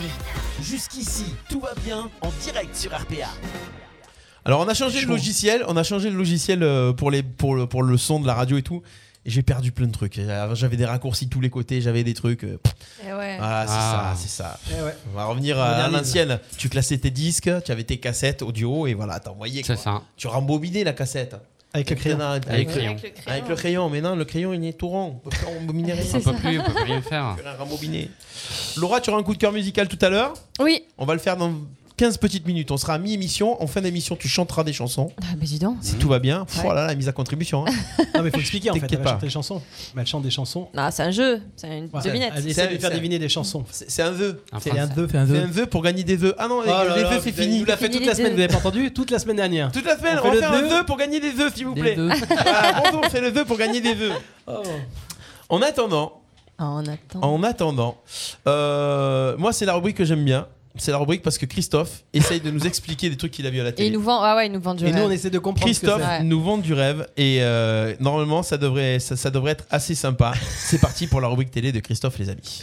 Jusqu'ici, tout va bien en direct sur RPA.
Alors, on a changé le logiciel, on a changé le logiciel euh, pour, les, pour, le, pour le son de la radio et tout. Et j'ai perdu plein de trucs. Euh, J'avais des raccourcis de tous les côtés, j'avais des trucs. euh, pff.
Eh ouais.
Voilà, c'est
Ah.
ça, c'est ça.
Eh ouais.
On va revenir à,
Modernise.
l'ancienne. Tu classais tes disques, tu avais tes cassettes audio et voilà, t'envoyais. C'est
ça.
Tu rembobinais la cassette.
Avec le
Rien
crayon.
à- Avec,
Avec
le
le
crayon.
crayon.
Avec le crayon, mais non, le crayon il est tout rond. On peut
<laughs>
pas rembobiner rien.
C'est On peut ça. plus- on peut rien faire.
Tu l'as rembobiné. Laura, tu auras un coup de cœur musical tout à l'heure.
Oui.
On va le faire dans 15 petites minutes. On sera à mi-émission. En fin d'émission, tu chanteras des chansons.
Ah, mais dis donc.
Si
Mhm.
tout va bien. Pff,
Ouais.
Oh là là, mise à contribution. hein.
Non, mais faut expliquer en fait.
T'inquiète
Elle va
pas.
chanter des chansons. Mais elle chante des chansons.
Ah, c'est un jeu, c'est une
Ouais.
devinette.
Elle essaie de lui faire
c'est-
deviner des chansons.
C'est c'est un vœu.
C'est un vœu.
C'est un vœu pour gagner des vœux. Ah non,
Oh là
les
là,
vœux, c'est
putain,
fini.
Il nous l'a fait toute la semaine, vous avez pas entendu Toute la semaine dernière.
Toute la semaine, on, va faire un vœu Ah pour gagner des vœux, s'il vous plaît. <laughs> Voilà, bonjour, on fait le vœu pour gagner des vœux. En attendant,
Ah, En attendant.
En attendant, euh, moi c'est la rubrique que j'aime bien. C'est la rubrique parce que Christophe <laughs> essaye de nous expliquer des trucs qu'il a vu à la
Et
télé.
il nous vend, ah ouais, il nous vend du
Et nous,
rêve.
on essaie de comprendre ce que
Christophe
c'est.
nous vend du rêve et euh, normalement ça devrait, ça, ça devrait être assez sympa. c'est parti pour la rubrique télé de Christophe les amis.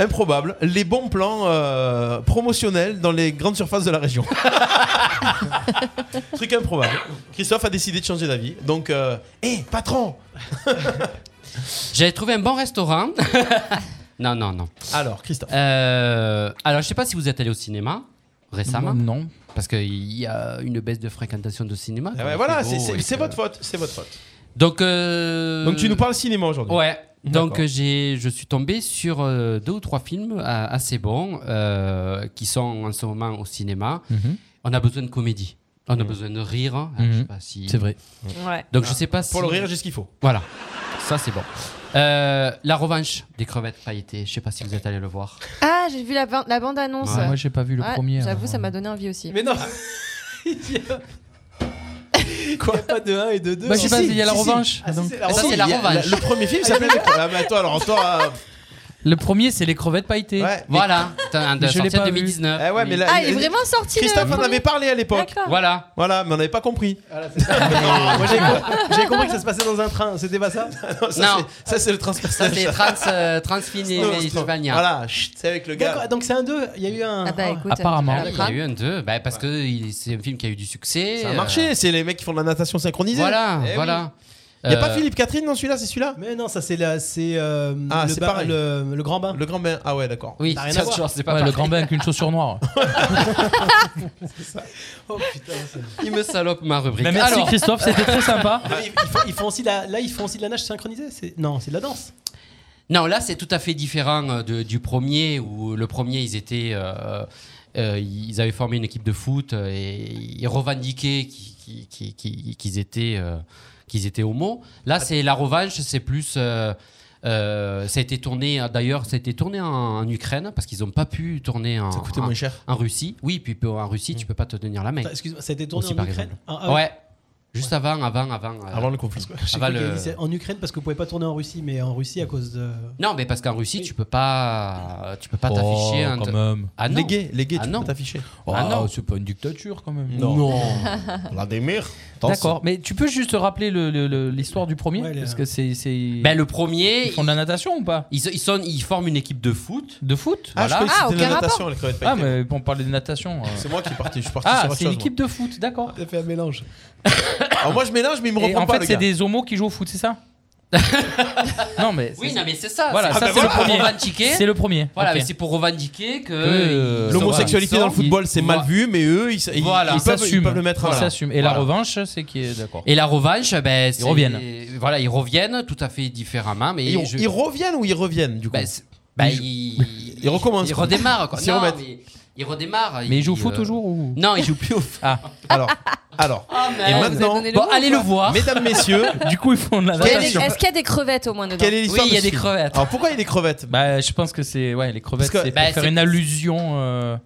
improbable les bons plans euh, promotionnels dans les grandes surfaces de la <laughs> région. truc improbable. Christophe a décidé de changer d'avis. Donc, euh, hé, patron
J'avais trouvé un bon restaurant. <laughs> non, non, non. Euh,
Alors, Christophe.
alors, je sais pas si vous êtes allé au cinéma récemment.
Non.
Parce qu'il y a une baisse de fréquentation de cinéma.
Eh
quand
ben
il
voilà,
fait
c'est
beau
c'est-
et
c'est
que-
votre faute. C'est votre faute.
Donc, euh,
Donc, tu nous parles cinéma aujourd'hui.
Ouais. Donc
D'accord.
euh, j'ai, je suis tombé sur euh, deux ou trois films euh, assez bons euh, qui sont en ce moment au cinéma.
Mhm.
On a besoin de comédie. On a
Mhm.
besoin de rire. hein,
Mhm.
je sais pas si-
C'est vrai.
Ouais.
Donc je sais pas si...
Pour le rire, j'ai ce qu'il faut.
Voilà. Ça c'est bon. Euh, la revanche des crevettes pailletées. Je sais pas si vous êtes allé le voir.
Ah, j'ai vu la, ban- la bande-annonce.
Ouais, moi, j'ai pas vu le premier, hein.
J'avoue,
alors.
ça m'a donné envie aussi. <laughs>
Mais non <laughs> Quoi Il n'y a pas de 1 et de hein. 2.
euh, Bah, je sais pas, il y a la revanche. Donc-
Ah, ça, c'est la revanche.
Le premier film
<laughs>
s'appelait Les Crevettes. Ah, mais toi, alors, toi. euh,
Le premier, c'est les crevettes pailletées.
Voilà. T'as un-
Mais je l'ai
sorti en
pas vu.
2019.
Eh ouais, mais là,
Ah, il est vraiment sorti.
Christophe
le
en avait
premier
parlé à l'époque.
D'accord.
Voilà.
Voilà, mais on n'avait pas compris.
<laughs> Moi,
<laughs>
j'ai com- j'ai compris que ça se passait dans un train, c'était pas ça
Non, ça,
Non.
c'est- ça, c'est le transpersonnage.
Ça c'est trans, euh, transfini
Non,
et
non.
Hispania.
Voilà, chut, c'est avec le gars.
D'accord, donc c'est un 2, il y a eu un.
Ah bah, écoute,
Ah
euh,
oui, Il y a eu un 2, parce que il- c'est un film qui a eu du succès.
Ça a
euh,
marché, c'est les mecs qui font de la natation synchronisée.
Voilà,
Eh oui.
voilà.
Y a
Euh,
pas Philippe Catherine dans celui-là, c'est celui-là
Mais non, ça c'est la, c'est euh,
Ah,
le,
c'est
bar-
pareil.
le, le grand bain.
Le grand bain, ah ouais, d'accord.
Oui,
Ça a rien
tiens,
à voir.
genre, c'est pas
Ouais, le
pareil.
grand bain avec une chaussure noire.
Oh putain. c'est-
Il me salope ma rubrique.
Mais merci
Alors,
Christophe, c'était
<laughs>
très sympa.
Mais <laughs> ils, ils font, ils font aussi la, là, ils font aussi de la nage synchronisée. c'est- Non, c'est de la danse.
Non, là, c'est tout à fait différent euh, de- du premier, où le premier, ils étaient. euh, euh, ils avaient formé une équipe de foot euh, et ils revendiquaient qui- qui- qui- qui- qu'ils étaient, euh, qu'ils étaient homo.
Ah.
Là, c'est la revanche, c'est plus. euh, euh, ça a été tourné, d'ailleurs, ça a été tourné en, en Ukraine parce qu'ils n'ont pas pu tourner en,
Ça coûtait
en-
moins cher.
en Russie. Oui, puis puis en Russie, tu peux pas te tenir la main.
Mm. Attends, excuse-moi, ça a été tourné en
par
Ukraine
exemple.
Ah, ah oui.
Ouais, juste avant, avant, avant. euh,
Avant le conflit.
Je sais
avant
pas qui a
le-
dit ça, En Ukraine parce que vous pouvez pas tourner en Russie, mais en Russie à cause de.
Non, mais parce qu'en Russie, tu peux pas, tu peux pas
Oh,
t'afficher. un-
quand même. Oh,
Ah non.
Les gays, les gays,
Ah
tu
non.
peux t'afficher.
Ah non.
c'est pas une dictature quand même.
Non. <laughs> Vladimir.
D'accord, mais tu peux juste rappeler le- le- le- l'histoire du premier Parce que c'est. c'est-
Ben, le premier,
Ils font de la natation ou pas
ils, ils, sont, ils forment une équipe de foot.
De foot
Ah, je croyais que c'était
aucun
la natation,
rapport.
les crevettes
Ah,
pailletées.
mais on parlait de natation. euh.
C'est moi qui suis parti, je suis parti
Ah,
sur autre
c'est
chose,
une équipe de foot, d'accord.
T'as fait un mélange.
moi. Alors moi je mélange, mais il me
Et
reprend
en
pas
fait,
le
c'est
gars. <laughs>
des homos qui jouent au foot, c'est ça non mais
Oui, non, mais c'est ça.
Voilà,
c'est
ça
pour
c'est le premier.
revendiquer.
C'est le premier.
Voilà,
ok.
mais c'est pour revendiquer que.
Que-
ils-
L'homosexualité
ils
dans
sont-
le football, c'est mal vu, mais eux, ils, ils-
Voilà.
ils peuvent, ils peuvent le mettre à
Voilà.
Et la
Voilà.
revanche, c'est qui est d'accord.
Et la revanche, ben, c'est-
reviennent.
Voilà, ils reviennent tout à fait différemment. Mais
Ils,
je-
ils reviennent ou ils reviennent du coup
ben,
Ils-
ils,
<laughs> Ils recommencent.
ils redémarrent. Quoi.
S'ils
Non,
remettent.
mais ils euh, redémarrent.
Mais ils jouent au foot toujours
ou
Non, ils jouent plus au foot.
Ah.
Alors, alors.
Ah, merde,
et
vous avez
maintenant,
donné le
Oh,
Bon, nom, allez quoi. le voir.
Mesdames, messieurs,
du coup, ils font de la
quelle est,
Est-ce est-ce qu'il y a des crevettes au moins dedans
quelle est l'histoire de ce film Alors pourquoi il y a des crevettes
Bah, je pense que c'est ouais, les crevettes,
Parce que-
c'est pour
Bah,
faire
c'est-
une allusion. euh,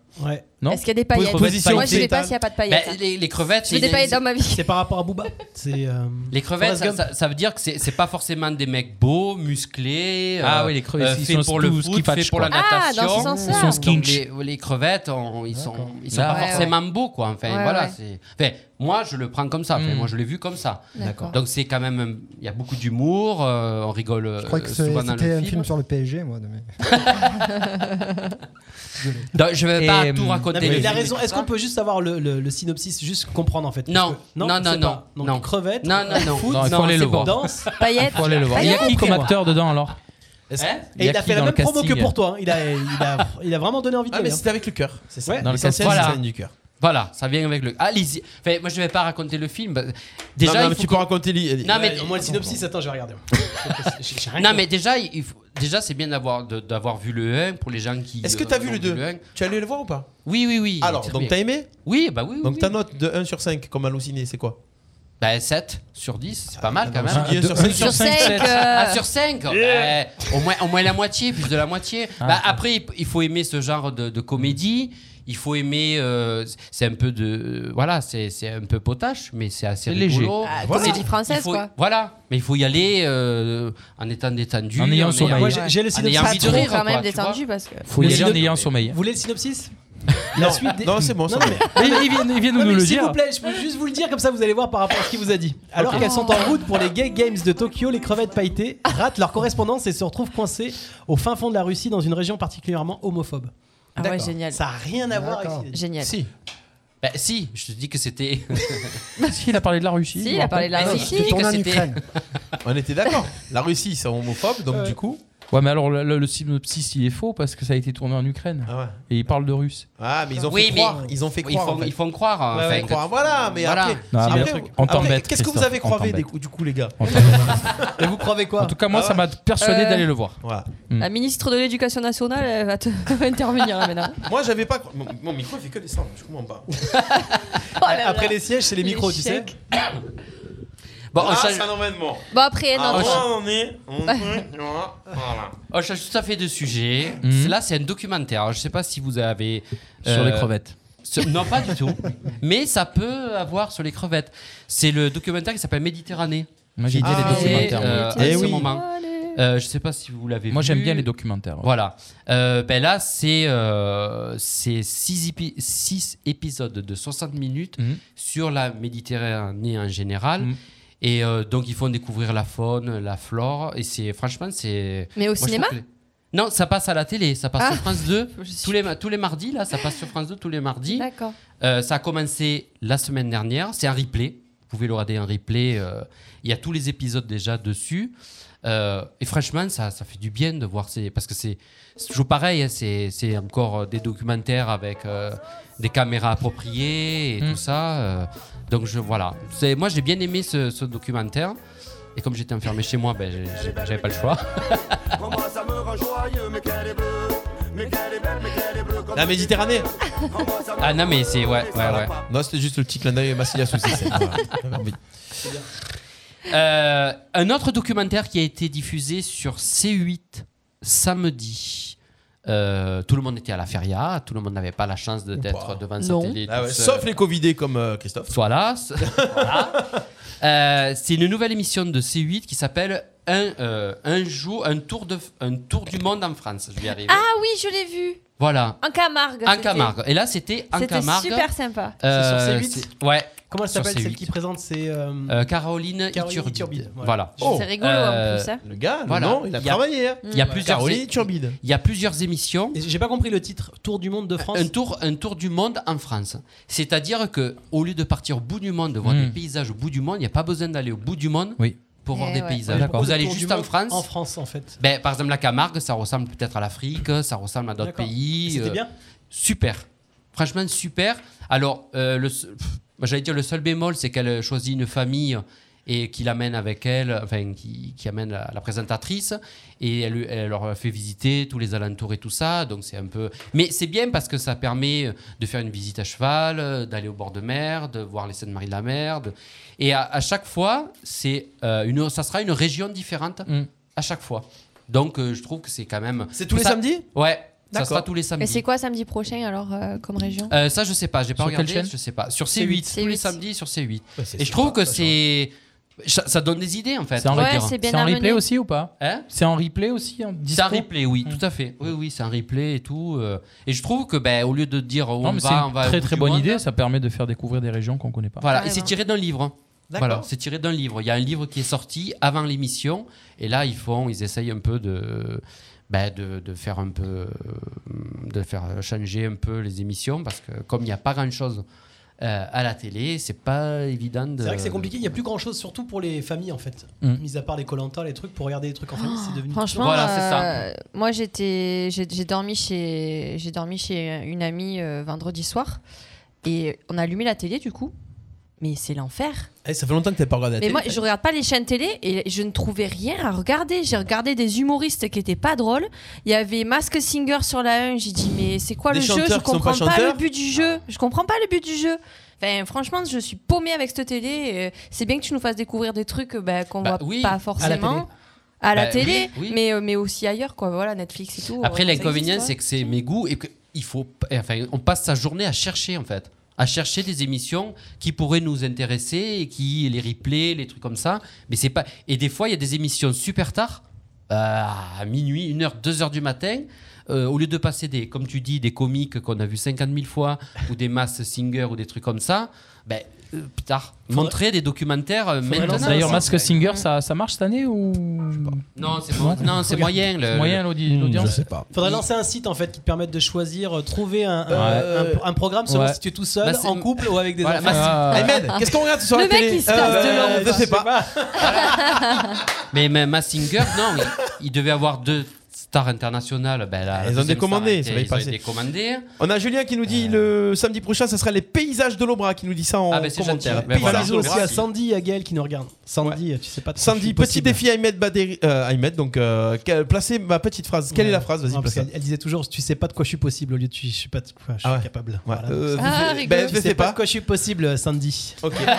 Non.
Est-ce qu'il y a des paillettes
Position
Moi, je sais pas
fétale.
s'il n'y a pas de paillettes. hein.
Ben, les- les crevettes,
Je veux des
ils-
paillettes dans ma vie.
C'est par rapport à Booba. C'est. euh,
Les crevettes,
Forrest
ça,
Gump.
ça- ça veut dire que c'est c'est pas forcément des mecs beaux, musclés. euh,
Ah oui, les crevettes, ils
faits
sont
pour le
tous
foot,
ski patch,
faits pour la
quoi. Ah,
natation.
dans ce sens-là. Ils sont
Donc,
skinch.
les, les crevettes, on- ils sont, ils sont
D'accord.
pas
Ouais,
forcément
ouais.
beaux, quoi. Enfin,
Ouais,
voilà.
ouais.
c'est- Enfin, moi, je le prends comme ça. Enfin,
Mm.
moi, je l'ai vu comme ça.
D'accord.
Donc c'est quand même, il y a beaucoup d'humour. euh, on rigole euh,
Je crois que c'est-
souvent dans le
c'était un
film.
film sur le PSG, moi. non, mais-
Donc, Euh, je vais pas
Et,
tout
euh,
hum,
raconter.
non, mais
le
il a
film et
raison.
tout
Est-ce
ça.
qu'on peut juste avoir le, le- le synopsis, juste comprendre en fait parce
Non.
que-
Non,
on
non,
sait
non.
pas. Donc
Non.
crevettes,
Non, non, non.
foot,
Non, il faut aller
c'est
le
bon.
voir.
<laughs>
danse,
Il faut aller le voir. Il y a qui comme acteur dedans alors
Est-ce-
Hein
Et
Y a
il a
qui
fait la
dans le
même promo que
casting
pour toi. hein. Il a, il a, il a vraiment donné envie de. hein.
Ah, mais c'était avec le cœur. C'est ça. Dans le
L'essentiel,
casting,
c'est
ça vient du cœur.
Voilà, ça vient avec le. Allez-y. Enfin, moi, je vais pas raconter le film. bah, Déjà,
Non, non,
il
mais
faut
tu
qu'on-
peux raconter l'hi-
Non, mais-
au moins le synopsis. Attends, je vais regarder. <laughs> J'ai- j'ai rien
Non,
compris.
mais déjà, il faut- déjà, c'est bien d'avoir de- d'avoir vu le 1 pour les gens qui.
Est-ce que
euh,
t'as vu
ont
le 2
1.
Tu es allé le voir ou pas
Oui, oui, oui.
Alors,
Très
donc
bien.
t'as aimé
Oui, bah oui.
Donc
oui,
ta
oui.
note de 1 sur 5 comme halluciné, c'est quoi Ah,
Bah 7 sur 10, c'est pas mal quand même.
je dis un sur Un cinq. sur cinq, sept.
Ah, <laughs> sur 5
Yeah.
au, moins, au moins la moitié, plus de la moitié.
Ah,
Bah,
ah.
après, il- il faut aimer ce genre de, de comédie. Il faut aimer. euh, c'est un peu de. Voilà, c'est c'est un peu potache, mais c'est assez
C'est léger.
rigolo.
Ah,
Voilà.
comédie française,
Il faut-
quoi.
Voilà, mais il faut y aller euh, en étant détendu.
En ayant sommeil.
Moi, j'ai- j'ai le
en
synopsis.
ayant envie de
Pas trop,
rire,
quand
quoi,
même,
tu vois.
détendu, parce que-
Faut y
Le
aller en
synopsis-
ayant sommeil. hein.
Vous voulez le synopsis
Non.
suite des-
Non, c'est bon, c'est
Non,
bon.
mais-
Ils viennent, ils viennent
Non,
nous
mais
le
S'il
dire.
vous plaît, je peux juste vous le dire, comme ça vous allez voir par rapport à ce qu'il vous a dit. Alors
Ok.
qu'elles sont en route pour les Gay Games de Tokyo, les crevettes pailletées ratent leur correspondance et se retrouvent coincées au fin fond de la Russie dans une région particulièrement homophobe.
Ah ouais, génial.
Ça a rien à voir avec.
Génial.
Si. Bah, si, je te dis que c'était.
<laughs> Si, il a parlé de la Russie.
Si,
je
il
me
a parlé de la
rappelle.
Russie.
Ah, Je te dis que c'était.
<laughs> On était d'accord. La Russie, c'est homophobe, donc du coup.
Ouais, mais alors le, le- le synopsis, il est faux parce que ça a été tourné en Ukraine.
Ah ouais.
Et il parle de russe.
Ah, mais ils ont
Oui,
fait
mais-
croire. Ils ont fait
Ils
croire.
font-
en fait.
ils font croire, hein,
Ouais,
enfin,
ils font
que-
croire. Voilà, mais
Voilà.
après.
Non, mais
après,
on
après,
t'embête,
Qu'est-ce que vous
Christophe,
avez
on
croivé des-
t'embête.
du coup, les gars
Et vous croyez quoi
En tout cas, moi,
Ah
ça
ouais
m'a persuadé
Euh.
d'aller le voir.
Voilà.
La
Hmm.
ministre de l'Éducation nationale, elle va te <laughs> va intervenir là maintenant.
Moi, j'avais pas. Mon, mon micro, il fait que descendre. Je
<laughs>
comprends pas.
Oh
là
Après les sièges, c'est les micros, tu sais.
L'échec.
Bon, on
ah,
change-
c'est un environnement.
Bon, après, non.
Ah,
non.
oh,
on en est. On est. Voilà.
On change tout à fait de sujet.
Mhm.
Là, c'est un documentaire. Je ne sais pas si vous avez. euh,
Sur les crevettes.
sur- Non, pas du tout. <laughs> Mais ça peut avoir sur les crevettes. C'est le documentaire qui s'appelle Méditerranée.
Moi, j'ai bien les
Qui est,
documentaires,
euh,
moi.
à
Eh
ce
oui.
moment. Euh, je sais pas si vous l'avez vu.
Moi, j'aime bien les documentaires, ouais.
Voilà. Euh, ben là, c'est 6 six, épi- six épisodes de 60 minutes
Mhm.
sur la Méditerranée en général. Et euh, donc, ils font découvrir la faune, la flore. Et c'est franchement, c'est.
Mais au
je trouve
cinéma
que- Non, ça passe à la télé, ça passe
Ah.
sur France 2 tous les, ma- tous les mardis, là, ça passe sur France 2 tous les mardis.
D'accord.
Euh, ça a commencé la semaine dernière. C'est un replay. Vous pouvez le regarder en replay. euh, Il y a tous les épisodes déjà dessus. Euh, et franchement, ça, ça fait du bien de voir ces. Parce que c'est c'est toujours pareil, hein, c'est c'est encore euh, des documentaires avec euh, des caméras appropriées et
Mm.
tout ça. euh, donc je, voilà. C'est- Moi, j'ai bien aimé ce, ce documentaire. Et comme j'étais enfermé chez moi, ben, j'ai- j'ai- j'avais pas le choix.
La Méditerranée
Ah non, mais c'est. Ouais, ouais, ouais.
Non, c'était juste le petit clin d'œil à Massilia Souci.
<laughs>
c'est- voilà. Oui.
Euh, un autre documentaire qui a été diffusé sur C8 samedi. Euh, tout le monde était à la feria, tout le monde n'avait pas la chance de- d'être devant sa
Non.
télé.
Ah ouais,
tous, euh,
sauf les Covidés comme euh, Christophe.
Voilà. c- <laughs> voilà. Euh, c'est une nouvelle émission de C8 qui s'appelle un, euh, un jour, un tour, de, un tour du monde en France. Je vais y arriver.
Ah oui, je l'ai vu.
Voilà.
En Camargue.
En
c'était.
Camargue. Et là, c'était en
C'était
Camargue.
super sympa.
Euh,
C'est sur C8?
c'est- Ouais.
Comment elle
Sur
s'appelle celle
C8.
qui présente C'est. euh,
Euh, Caroline,
Caroline
Iturbide.
Iturbide, voilà.
Voilà. euh,
C'est Oh. rigolo, en plus, hein.
Le gars, le nom, il a travaillé, hein.
Il y a
Mm.
plusieurs
Caroline Iturbide.
Il y a plusieurs émissions.
J'ai pas compris le titre. Tour du monde de France.
Un tour, un tour du monde en France. C'est-à-dire que au lieu de partir au bout du monde, de voir
Mm.
des paysages au bout du monde, il n'y a pas besoin d'aller au bout du monde
Oui.
pour voir
Eh
des
ouais.
paysages.
D'accord.
Vous allez
Autour du
juste en
monde,
France.
en France, en fait.
Ben, par exemple, la Camargue, ça ressemble peut-être à l'Afrique, ça ressemble à d'autres
D'accord.
pays.
Et c'était bien
euh, Super. Franchement, super. Alors, euh, le seul- pff, moi, j'allais dire le seul bémol, c'est qu'elle choisit une famille et qu'il amène avec elle, enfin, qui, qui amène la, la présentatrice, et elle, elle leur fait visiter tous les alentours et tout ça, donc c'est un peu... Mais c'est bien parce que ça permet euh, de faire une visite à cheval, euh, d'aller au bord de mer, de voir les Saintes-Maries de la mer, de- et à, à chaque fois, c'est euh, une, ça sera une région différente,
Mm.
à chaque fois. Donc euh, je trouve que c'est quand même...
C'est
tous les
samedis
Ouais, ça
D'accord.
sera tous les samedis.
Et c'est quoi samedi prochain alors euh, comme région
Euh, ça, je sais pas, j'ai pas
Sur quelle
regardé,
chaîne
je sais pas. Sur
C'est
C8,
huit. C'est
tous les
huit.
samedis sur C8.
c'est
Et je
sympa,
trouve que
ça,
c'est. Ça, ça donne des idées en fait.
C'est en,
on va
replay- hein.
dire.
c'est en replay aussi ou pas
Hein
C'est en replay aussi en
C'est
dispo
un replay, oui,
Mm.
tout à fait. Oui, oui, c'est un replay et tout. euh, Et je trouve que, ben, au lieu de dire on
Non, mais c'est
va, on
une
va. au
très
bout
très
du
bonne
monde,
idée, ça permet de faire découvrir des régions qu'on connaît pas.
Voilà, et c'est tiré d'un livre. hein.
D'accord.
Voilà, c'est tiré d'un livre. Il y a un livre qui est sorti avant l'émission, et là ils font, ils essayent un peu de, ben, de, de faire un peu, euh, de faire changer un peu les émissions parce que comme il n'y a pas grand chose à la télé, c'est pas évident. De...
C'est vrai que c'est compliqué, il n'y a plus grand chose, surtout pour les familles en fait.
Mm.
Mis à part les Colanta, les trucs, pour regarder des trucs en famille, c'est devenu.
Oh, Franchement,
Voilà,
euh, moi j'étais, j'ai j'ai dormi chez, j'ai dormi chez une amie euh, vendredi soir et on a allumé la télé du coup, <laughs> mais c'est l'enfer.
Eh, ça fait longtemps que t'as pas regardé la
Mais
télé.
moi, je regarde pas les chaînes télé et je ne trouvais rien à regarder. J'ai regardé des humoristes qui étaient pas drôles. Il y avait Mask Singer sur la 1. J'ai dit, mais c'est quoi
Des
le jeu
chanteurs
Je
qui sont
comprends
pas
pas,
chanteurs
le but du jeu. Je comprends pas le but du jeu. Enfin, franchement, je suis paumée avec cette télé. Euh, C'est bien que tu nous fasses découvrir des trucs euh, bah, qu'on
Bah
voit
oui, à
pas
la
forcément.
télé.
À la
Bah
télé,
oui, oui.
Mais, euh, mais aussi ailleurs, quoi. Voilà, Netflix et tout.
Après,
euh, ça
l'inconvénient,
existe,
c'est
ouais.
que c'est mes goûts et que il faut, eh, enfin, on passe sa journée à chercher en fait, à chercher des émissions qui pourraient nous intéresser et qui les replays, les trucs comme ça. Mais c'est pas. Et des fois, il y a des émissions super tard, euh, à minuit, 1 heure, 2 heures du matin. euh, au lieu de passer des, comme tu dis, des comiques qu'on a vu 50 000 fois <laughs> ou des masses singers ou des trucs comme ça, ben, euh, plus tard, montrer des documentaires euh, maintenant.
D'ailleurs, Mask Singer, ça, ça marche cette année ou
Non, c'est mo- non, c'est moyen, le-
moyen
le-
l'audi-
Hmm,
l'audience.
je sais pas.
Faudrait lancer un site en fait qui te permette de choisir, euh, trouver un, un-
Ouais.
un- un programme selon
Ouais.
si tu es tout seul,
Bah, c'est-
en couple ou avec des
Voilà,
enfants.
bah, c'est- Ah. Ahmed,
qu'est-ce qu'on regarde ce soir
Le
à la
mec,
télé
il se casse de l'ordre.
Je sais pas.
Mais même Massinger, non, il, il devait avoir deux stars internationales. Ben, la- la
Ils ont
deuxième
décommandé,
star
ça
a
va y
été- Ils ont
passer.
été commandés.
On a Julien qui nous dit le samedi prochain, ça sera les paysages de l'Aubra qui nous dit ça en
Ah, ben, c'est
commentaire.
gentil. Ben,
Paysages
voilà.
de
Bisous aussi
l'Aubra.
à Sandy et à Gaël qui nous regardent. Sandy, tu sais pas trop.
Samedi, petit défi à Ahmed Baderi, euh, Ahmed, donc euh, que- placez ma petite phrase. Quelle est la phrase Vas-y, placez.
elle, elle disait toujours tu sais pas de quoi je suis possible au lieu de tu- je suis pas de quoi je suis capable. Voilà.
Ah Euh, Ah, vous- rigolo. ben,
tu
je
sais
sais
pas.
pas.
de quoi je suis possible, Sandy.
Ok.
Moi,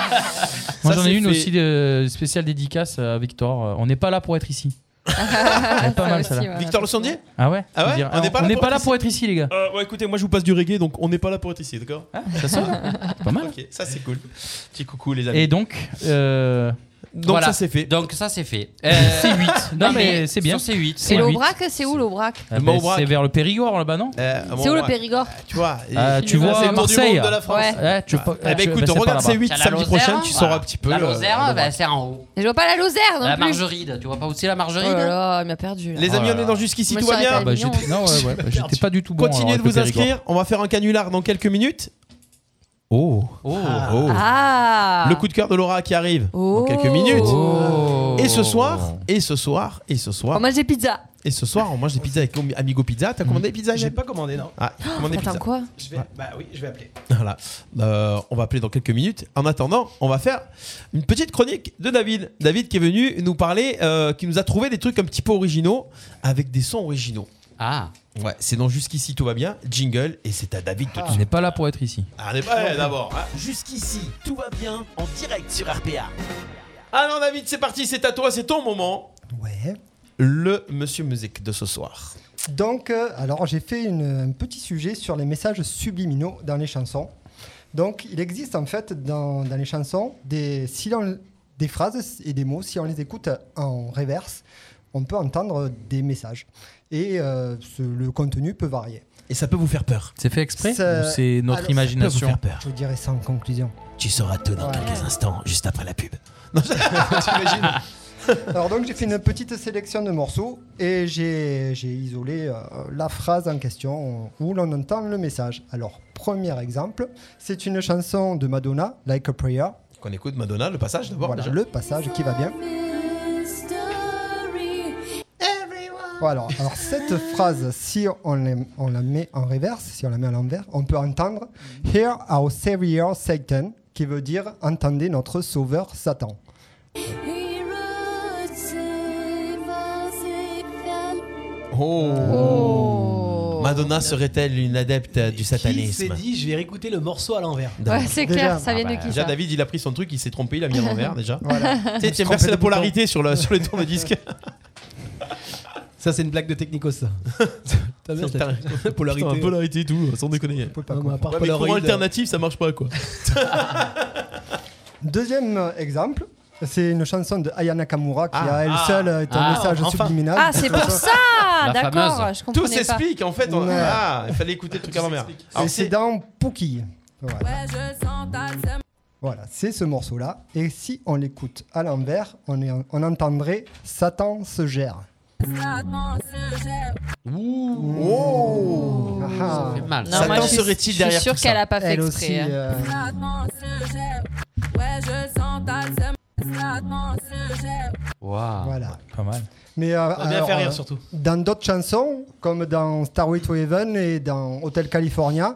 Ça,
j'en ai
c'est
une
fait.
aussi euh, spéciale dédicace à Victor. Euh, On n'est pas là pour être ici. Elle est pas mal, celle-là.
Victor Le Sondier
Ah ouais
Ah
Je veux
ouais
dire, on n'est pas là pour être ici, les gars.
Euh, ouais, écoutez, moi je vous passe du reggae, donc on n'est pas là pour être ici, d'accord
ça sonne. C'est pas mal.
Ah. Ok, ça c'est cool. Petit coucou les amis.
Et donc, euh,
Donc
Voilà.
ça c'est fait.
Donc ça c'est fait.
<laughs>
Euh,
C'est huit. Non, mais c'est bien.
C'est 8.
C'est l'Aubrac, c'est où l'Aubrac
Ah
bah,
ben, c'est vers le Périgord là-bas, non
Euh,
C'est où le Périgord
Tu vois,
Ah, tu vois
c'est le tour du
Marseille.
monde de la France.
Ouais.
Ouais, tu-
Eh ben,
tu-
écoute,
bah, c'est
on
pas
regarde
là-bas.
ces 8
T'as la
samedi
Lozère,
prochain, tu
voilà.
sauras un petit peu.
La
euh,
Lozère,
voilà.
ben, c'est en haut.
Et je vois pas la Lozère non
La
plus.
Margeride, tu vois pas où c'est la Margeride
Oh
Oh
là là, il m'a perdu. là.
Les amis, on est dans jusqu'ici, tout va bien
Bah, j'étais- Non, ouais, ouais, bah, j'étais pas du tout bon.
Continuez
alors,
de
avec
vous
le Périgord.
inscrire, on va faire un canular dans quelques minutes. Oh. Oh.
Ah
Le coup de cœur de Laura qui arrive
Oh.
dans quelques minutes.
Oh.
Et ce soir, et ce soir, et ce soir.
On mange des pizzas.
Et ce soir, on mange des pizzas avec Ami- Amigo Pizza. T'as commandé des pizzas
J'ai
Yann
pas commandé non.
Ah, t'as commandé
Oh, Attends
pizza.
quoi
Je vais- Bah oui, je vais appeler.
<laughs> Voilà. Euh, on va appeler dans quelques minutes. En attendant, on va faire une petite chronique de David. David qui est venu nous parler, euh, qui nous a trouvé des trucs un petit peu originaux avec des sons originaux.
Ah.
Ouais, c'est donc jusqu'ici tout va bien. Jingle et c'est à David tout de
On
suite.
n'est Ah. pas là pour être ici.
Ah, on est pas ouais, d'abord. hein.
Jusqu'ici, tout va bien en direct sur RPA.
Ah non, David, c'est parti, c'est à toi, c'est ton moment. Ouais. Le Monsieur Musique de ce soir.
Donc, euh, alors j'ai fait une- un petit sujet sur les messages subliminaux dans les chansons. Donc, il existe en fait dans, dans les chansons des, si on- des phrases et des mots, si on les écoute en reverse, on peut entendre des messages. Et euh, ce- le contenu peut varier.
Et ça peut vous faire peur.
C'est fait exprès
Ça-
ou c'est notre
alors, ça peut
imagination
vous faire peur. Je dirais ça en conclusion.
Tu sauras tout dans
Ouais.
quelques instants, juste après la pub.
T'imagines <laughs> Alors donc j'ai fait une petite sélection de morceaux et j'ai j'ai isolé euh, la phrase en question où l'on entend le message. Alors premier exemple, c'est une chanson de Madonna, Like a Prayer.
Qu'on écoute Madonna, le passage d'abord.
Voilà,
déjà.
le passage qui va bien. Bon, alors, alors, cette phrase, si on, l'aim- on la met en reverse, si on la met à l'envers, on peut entendre Hear our Savior Satan, qui veut dire Entendez notre Sauveur Satan.
Oh. Madonna serait-elle une adepte euh, du
Il s'est
satanisme
dit, je vais réécouter le morceau à l'envers.
D'accord.
vient
bah, Déjà, David, il a pris son truc, il s'est trompé, il a mis à
<laughs>
l'envers déjà.
Voilà.
Tu sais,
Il se
tiens, verser
trompait
la
de bouton.
polarité sur, le, sur le tour de disque.
Ça, c'est une blague de
<laughs>
Technicos, ça. Ta mère,
Putain,
t'as- <laughs> polarité.
Putain, polarité et tout, sans déconner.
pas, quoi. à part
Ouais, mais
Polaroid,
courant
euh,
alternatif, ça marche pas quoi.
<laughs>
Deuxième euh, exemple, c'est une chanson de Aya Nakamura qui,
Ah,
à elle
ah,
seule, est un
ah,
message
enfin.
subliminal.
Ah, c'est
<laughs>
pour ça D'accord, je
Tout
comprenais pas.
s'explique en fait. on-
Ouais.
Ah, il fallait écouter le truc avant mère.
Et c'est dans Pouki. Voilà. Voilà, c'est ce morceau-là. Et si on l'écoute à l'envers, on, est- on entendrait Satan se gère.
Ouh.
Ah.
mal.
Non, moi, je suis- Je suis sûre qu'elle a pas fait
Elle
exprès.
aussi,
hein.
euh, Voilà.
Pas mal.
Mais euh,
Ça a bien
alors,
fait rire,
euh,
surtout.
Dans d'autres chansons, comme dans Starway to Heaven et dans Hotel California,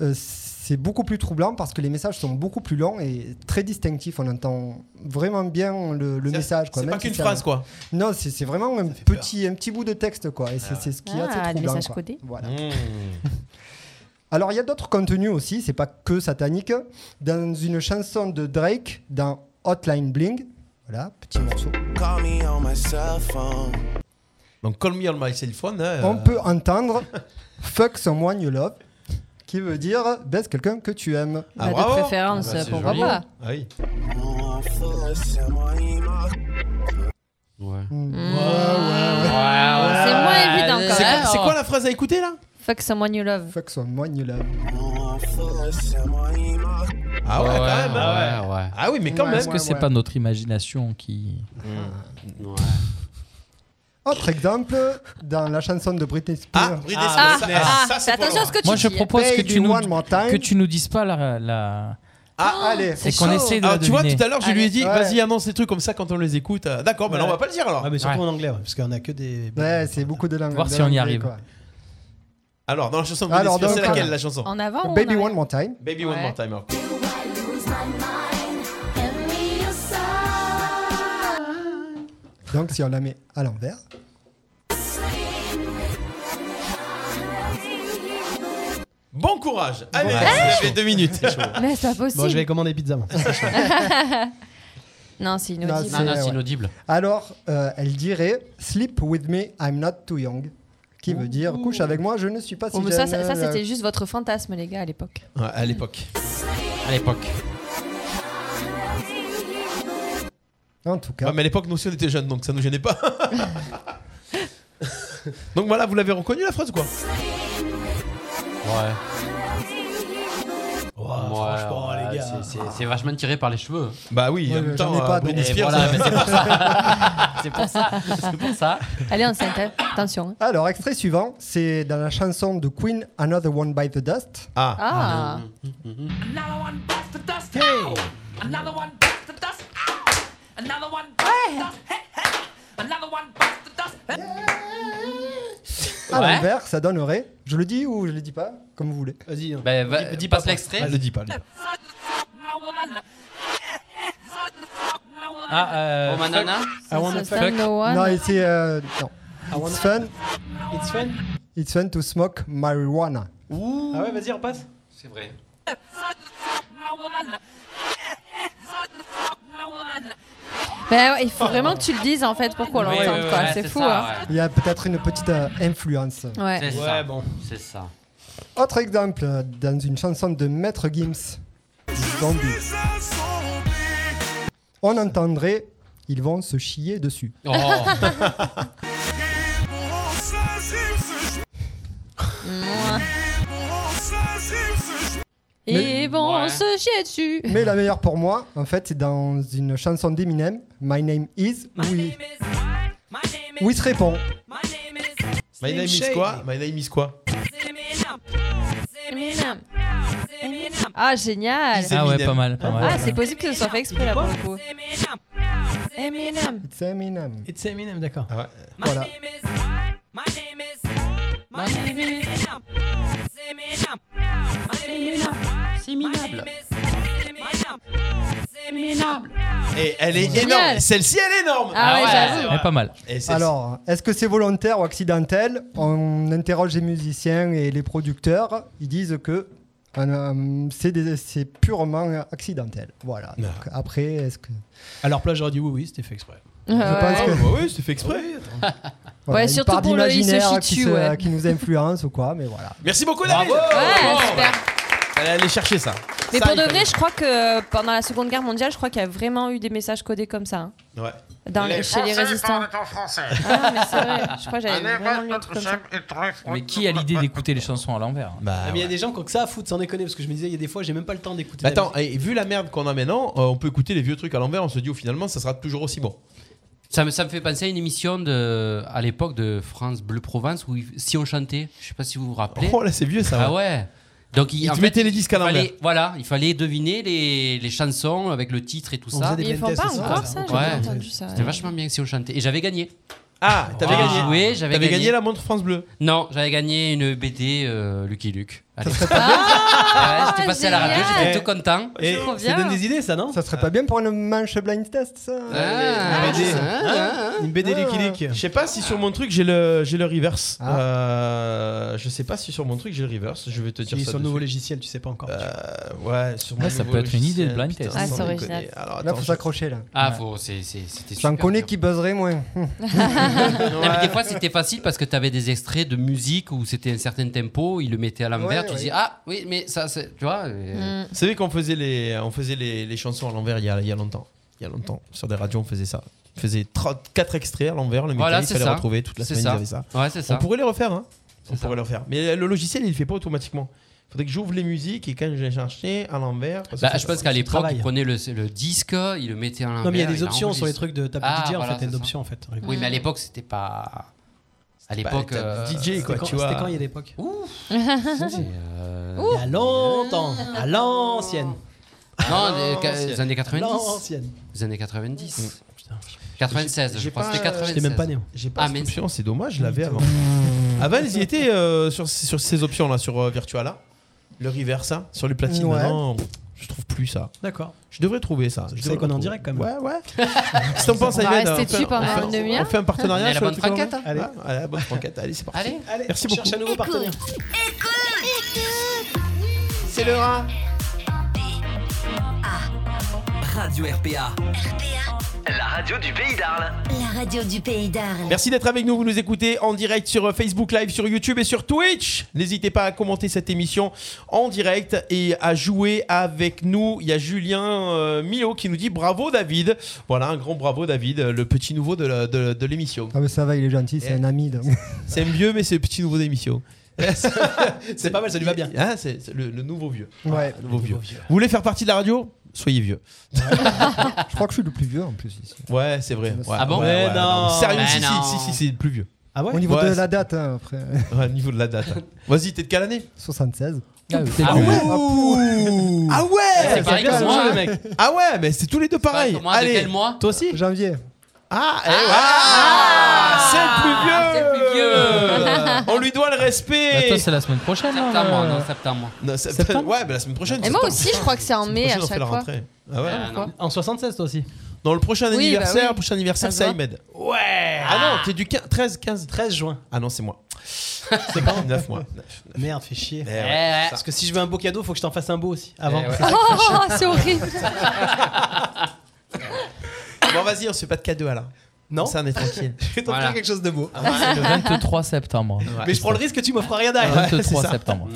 euh, c'est beaucoup plus troublant parce que les messages sont beaucoup plus longs et très distinctifs. On entend vraiment bien le, le message. quoi.
c'est
Même
pas
si
qu'une
c'est
phrase,
un-
quoi.
Non, c'est c'est vraiment un petit, un petit bout de texte quoi. Et c'est c'est ce qui est
Ah,
assez
le
troublant.
message
quoi.
codé.
Voilà. <laughs> Alors, il y a d'autres contenus aussi, c'est pas que satanique. Dans une chanson de Drake, dans Hotline Bling, voilà, petit morceau.
Call me on my cell phone.
Donc, call me on my cell phone. hein,
On
euh,
peut entendre Fuck someone you love, qui veut dire baisse quelqu'un que tu aimes.
Bah, de bravo.
Ah,
préférence,
pour
pourquoi pas
Oui.
Ouais.
Hmm. C'est moins évident quand
C'est
même.
quoi- c'est quoi la phrase à écouter là
Fuck someone you love.
Fuck someone you love.
Ah ouais,
Ouais,
quand même. hein.
ouais, ouais.
Ah oui, mais quand
Ouais,
même.
Est-ce que c'est pas notre imagination qui.
Autre exemple, dans la chanson de Britney Spears.
Britney
Ah, Spears. ah, ah, fais attention à ce que tu
Moi, je
dis,
propose
hein.
que tu, nous,
Baby, one more time.
que tu nous dises pas la. la...
Ah,
allez,
c'est qu'on essaie de la
Alors, tu vois,
deviner.
tout à l'heure, je lui ai dit,
Oh, Allez.
vas-y, annonce les trucs comme ça quand on les écoute. Euh, D'accord, mais là, on va pas le dire alors.
Ouais, Ah, mais surtout en anglais, ouais, parce qu'on a que des.
Ouais, c'est beaucoup de langues.
Voir
de
si on y
langues,
arrive.
quoi.
Alors, dans la chanson de Britney
Alors,
Spears,
donc, euh,
c'est laquelle la chanson
En avant ou en
Baby
arrière
One More Time.
Baby One
Ouais.
More Time. alors.
Donc, si on la met à l'envers.
Bon courage. Allez,
Ouais,
vous
c'est
avez
chaud.
deux minutes.
<laughs>
Mais c'est pas possible.
Bon, je vais commander pizza. moi.
<laughs> non, c'est
Non,
inaudible.
c'est- ouais. Alors, euh, elle dirait Sleep with me, I'm not too young. Qui veut dire couche avec moi, je ne suis pas si
Bon, Oh, mais
jeune.
ça, ça, ça,
euh,
c'était juste votre fantasme, les gars, à l'époque.
Ouais, à l'époque. À l'époque.
En tout cas.
mais à l'époque, nous aussi, on était jeunes, donc ça nous gênait pas. <laughs> donc voilà, vous l'avez reconnu la phrase ou quoi
Ouais.
Oh,
franchement,
ouais,
les gars.
c'est- c'est- C'est vachement tiré par les cheveux.
Bah oui,
Ouais,
en même
j'en
temps,
ai pas,
euh, Britney
donc. Et
Spears.
voilà,
euh,
mais c'est pour ça.
<laughs>
C'est pour ça. C'est pour ça.
Allez, on s'intéresse. Attention. hein.
Alors, extrait suivant, c'est dans la chanson de Queen, Another One by the Dust.
Ah.
Ah.
Another one bites the dust. Hey. Another one bites the dust. Ow. Another one bites the dust. Hey, hey. Another one bites the dust. Hey.
À
Ouais.
l'envers, ça donnerait. Je le dis ou je le dis pas Comme vous voulez.
Vas-y.
Bah, va- dis, passe l'extrait.
Ah, le dis pas. le dis pas.
Ah, euh,
Oh, Manana.
I wanna fuck. Non, et c'est. euh, non. It's fun.
It's fun.
It's fun to smoke marijuana.
Ah ouais, vas-y, repasse.
C'est vrai.
Ben, ouais, il faut vraiment que tu le dises, en fait, pour qu'on
Oui,
l'entende,
oui, oui,
quoi.
ouais,
c'est
c'est
fou,
ça,
hein.
ouais.
Il y a peut-être une petite euh, influence.
Ouais.
C'est
Ouais,
ça.
bon.
C'est ça.
Autre exemple, euh, dans une chanson de Maître Gims, Zombie. On entendrait Ils vont se chier dessus.
<laughs>
Oh.
Et bon,
Ouais.
on se chier dessus.
Mais la meilleure pour moi, en fait, c'est dans une chanson d'Eminem, My Name Is, où il, où il se répond.
My name is quoi My name is quoi
Ah, génial.
Ah ouais, pas mal, pas mal.
Ah, c'est possible que ce soit fait exprès, là, pour le coup.
It's Eminem.
It's Eminem, d'accord.
Ah ouais.
Voilà.
My name is. My name is. C'est Ménam. My name is-
C'est minable.
C'est Ménam. C'est Ménam.
Et elle est
Génial.
énorme. Celle-ci, elle est énorme.
Ah ouais, Ah ouais, j'avoue.
Elle est pas mal.
Et c'est-
Alors, est-ce que c'est volontaire ou accidentel On interroge les musiciens et les producteurs. Ils disent que euh, c'est des- c'est purement accidentel. Voilà. Donc,
Ah.
après, est-ce que.
Alors, plage j'aurais dit oui, oui, c'était fait exprès.
Je pense que-
bah
oui, c'était fait exprès.
Voilà,
Ah Ouais,
une
surtout
part
pour le- il se
d'imaginaire
chie
qui,
dessus, ouais.
qui nous influence ou quoi, mais voilà.
Merci beaucoup, David.
Bravo.
Bravo.
Ouais, super.
Elle est allée chercher ça.
Mais
Ça,
pour
il
de
fallait.
vrai, je crois que pendant la Seconde Guerre mondiale, je crois qu'il y a vraiment eu des messages codés comme ça. hein.
Ouais.
Dans les- chez les résistants. Ah, mais c'est vrai. Je crois que j'avais vraiment lu un truc comme ça.
Mais qui a l'idée d'écouter les chansons à l'envers
Bah,
Ah, mais il y a des gens qui ont que ça à foutre, sans déconner, parce que je me disais, il y a des fois, j'ai même pas le temps d'écouter.
Bah attends, et vu la merde qu'on a maintenant, euh, on peut écouter les vieux trucs à l'envers, on se dit, oh, finalement, ça sera toujours aussi bon.
Ça me, ça me fait penser à une émission de, à l'époque de France Bleu Provence où ils- si on chantait, je sais pas si vous vous rappelez.
Oh, là, c'est vieux, ça,
Ah
ouais.
ouais. Donc il,
Ils
en
te
fait,
mettaient les disques à
il fallait-
l'envers.
Voilà, il fallait deviner les, les chansons avec le titre et tout
On
ça.
faisait des Mais ils blind font pas tests, encore ça, ça, j'ai
Ouais.
pas entendu ça,
C'était
ouais.
vachement bien si on chantait. Et j'avais gagné.
Ah, t'avais gagné.
Oui, j'avais
T'avais gagné la montre France Bleu.
Non, j'avais gagné une BD euh, Lucky Luke. À l'époque.
Ah,
Ouais, J'étais passé à la radio,
génial.
j'étais tout content.
Et
Ça donne des idées, ça, non
Ça serait pas bien pour une manche blind test, ça
Ah,
BD.
ah,
Une BD Lucky Luke.
Hein Je sais pas si sur mon truc j'ai le j'ai le reverse.
Ah.
Euh, je sais pas si sur mon truc j'ai le reverse. Je vais te dire
Qui est
ça.
sur le nouveau
de suite.
logiciel, tu sais pas encore.
Euh, ouais, sur mon
Ah, ça
nouveau
peut être une idée,
logiciel,
le blind
putain,
test.
sans
Ah, c'est
déconner.
original.
Alors,
Là,
attends,
faut
je-
s'accrocher, là.
Ah, faut, c'est- c'est- c'était super.
J'en connais qui buzzerait
<laughs>
moins.
Non, mais des fois c'était facile parce que tu avais des extraits de musique où c'était un certain tempo, il le mettait à l'envers,
Ouais,
tu
ouais.
dis ah oui mais ça c'est tu vois. euh,
Vous savez qu'on faisait les on faisait les, les chansons à l'envers il y a, il y a longtemps. Il y a longtemps sur des radios on faisait ça. On faisait 30 quatre extraits à l'envers. Le
Voilà,
métal, il
c'est
fallait
ça.
retrouver toute la
C'est
semaine.
ça.
ils avaient ça.
Ouais, c'est ça.
On pourrait les refaire. Hein. On pourrait les refaire. Mais euh, le logiciel il le fait pas automatiquement. Faudrait que j'ouvre les musiques et quand je les chercher à l'envers. parce que
bah,
ça-
je pense qu'à
ça-
l'époque
travaille.
il prenait le, le disque, il le mettait à l'envers.
Non, mais il y a des
l'a
options sur les
enregistré.
trucs de ta
Ah,
DJ, en
voilà,
fait, il y a
c'est
une
ça.
option, en fait.
Oui mais à l'époque c'était pas. À l'époque.
t'as
euh,
DJ, quoi, C'était tu quand- vois. c'était quand, il y a l'époque
euh,
Ouf.
euh,
Euh,
Il y a longtemps, à l'ancienne.
Non,
À
des- ca- les années 90.
L'ancienne. <laughs>
Les années 90.
Mm.
96, je
J'ai
crois.
pas,
C'était
euh,
96.
j'étais même
hein.
pas né. J'ai pas
Ah,
cette
mais
option, c'est dommage, je l'avais avant. Avant, ils y étaient euh, sur, sur ces options-là, sur euh, Virtuala, le reverse, hein, sur les platines.
Ouais.
maintenant, je trouve plus ça.
D'accord.
Je devrais trouver ça. Je
C'est vrai
devrais
qu'on est en
trouver.
direct quand même. <laughs>
Ouais, ouais. Si t'en penses,
On va
Ayman,
rester
on fait-
dessus pendant
on fait-
une demi-heure.
On fait un
On est
partenariat
à la
sur le
bonne
truc en
franquette,
main.
hein. Allez.
Ouais, à la bonne franquette. Allez, c'est parti.
Allez. Allez,
Merci
on cherche
beaucoup.
un nouveau partenaire.
C'est le rein.
Radio RPA. La radio du pays d'Arles.
La radio du pays d'Arles.
Merci d'être avec nous, vous nous écoutez en direct sur euh, Facebook Live, sur YouTube et sur Twitch. N'hésitez pas à commenter cette émission en direct et à jouer avec nous. Il y a Julien euh, Milo qui nous dit bravo David. Voilà, un grand bravo David, euh, le petit nouveau de la- de- de l'émission.
Ah, mais ça va, il est gentil, c'est
Eh.
un ami. donc.
<laughs> C'est un vieux, mais c'est le petit nouveau d'émission.
<laughs>
c'est pas mal, ça lui va bien. Ah, c'est c'est le, le nouveau vieux. Ah,
Ouais.
Le nouveau vieux. Vous voulez faire partie de la radio Soyez vieux.
Je crois que je suis le plus vieux en plus ici.
Ouais, c'est vrai. Ouais,
Ah bon
ouais,
Mais
ouais,
non.
Sérieux,
Mais
si, si,
non.
si, si, c'est le plus vieux.
Ah
Au niveau
Ouais,
de la date, hein, après.
c'est- <laughs> Ouais, au niveau de la date. hein. Vas-y, t'es de quelle année
76.
Ah oui. Ah ouais. Ah ouais
C'est pareil que moi, hein.
Ah ouais, mais c'est tous les deux pareils.
moi, de
Allez,
quel
mois
Toi aussi
Janvier.
Ah, eh ouais. Ah, c'est le plus vieux. <laughs> On lui doit le respect.
Attends, Bah, c'est la semaine prochaine.
Septembre,
hein,
non,
euh.
septembre.
Non, c'est- <laughs> Ouais, mais la semaine prochaine.
Et moi
septembre.
aussi, je crois que c'est en
<laughs>
mai à
prochaine, on fait
chaque
la
fois.
rentrée. Ah ouais
Ah, non.
En 76, toi aussi
Dans le prochain
Oui, bah
anniversaire,
oui.
prochain anniversaire,
Ça se
c'est
voit. Oh,
Ahmed. Ouais Ah non, t'es du 15, 13, 15
13 juin.
Ah non, c'est moi. C'est quand 9 mois. Neuf, neuf.
Merde, fais chier.
Eh ouais.
Parce que si je veux un beau cadeau, faut que je t'en fasse un beau aussi. Avant.
Eh ouais.
Oh, c'est horrible.
Bon, vas-y, on se fait pas de cadeau alors. Non Ça, on est tranquille.
<laughs> Je vais t'en
Voilà.
faire quelque chose de beau.
Ah,
Ah,
<laughs>
Le 23 septembre.
Mais je prends le risque que tu m'offres rien d'ailleurs.
Le 23
<laughs> c'est ça.
septembre.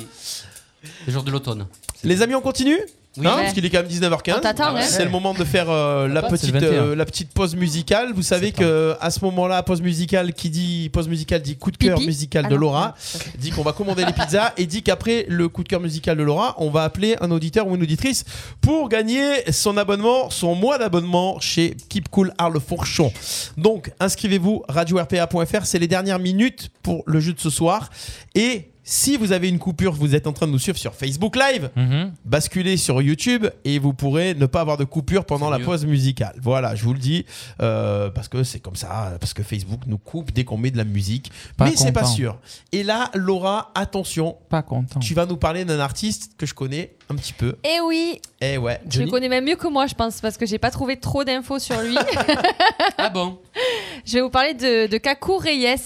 Le jour de l'automne.
Les amis, on continue
Oui.
Hein,
Ouais.
Parce qu'il est quand même 19h15.
On t'attend, Ah ouais.
C'est le moment de faire euh, la,
passe, Ah, c'est le
petite, euh,
21.
la petite pause musicale. Vous savez que euh, à ce moment-là, pause musicale qui dit pause musicale dit coup de cœur
Pipi.
musical
Ah
de
non,
Laura,
non, c'est
dit qu'on va commander les pizzas et dit qu'après le coup de cœur musical de Laura, on va appeler un auditeur ou une auditrice pour gagner son abonnement, son mois d'abonnement chez Keep Cool Arles Fourchon. Donc inscrivez-vous radio-rpa.fr, c'est les dernières minutes pour le jeu de ce soir et Si vous avez une coupure, vous êtes en train de nous suivre sur Facebook Live,
Mhm.
basculez sur YouTube et vous pourrez ne pas avoir de coupure pendant la pause musicale. Voilà, je vous le dis, euh, parce que c'est comme ça, parce que Facebook nous coupe dès qu'on met de la musique.
Pas
mais c'est pas
content.
sûr. Et là, Laura, attention.
Pas content.
Tu vas nous parler d'un artiste que je connais un petit peu.
Eh oui,
Eh ouais.
je le connais même mieux que moi, je pense, parce que j'ai pas trouvé trop d'infos sur lui.
ah bon
Je vais vous parler de, de Kaku Reyes.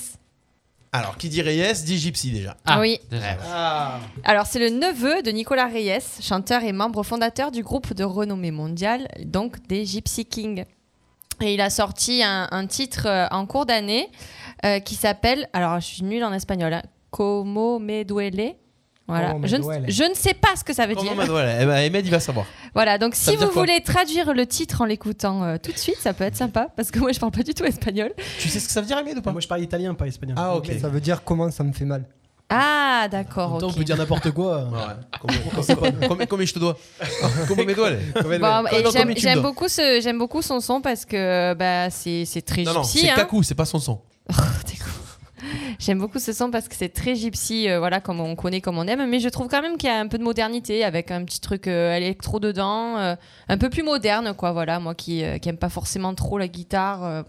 Alors, qui dit Reyes dit Gypsy déjà. Eh Ah.
Ah, oui.
Ouais, ouais.
Alors, c'est le neveu de Nicolas Reyes, chanteur et membre fondateur du groupe de renommée mondiale, donc des Gypsy Kings. Et il a sorti un, un titre euh, en cours d'année euh, qui s'appelle, alors je suis nulle en espagnol, hein, Como me duele. Voilà.
Como me
Je, ne-
duele.
je ne sais pas ce que ça veut dire.
Comment Manuel Eh ben, Ahmed, il va savoir.
Voilà, donc
Ça
si
veut dire
vous
quoi
voulez traduire le titre en l'écoutant euh, tout de suite, ça peut être sympa, parce que moi je parle pas du tout espagnol.
Tu sais ce que ça veut dire, Ahmed, ou pas
Moi, je parle italien, pas espagnol.
Ah, ok. Ça veut dire comment ça me fait mal.
Ah, d'accord, ok.
On peut dire n'importe quoi.
Combien combien je te
<laughs>
dois Combien mes doigts allez
Bon, et
Non,
j'aime-
combien tu me
J'aime
dois
beaucoup, ce- j'aime beaucoup son son parce que bah, c'est c'est très
Non, non,
gypsy.
c'est
hein.
Kaku, c'est pas son son.
J'aime beaucoup ce son parce que c'est très gypsy, euh, voilà, comme on connaît, comme on aime. Mais je trouve quand même qu'il y a un peu de modernité avec un petit truc euh, électro dedans, euh, un peu plus moderne, quoi. Voilà, moi qui n'aime pas forcément trop la guitare, euh,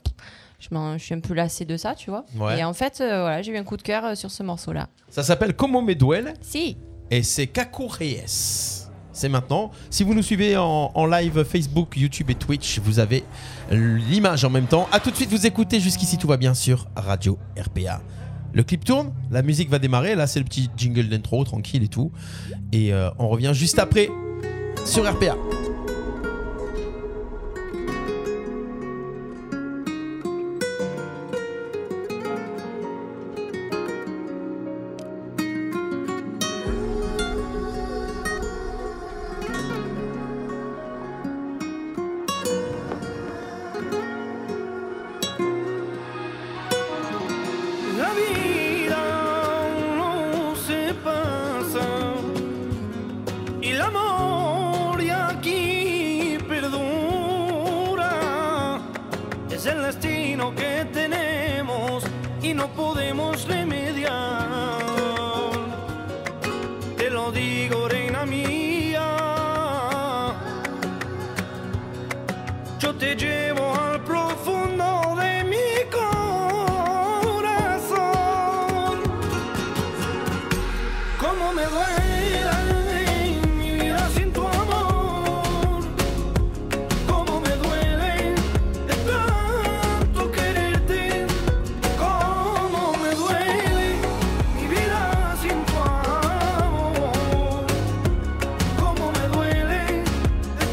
je, m'en- je suis un peu lassée de ça, tu vois.
Ouais.
Et en fait, euh, voilà, j'ai eu un coup de cœur euh, sur ce morceau-là.
Ça s'appelle Como me duele
Si.
et c'est Kaku Reyes. C'est maintenant. Si vous nous suivez en, en live Facebook, YouTube et Twitch, vous avez l'image en même temps. À tout de suite, vous écoutez jusqu'ici tout va bien sur Radio RPA. Le clip tourne, la musique va démarrer. Là, c'est le petit jingle d'intro, tranquille et tout. Et euh, on revient juste après sur RPA.
La vida no se pasa el amor y aquí perdura. Es el destino que tenemos y no podemos remediar. Te lo digo, reina mía. Yo te llevo al profundo de mi corazón. Como me duele mi vida sin tu amor. Como me duele de tanto quererte. Como me duele mi vida sin tu amor. Como me duele de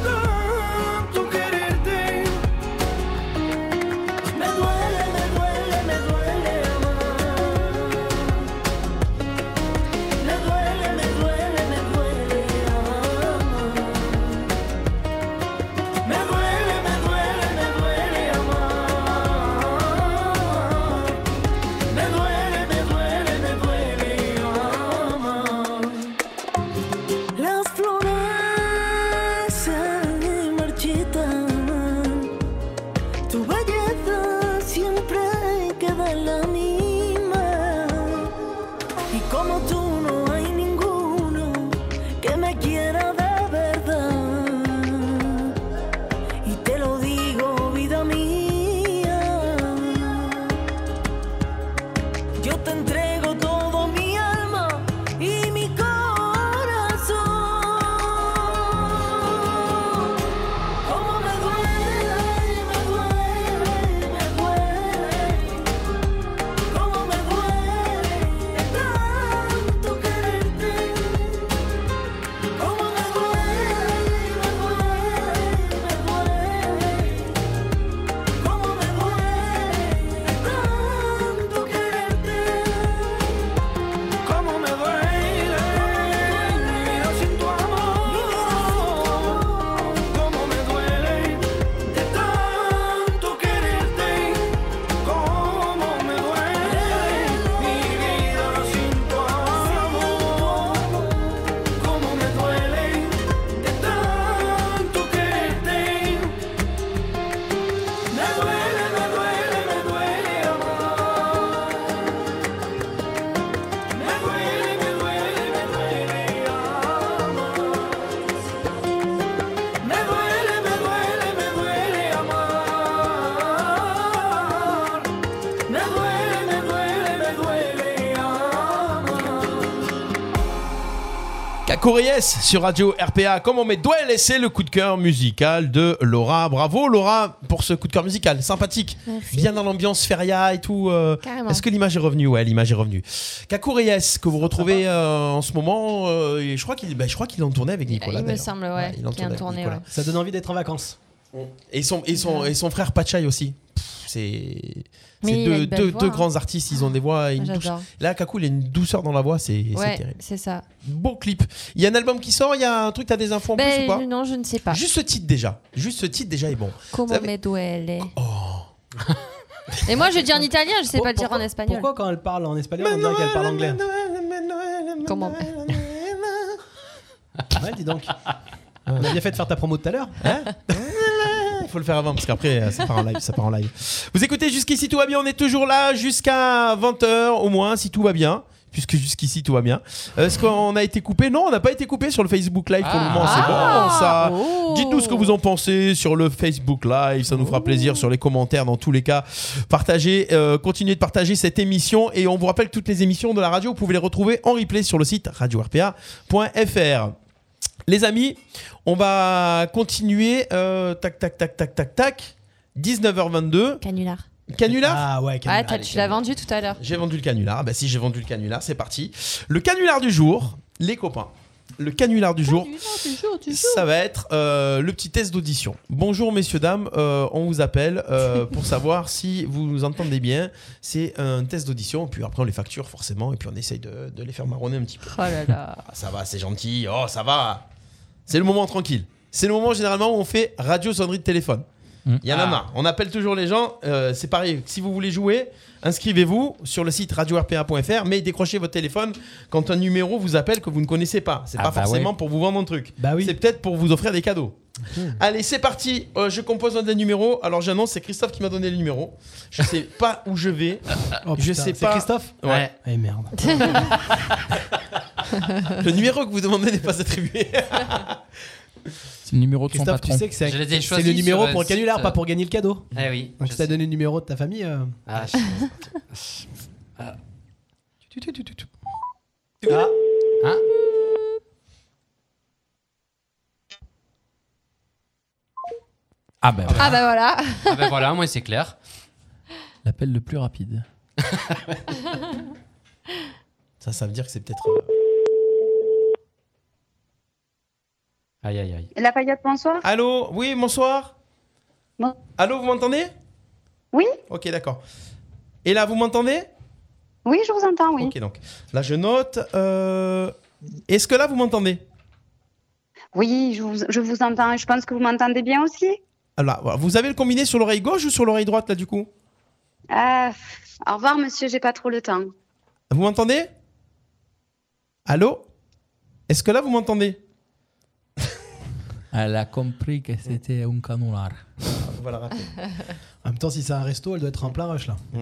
tanto quererte.
Coréès sur Radio RPA. Comme on met doigt et laisser le coup de cœur musical de Laura. Bravo Laura pour ce coup de cœur musical, sympathique,
Merci.
bien dans l'ambiance feria et tout. euh,
Carrément.
Est-ce que l'image est revenue Ouais, l'image est revenue. Kakouréès que vous retrouvez euh, en ce moment, euh, et je crois qu'il, bah, je crois qu'il en tournait avec Nicolas.
Il me
d'ailleurs.
semble, ouais,
il en
qu'il y a un
tournait,
tourné.
Nicolas.
ouais. Ah.
Ça donne envie d'être en vacances.
Et son, et son, et son frère Pachai aussi. Pff, C'est
Mais
c'est
il a
deux,
une belle
deux-
voix,
deux
hein. Ah,
grands artistes, ils ont des voix. et Une
J'adore.
douce- Là, Kakou, il a une douceur dans la voix, c'est c'est
Ouais,
terrible.
c'est ça.
Beau clip. Il y a un album qui sort, il y a un truc, t'as des infos en plus ou pas
Ben, non, je ne sais pas.
Juste ce titre déjà. Juste ce titre déjà est bon.
Comment
Ça fait-
me duele
Oh.
<laughs> Et moi, je dis en italien, je sais pas le dire en espagnol.
Pourquoi quand elle parle en espagnol, on dirait qu'elle parle anglais
Comment
Ouais, dis donc. On a bien fait de faire ta promo tout à l'heure.
Hein Il Ah, faut le faire avant parce qu'après euh, ça part en live, ça part en live. Vous écoutez jusqu'ici tout va bien, on est toujours là jusqu'à 20h au moins si tout va bien. Puisque jusqu'ici tout va bien. Euh, Est-ce qu'on a été coupé Non, on n'a pas été coupé sur le Facebook Live pour le moment. C'est bon ça. Dites-nous ce que vous en pensez sur le Facebook Live. Ça nous fera plaisir sur les commentaires. Dans tous les cas, partagez, euh, continuez de partager cette émission. Et on vous rappelle que toutes les émissions de la radio, vous pouvez les retrouver en replay sur le site radio-rpa.fr. Les amis, on va continuer. euh, tac, tac, tac, tac, tac, tac. 19h22.
Canular.
Canular Ah
ouais,
Ouais, t'as- tu l'as vendu tout à l'heure.
J'ai vendu le canular. Bah si, j'ai vendu le canular, c'est parti. Le canular du jour, les copains. Le canular
Ah,
du jour. Ça va être euh, le petit test d'audition. Bonjour messieurs dames, Euh, on vous appelle
<laughs>
euh, pour savoir si vous nous entendez bien. C'est un test d'audition, puis après on les facture forcément, et puis on essaye de, de les faire marronner un petit peu.
Oh là là.
Ah, ça va, c'est gentil. Oh ça va. C'est le moment tranquille. C'est le moment généralement où on fait radio sonnerie de téléphone. Il y en a
Ah.
marre. On appelle toujours les gens. Euh, c'est pareil. Si vous voulez jouer, inscrivez-vous sur le site radio-rpa.fr, mais décrochez votre téléphone quand un numéro vous appelle que vous ne connaissez pas. C'est
Ah
pas
bah
forcément
ouais.
pour vous vendre un truc.
Bah oui.
C'est peut-être pour vous offrir des cadeaux. Allez, c'est parti. Euh, je compose un des numéros. Alors j'annonce, c'est Christophe qui m'a donné le numéro. Je sais pas où je vais.
Oh,
je
putain,
sais
c'est
pas.
Christophe
Ouais.
Eh merde.
<laughs> le numéro que vous demandez n'est pas attribué.
<laughs> C'est le numéro de son
Christophe, tu
patron.
sais que c'est
Je les ai
c'est
choisis
le numéro
sur
pour
un
le canular,
site,
pas pour gagner le cadeau.
Eh oui,
Donc
je
si t'as
sais.
donné le numéro de ta famille. euh, Ah.
Ah,
tu- tu- tu- tu- tu.
Ah.
Ah ben
Ah bah voilà.
Ah ben <laughs> voilà, moi c'est clair.
L'appel le plus rapide.
Ça, ça veut dire que c'est peut-être. euh,
Aïe aïe aïe.
La paillotte, bonsoir.
Allô, oui, bonsoir.
Bon.
Allô, vous m'entendez
Oui.
Ok, d'accord. Et là, vous m'entendez
Oui, je vous entends, oui.
Ok, donc là, je note. euh, Est-ce que là, vous m'entendez
Oui, je vous, je vous entends. Je pense que vous m'entendez bien aussi.
Alors, voilà, vous avez le combiné sur l'oreille gauche ou sur l'oreille droite, là, du coup
Euh, au revoir, monsieur, j'ai pas trop le temps.
Vous m'entendez Allô Est-ce que là, vous m'entendez
Elle a compris que c'était un canular.
On va la rappeler.
En même temps, si c'est un resto, elle doit être en plein rush là.
Mm.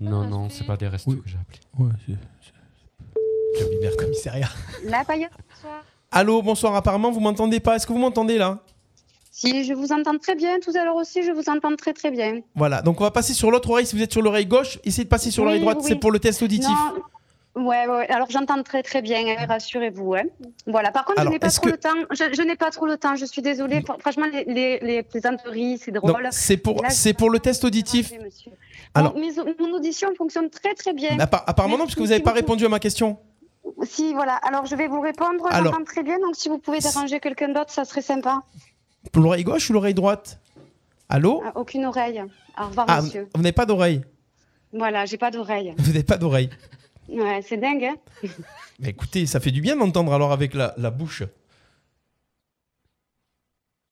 Non, non, c'est pas des restos que j'ai appelés.
Ouais, c'est-
Je libère
commissariat.
La paillotte, bonsoir.
Allô, bonsoir. Apparemment, vous m'entendez pas. Est-ce que vous m'entendez là
Si, je vous entends très bien. Tout à l'heure aussi, je vous entends très très bien.
Voilà, donc on va passer sur l'autre oreille. Si vous êtes sur l'oreille gauche, essayez de passer sur
Oui,
l'oreille droite.
oui,
C'est
oui.
pour le test auditif.
Non. Ouais, ouais, ouais. alors j'entends très très bien, hein, rassurez-vous. hein. Voilà, par contre,
Alors,
je n'ai pas
est-ce
trop
que-
le temps. Je, je n'ai pas trop le temps, je suis désolée. Fr- Franchement, les, les- les plaisanteries, c'est
Non,
drôle.
c'est pour,
Là, je- Ah,
c'est pour le test auditif.
Alors...
Alors,
Mon, mes- mon audition fonctionne très très bien.
appa- apparemment non, parce que vous n'avez pas répondu à ma question.
Si, voilà. Alors, je vais vous répondre.
Alors.
J'entends très bien. Donc, si vous pouvez déranger quelqu'un d'autre, ça serait sympa.
Pour l'oreille gauche ou l'oreille droite Allô
Ah, aucune oreille. Au revoir,
Oh. Ah,
monsieur.
vous n'avez pas d'oreille.
Voilà, j'ai pas d'oreille.
Vous n'avez pas d'oreille.
Ouais, c'est dingue, hein
Bah, écoutez, ça fait du bien d'entendre alors avec la, la bouche.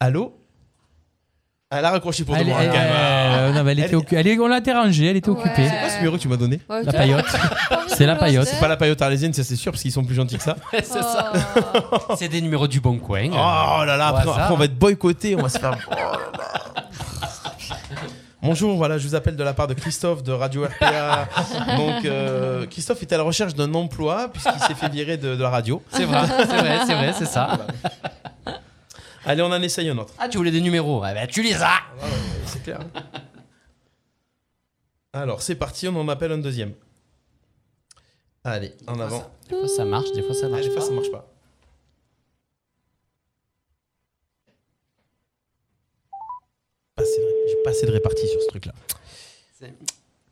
Allô Ah, Elle a raccroché pour de
Elle,
moi.
elle-
quand même.
euh, non, mais elle était occu- elle est- on l'a dérangée, elle était occupée.
C'est quoi ce numéro que tu m'as donné
Ouais,
<laughs>
La paillote. <laughs> C'est la paillote.
C'est pas la paillote arlésienne, ça c'est sûr, parce qu'ils sont plus gentils que ça.
c'est ça. c'est des numéros du bon coin.
Oh là là, après, après, on va être boycotté, on va se faire.
Oh là
Bonjour, voilà, je vous appelle de la part de Christophe de Radio RPA. Donc, euh, Christophe est à la recherche d'un emploi puisqu'il s'est fait virer de, de la radio.
C'est vrai, c'est vrai, c'est vrai, c'est ça.
Voilà. Allez, on en essaye un autre.
Ah, tu voulais des numéros Eh ben, tu les as
Ah ouais, ouais, C'est clair. Alors, c'est parti, on en appelle un deuxième. Allez, en avant. Ah,
Des fois ça marche, des fois ça marche
Des fois
pas.
ça marche pas. Pas assez de- J'ai pas assez de répartie sur ce truc-là.
C'est-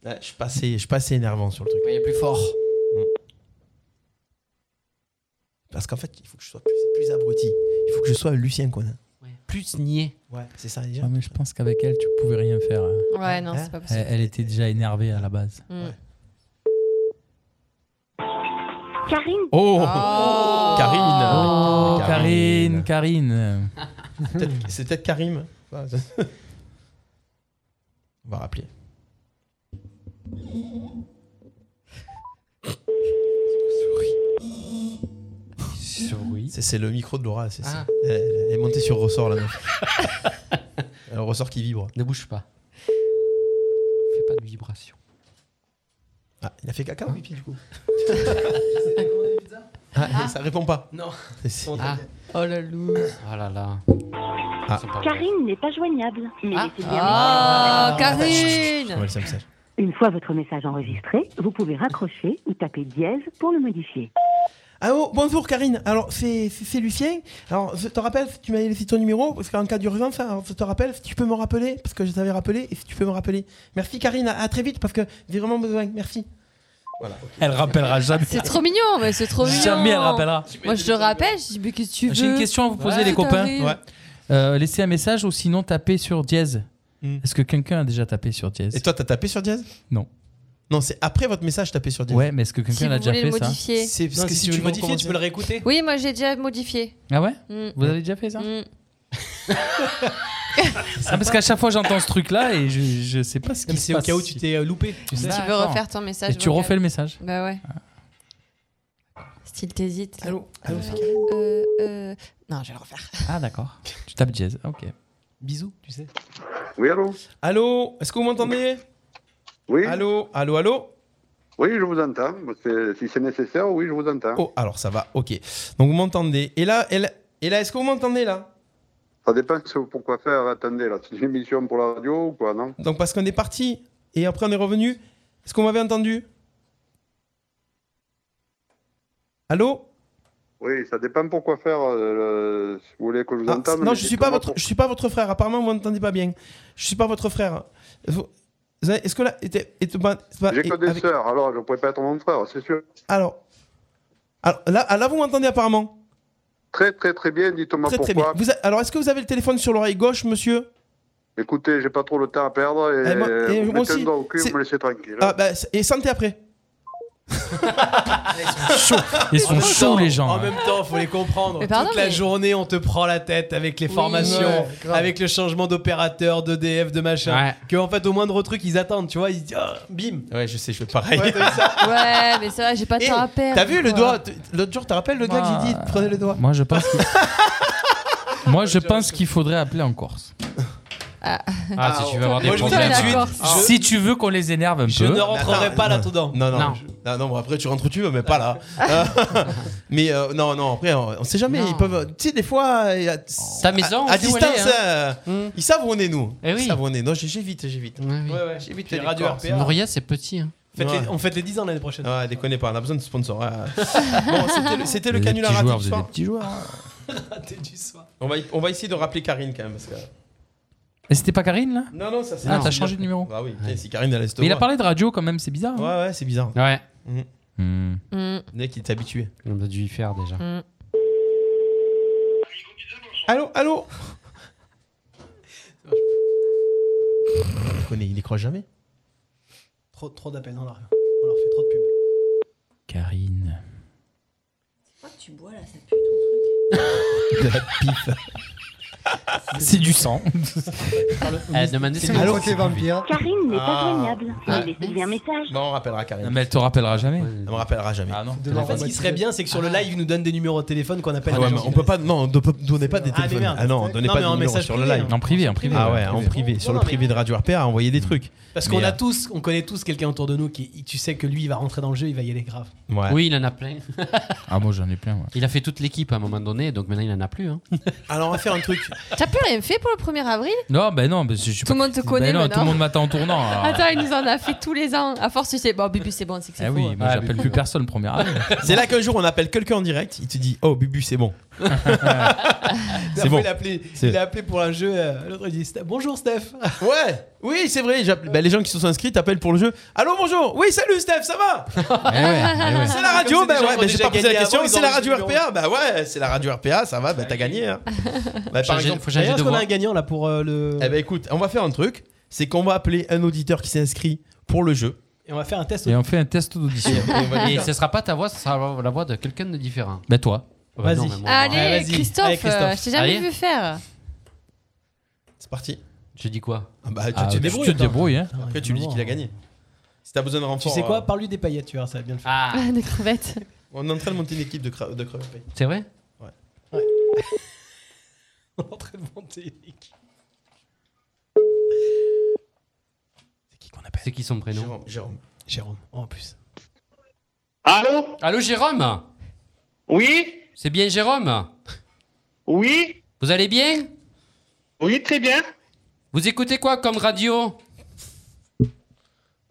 Ouais, Je suis pas assez- je suis pas assez énervant sur le truc.
Voyez plus fort.
Parce qu'en fait, il faut que je sois plus, plus abruti. Il faut que je sois Lucien Coinin.
Plus nié.
Ouais, c'est ça déjà.
Ouais, mais je pense qu'avec elle, tu pouvais rien faire. hein.
Ouais, non, c'est pas possible.
Elle, elle était déjà énervée à la base.
Karine
Oh,
Karine.
Oh, Karine,
Karine.
Karine.
Peut-être- C'est peut-être Karim. Enfin, ça- <laughs> On va rappeler. C'est c'est le micro de Laura. c'est ça.
Ah.
Elle, elle est montée sur ressort,
<laughs>
la meuf. Le ressort qui vibre.
Ne bouge pas. Fais pas de vibration.
Ah, il a fait caca ou pipi du coup
Ah.
Ah, Ça répond pas.
Non.
C'est-
Ah.
Oh la loue.
Ah là là.
Ah.
C'est pas
<laughs>
vrai.
Karine n'est pas joignable. Mais laissez bien
Ah,
un message.
Karine
Une fois votre message enregistré, vous pouvez raccrocher ou taper dièse pour le modifier.
Ah oh, bonjour Karine. Alors, c'est c'est- c'est Lucien. Alors, je te rappelle, si tu m'avais laissé ton numéro, parce qu'en cas d'urgence, hein, alors, je te rappelle, si tu peux me rappeler, parce que je t'avais rappelé, et si tu peux me rappeler. Merci Karine, à, à très vite, parce que j'ai vraiment besoin. Merci. Voilà.
Elle rappellera jamais.
C'est trop mignon, mais c'est trop mignon.
Jamais elle rappellera.
Moi, je le rappelle, je dis, mais qu'est-ce que tu veux Ah,
J'ai une question à vous poser, les copains. Euh, laissez un message ou sinon tapez sur dièse. Est-ce que quelqu'un a déjà tapé sur dièse
Hmm. Et toi, t'as tapé sur dièse
Non.
Non, c'est après votre message tapé sur dièse.
Ouais, mais est-ce que
Si
quelqu'un
vous
l'a déjà
voulez le
fait ça
modifier.
C'est parce
Non,
que
si
si,
tu
tu
veux
le modifies,
recommencer.
tu peux le réécouter.
Oui, moi, j'ai déjà modifié.
Ah ouais
Mm.
Vous avez déjà fait ça <laughs>
Mm.
Ah, Parce qu'à chaque fois j'entends ce truc-là et je, je sais pas ce qui se
C'est
passe.
au cas où tu t'es euh, loupé. Tu sais.
Si tu veux
D'accord.
refaire ton message.
Et tu
vocal.
refais le message.
Bah ouais. Style t'hésites. Allô
Allô,
euh, euh, Non, je vais le refaire.
Ah d'accord. Tu tapes jazz. Ok.
Bisous, tu sais.
Oui, allô
Allô, est-ce que vous m'entendez
Oui
Allô, allô, allô
Oui, je vous entends. C'est- Si c'est nécessaire, oui, je vous entends.
Oh, alors ça va, ok. Donc vous m'entendez. Et là, et là, et là, est-ce que vous m'entendez là
Ça dépend ce- pourquoi faire. Attendez, là, c'est une émission pour la radio ou quoi, non
Donc parce qu'on est parti et après on est revenu. Est-ce qu'on m'avait entendu Allô
Oui, ça dépend pourquoi faire. euh, si vous voulez que je vous
Ah,
entende
Non,
mais
je
c'est
suis pas
comment
votre, je suis pas votre frère. Apparemment, vous m'entendez pas bien. Je suis pas votre frère. Vous- vous avez- Est-ce que là, était- était pas- c'est pas-
J'ai que
et-
des
avec-
sœurs, alors je ne pourrais pas être mon frère, c'est sûr.
alors, alors là, ah, là, vous m'entendez apparemment.
Très, très, très bien. Dites-moi
Très
pourquoi.
très bien. Vous a- alors, est-ce que vous avez le téléphone sur l'oreille gauche, monsieur
Écoutez, j'ai pas trop le temps à perdre et,
Eh ben, et
vous
moi
mettez
aussi,
un doigt au cul,
c'est-
vous me laissez tranquille.
Ah, bah, c- Et santé après.
Ils sont
En même
chauds
temps,
les gens.
En
hein.
même temps, faut les comprendre.
Mais pardon,
Toute la
mais-
journée, on te prend la tête avec les
Oui.
formations,
Ouais,
avec le changement d'opérateur, d'EDF, de machin. Que en fait, au moindre truc, ils attendent. Tu vois, ils disent Ah, bim.
Ouais, je sais, je fais pareil.
Ouais, mais c'est vrai, j'ai pas de temps à perdre.
Eh, T'as vu le
quoi.
doigt t- L'autre jour, t'as rappelé le gars que j'ai dit prenez le doigt.
Moi je pense.
<laughs>
que- Moi je pense qu'il faudrait appeler en Corse.
Ah.
Ah,
si tu veux avoir des
Moi, je vous dis
problèmes.
tout de suite,
Ah.
Si tu veux qu'on les énerve un
Je
peu.
ne rentrerai pas
là dedans.
Non, non,
Non.
je- non, non, bon, après tu rentres où tu veux, mais
<laughs>
pas là. Euh, mais euh, non, non, après on, on sait jamais. Ils peuvent, tu sais, des fois, euh,
Oh.
à,
Ta maison,
à, à
on sait où
distance,
elle est,
euh,
hein.
Hmm.
ils savent où on est nous.
Eh oui.
Ils savent où on est. Non, j'ai- j'évite, j'évite.
ouais.
J'évite
Puis
les
Radio
Corses.
RPA.
Noria, c'est petit. hein.
Faites les- On fait les 10 ans l'année prochaine.
Ouais, déconnez pas, on a besoin de sponsors. ouais.
<laughs>
bon, c'était le, c'était le
Vous êtes des
canular
petits
raté
joueurs,
du
vous êtes
soir.
des petits joueurs.
hein.
<laughs> Raté du soir.
On va, on va essayer de rappeler Karine quand même. Parce que...
Et c'était pas Karine là
Non, non, ça c'est.
Ah, t'as changé de numéro.
Ah oui, tiens, si Karine elle laisse te
Mais il a
voir.
parlé de radio quand même, c'est bizarre. hein.
Ouais, ouais,
<laughs>
c'est bizarre.
Ouais.
Mm.
Le mec, il est habitué.
On a dû y faire <laughs> déjà.
Mm.
Allô, <laughs> allô Il connaît, il y croit jamais.
Trop, trop d'appels, on leur, on leur fait trop de pub.
Karine.
tu bois là, ça pue ton
De la <laughs> pif.
C'est du sang.
Eh,
Elle demandait
C'est
si
mon
vous-
côté vampire.
Karine n'est pas
Ah.
joignable.
Ah.
Mais laissez bien un message.
Non, on rappellera Karine.
Mais elle te rappellera jamais.
Elle me rappellera jamais. Ah
non.
En fait, ce qui serait bien, c'est que sur le live, ils nous donnent des numéros de téléphone qu'on appelle. les gens
Ah on
qui
peut pas, non, on ne peut- donnez pas des
Ah, mais
téléphones.
merde.
Ah non, donnez
Non,
pas
mais
de
en
numéro
message
sur le
privé,
live.
hein. En privé, en privé,
Ah
ouais,
ouais,
en
en
privé.
privé. Sur
Non,
le
non,
privé de Radio RPA, envoyez des trucs.
Parce qu'on
Mais,
a
euh,
tous, on connaît tous quelqu'un autour de nous qui, tu sais que lui, il va rentrer dans le jeu, il va y aller grave.
Ouais.
Oui, il en a
<laughs>
plein.
Ah, moi j'en ai plein. ouais.
Il a fait toute l'équipe à un moment donné, donc maintenant il en a plus. hein.
Alors on va faire un truc.
T'as plus rien fait pour le 1er avril
<laughs> Non, ben non, mais je suis
Tout le
pas-
monde te
Ben
connaît
non,
maintenant.
Tout le monde m'attend en tournant. alors.
Attends, il nous en a fait tous les ans. À force, tu sais, bon, Bubu, c'est bon, c'est que c'est
Eh
faux.
oui, moi j'appelle plus personne le 1er avril.
<laughs> C'est là qu'un jour on appelle quelqu'un en direct, il te dit Oh, Bubu, c'est <laughs> bon.
Après,
c'est bon.
Il a, appelé,
C'est-
il a appelé pour un jeu. euh, L'autre, il dit Ste- Bonjour Steph.
Ouais, oui, c'est vrai. j'appelle- bah, les gens qui se sont inscrits t'appellent pour le jeu. Allô, bonjour. Oui, salut Steph, ça va <laughs> C'est la radio,
Comme c'est des gens qui ont
bah Eh ouais, mais j'ai
déjà
pas posé
gagné
la question.
avant, ils
C'est la
ont
radio
enregistré le
RPA, bah ouais, c'est la radio RPA, ça va, bah t'as gagné. Hein. Bah,
Faut changer- faut changer
d'ailleurs,
de
est-ce qu'on a
voix.
un
gagnant là pour le.
Eh bah écoute, on va faire un truc, c'est qu'on va appeler un auditeur qui s'est inscrit pour le jeu.
Et on va faire un test.
<laughs> Et on fait un test <laughs> d'audition.
Et ce sera pas ta voix, ce sera la voix de quelqu'un de différent.
Ben toi.
Ah bah non,
Vas-y.
mais moi,
Allez,
moi.
Christophe, euh, je t'ai jamais
Allez,
vu faire. <laughs>
C'est parti.
Je dis quoi
Ah bah
Ah,
tu
tu
te
te
débrouilles.
débrouilles,
débrouilles, hein.
Après tu lui dis qu'il a gagné. Si t'as besoin de
Tu
renfort.
sais quoi
euh,
Parle-lui des paillettes, tu vois, ça va bien le faire.
Ah, Des crevettes.
<laughs> On est en train de monter une équipe de, cra- de crevettes.
C'est vrai
Ouais.
On est en train de monter une équipe.
C'est qui son prénom Jérôme.
Jérôme.
Jérôme, Oh, en plus.
Allô Allô, Jérôme Oui C'est bien Jérôme Oui Vous allez bien Oui, très bien. Vous écoutez quoi comme radio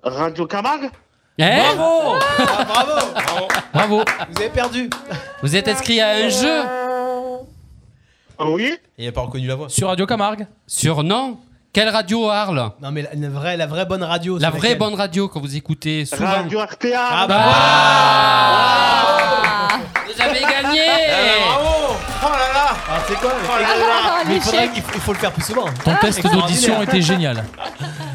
Radio Camargue
Bravo
Bravo
Hein <laughs> Bravo
Ah, Vous avez perdu
Vous êtes inscrit à un jeu
Oui. Il a pas reconnu la voix.
Sur Radio Camargue
Sur non Quelle radio Arles
Non, mais la, la vraie, la vraie bonne radio.
La
sur
vraie
laquelle-
bonne radio que vous écoutez souvent. bah.
Radio
RTA
Ah bah
Ah Vous avez gagné
Ah, Bravo Oh là là
Ah, c'est quoi mais-
Oh là
Ah,
là
Mais il, faudrait,
L'échec
il faut, il faut le faire plus souvent.
Ton test d'audition était génial.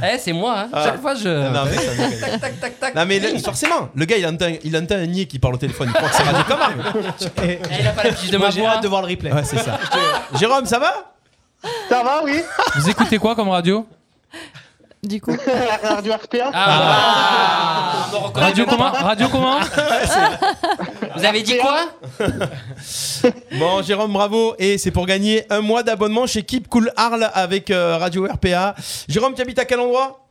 Eh, c'est moi, hein.
Ah.
chaque fois je.
Non, mais ça me gagne. Non mais le- forcément, le gars il entend, il entend un niais qui parle au téléphone, il croit que c'est Radio Camargue.
<laughs>
il a <laughs> pas la fiche de
Moi,
ma
j'ai
voix.
hâte de voir le replay.
Ouais,
<laughs>
c'est ça. Jérôme, ça va
Ça va, oui <laughs>
Vous écoutez quoi comme radio
Du coup.
Radio RPA
Ah, bah.
Radio <laughs> comment Radio comment
<laughs> Vous avez dit quoi
<laughs> Bon, Jérôme, bravo. Et c'est pour gagner un mois d'abonnement chez Keep Cool Arles avec euh, Radio RPA. Jérôme, tu habites à quel endroit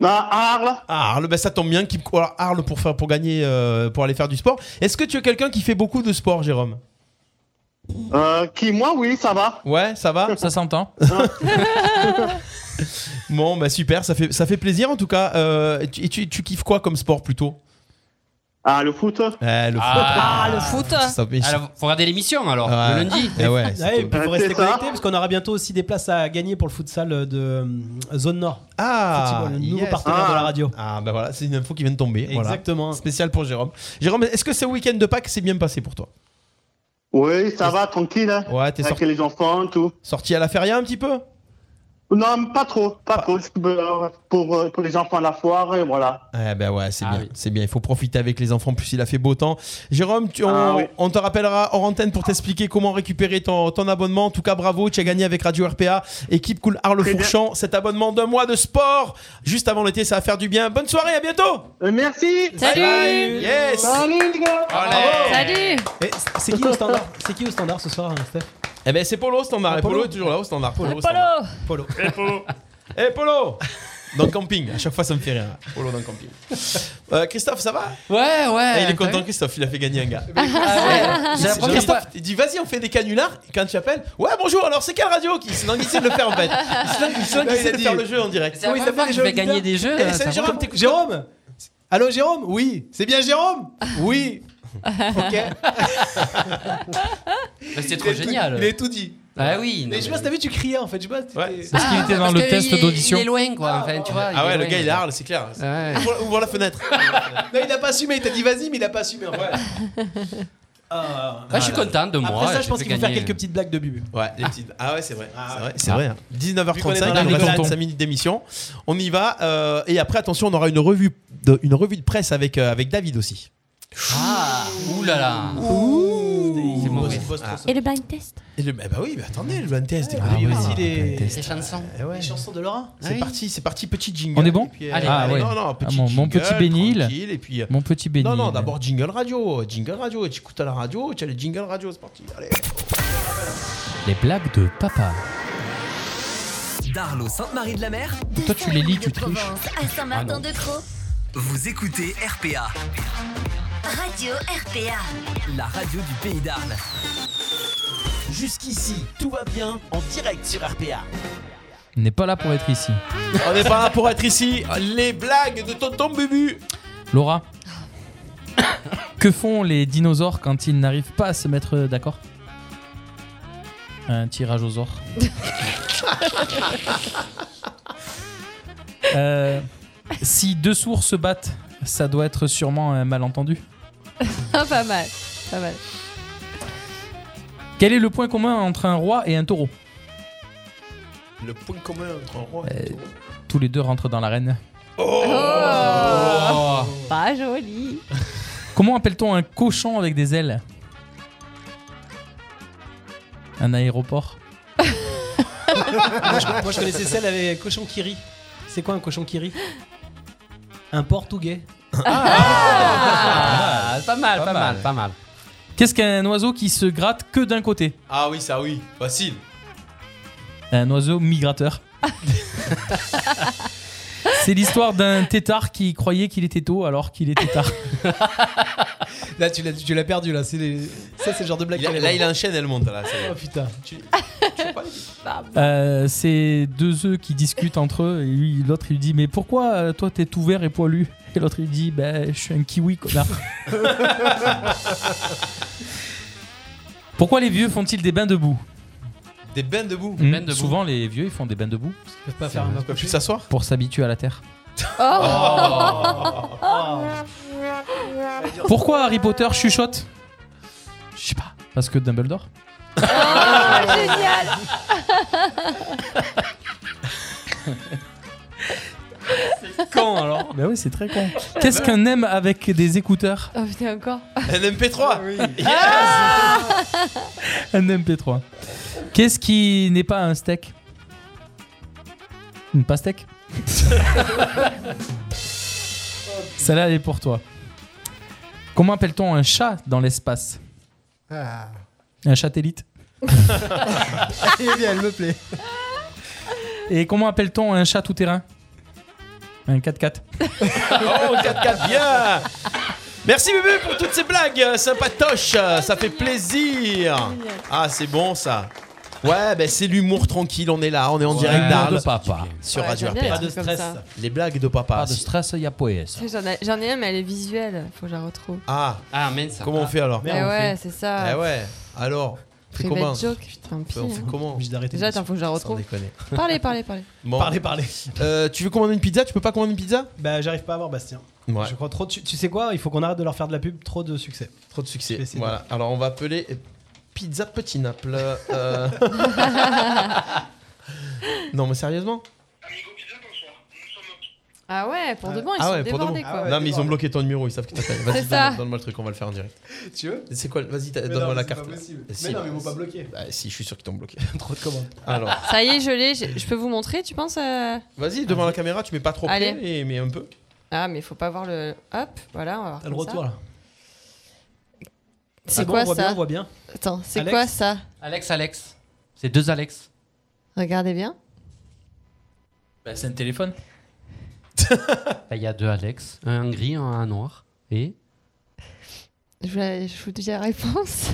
Bah,
à Arles. Arles, ben ça tombe bien, Keep Cool Arles pour, faire, pour gagner, euh, pour aller faire du sport. Est-ce que tu es quelqu'un qui fait beaucoup de sport, Jérôme
Euh, Qui, moi, oui, ça va.
Ouais, ça va
Ça s'entend.
<laughs> Bon, bah super, ça fait, ça fait plaisir en tout cas. Euh, et tu, et tu- tu kiffes quoi comme sport plutôt
Ah, le foot
Eh, le
Ah,
foot.
le foot.
Ça fait-
Alors, faut regarder l'émission alors,
Ouais.
le lundi.
Eh ouais,
Ouais,
bah,
et puis il faut
Ouais,
rester
c'est ça.
connecté parce qu'on aura bientôt aussi des places à gagner pour le futsal de euh, Zone Nord.
Ah,
Football, le nouveau
yes.
partenaire de la radio.
Ah, bah voilà, c'est une info qui vient de tomber. voilà.
Exactement.
Spécial pour Jérôme. Jérôme, est-ce que ce week-end de Pâques s'est bien passé pour toi
Oui, ça va, tranquille. hein.
Ouais, t'es
Avec
sorti-
les enfants, tout.
Sorti à la feria un petit peu
Non, pas trop, pas trop. juste, euh, Pour, euh, pour les enfants à la foire, et voilà.
Eh ben ouais,
Ah
c'est bien, c'est bien. Il faut profiter avec les enfants. En plus, il a fait beau temps. Jérôme, tu- on,
Ah oui.
on te rappellera hors antenne pour t'expliquer comment récupérer ton, ton abonnement. En tout cas, bravo, tu as gagné avec Radio RPA, équipe Cool Arle Fourchamp, cet abonnement d'un mois de sport juste avant l'été, ça va faire du bien. Bonne soirée, à bientôt.
Euh, merci.
Salut. Yes.
Salut, les gars.
Salut
Et C'est qui au standard C'est qui au standard ce soir, hein, Steph
Eh ben c'est Polo au standard. Et Polo. est toujours là au standard. Polo. au standard.
Polo
<laughs> Polo.
Eh
<laughs>
Polo. Dans le camping. À chaque fois, ça me fait rire. Polo dans le camping. Euh, Christophe, ça va
Ouais, ouais.
Eh, il est
t'as
content,
vu
Christophe, il a fait gagner un
Eh
gars.
ben,
<laughs>
Ah ouais, j'ai la première
Christophe, il dit vas-y, on fait des canulars. Et quand tu appelles, ouais, bonjour, alors c'est quelle radio qui C'est l'anglais de le faire en fait. C'est dingue, c'est dingue,
Là, il
il
a
essaie de
dit-
faire le jeu en direct.
C'est la première fois que je vais gagner des jeux.
Eh,
là, ça
salut
va.
Jérôme, t'écoutes-
Jérôme Allô, Jérôme Oui. C'est bien Jérôme Oui. Ok.
Mais c'est trop génial.
Il est tout dit.
Ah oui.
Mais je sais pas si t'as vu, tu criais en fait. Je sais pas. t'étais-
Parce qu'il était dans
Ah, parce
le
que
test
il est-
d'audition.
Il est loin quoi. Enfin, tu vois,
Ah ouais, le
loin. Ah
gars il Arles, c'est clair.
Ouais.
<laughs> Ouvre, ouvre la fenêtre.
<laughs> Non, il a pas assumé. Il t'a dit vas-y, mais il a pas assumé. En fait. Ah,
Ah, je suis content de moi.
Après ça,
j'ai
je pense
fait
qu'il faut faire
gagner.
quelques petites blagues de bubu.
Ouais, les petites. Ah ouais, c'est vrai.
Ah
c'est
ouais.
vrai, c'est
Ah.
vrai. hein.
Vu qu'on est dans
19h35,
la
il nous reste
rigolade.
5 minutes d'émission. On y va. euh, et après, attention, on aura une revue de, une revue de presse avec, euh, avec David aussi.
Ah, ouh là là. C'est mauvais.
Ah.
Ah.
Et le blind test
Et le- eh bah oui, mais attendez, le blind test.
Ah, oui, Ah
écoutez,
aussi
voilà.
les... Eh
Les chansons.
les chansons de Laura.
C'est parti, c'est parti, petit jingle.
On est bon
Et puis, euh,
Allez.
allez,
Ah ouais.
Non, non, petit
Ah, mon- mon
jingle,
petit Bénil.
tranquille, Et puis, euh,
Mon petit béni.
Non, non, d'abord jingle radio, jingle radio, tu écoutes à la radio, tu as le jingle radio, c'est parti. Allez.
Les blagues de papa.
D'Arlo, Sainte-Marie-de-la-Mer,
Toi, tu les lis, tu triches. Ah,
À Saint-Martin-de-Croix,
vous écoutez RPA,
Radio RPA.
la radio du pays d'Arles.
Jusqu'ici, tout va bien en direct sur RPA.
On n'est pas là pour être ici.
On n'est pas là pour être ici. Les blagues de Tonton Bubu.
Laura, que font les dinosaures quand ils n'arrivent pas à se mettre d'accord Un tirage aux ors. Euh, si deux sourds se battent, ça doit être sûrement un malentendu.
Oh, pas mal, pas mal.
Quel est le point commun entre un roi et un taureau
<laughs> Le point commun entre un roi et un taureau.
Tous les deux rentrent dans l'arène.
Oh Pas joli.
Comment appelle-t-on un cochon avec des ailes Un aéroport
<laughs> moi, je, moi, je connaissais celle avec cochon qui rit. C'est quoi un cochon qui rit Un portugais.
Ah, pas mal, pas, mal, pas mal.
Qu'est-ce qu'un oiseau qui se gratte que d'un côté
Ah oui, ça oui, facile.
Un oiseau migrateur. C'est l'histoire d'un tétard qui croyait qu'il était tôt alors qu'il était tard.
Là, tu l'as, tu l'as perdu, là. C'est les- Ça, c'est le genre de blague
Il a-
qu'elle
là,
est
il
drôle.
enchaîne, elle monte là.
Oh putain. <laughs>
Bah.
<laughs> Euh, c'est deux œufs qui discutent entre eux et lui, l'autre il lui dit mais pourquoi euh, toi t'es tout vert et poilu et l'autre il dit bah je suis un kiwi connard. pourquoi les vieux font-ils des bains debout
Des bains debout.
Hmm, Souvent les vieux ils font des bains debout. Ils
peuvent pas faire un Ils bain peuvent couché. plus
s'asseoir
pour s'habituer à la
<laughs>
terre. Oh.
Oh.
Pourquoi Harry Potter chuchote Je sais pas. Parce que Dumbledore.
Oh,
<laughs>
Génial
Con alors. Bah oui c'est très con. Qu'est-ce qu'un aime avec des écouteurs
Oh putain, encore. Ah.
Un MP3
Ah
<laughs>
Un MP3. Qu'est-ce qui n'est pas un steak Une pastèque Celle-là, elle est pour toi. Comment appelle-t-on un chat dans l'espace
Ah.
bah,
Un <laughs> satellite
Elle est bien, elle me plaît.
Et comment appelle-t-on un chat tout-terrain Un 4x4.
Oh, 4-4, bien Merci Bubu pour toutes ces blagues euh, sympatoches, euh, ça fait plaisir. Ah, c'est bon ça. Ouais, ben c'est l'humour tranquille, on est là, on est en
Ouais,
direct d'Arles.
de papa.
Sur
Ouais,
Radio
j'aime
RPA.
bien les trucs Pas de comme stress. ça.
Les blagues de papa.
Pas de stress, y a poèse.
J'en ai, j'en ai une, mais elle est visuelle. Faut que je la retrouve.
Ah,
ah mince.
Comment on fait alors
Eh ouais, c'est ça.
Eh ouais, alors. on fait
Private
comment
joke, putain, pire,
On fait
hein.
comment
Obligé d'arrêter Déjà, attends, faut que je la
Sans
retrouve.
déconner.
Parlez, parlez, parlez.
Bon.
Parlez, parlez.
Euh, tu veux commander une pizza Tu peux pas commander une pizza
Bah, j'arrive pas à voir Bastien.
Ouais.
Je crois trop. Tu, tu sais quoi Il faut qu'on arrête de leur faire de la pub. Trop de succès.
Trop de succès. Voilà, alors on va appeler Pizza Petit Naples.
<laughs>
euh. non, mais sérieusement
Ah ouais, pour de bon, ils
Ah
sont
ouais, pour de bon.
débordés quoi. Ah
non, mais ils ont bloqué ton numéro, ils savent que t'appelles. Vas-y,
C'est ça.
donne- donne-moi le truc, on va le faire en direct.
Tu veux
C'est quoi le- Vas-y, t'as-
Mais non,
donne-moi
mais
la
c'est
carte. Euh,
pas possible.
Si.
Mais non, mais ils m'ont pas bloqué.
Bah, si, je suis sûr qu'ils t'ont bloqué.
<laughs> Trop de commandes.
Alors,
Ah, Ça y est, je l'ai. Je je peux vous montrer, tu penses euh
vas-y, devant la caméra, tu mets pas trop près,
Allez.
mais- mais un peu.
Ah, mais faut pas voir le. Hop, voilà, on va voir.
T'as le
comme
retour
ça.
là.
C'est
Ah bon,
quoi
on voit
ça
bien, on voit bien.
Attends, c'est
Alex
quoi ça
Alex, Alex. C'est deux Alex.
Regardez bien.
Bah, c'est un téléphone.
Bah, Il y a deux Alex. Un gris, un noir. Et
Je vais- je vous dis la
<laughs>
réponse.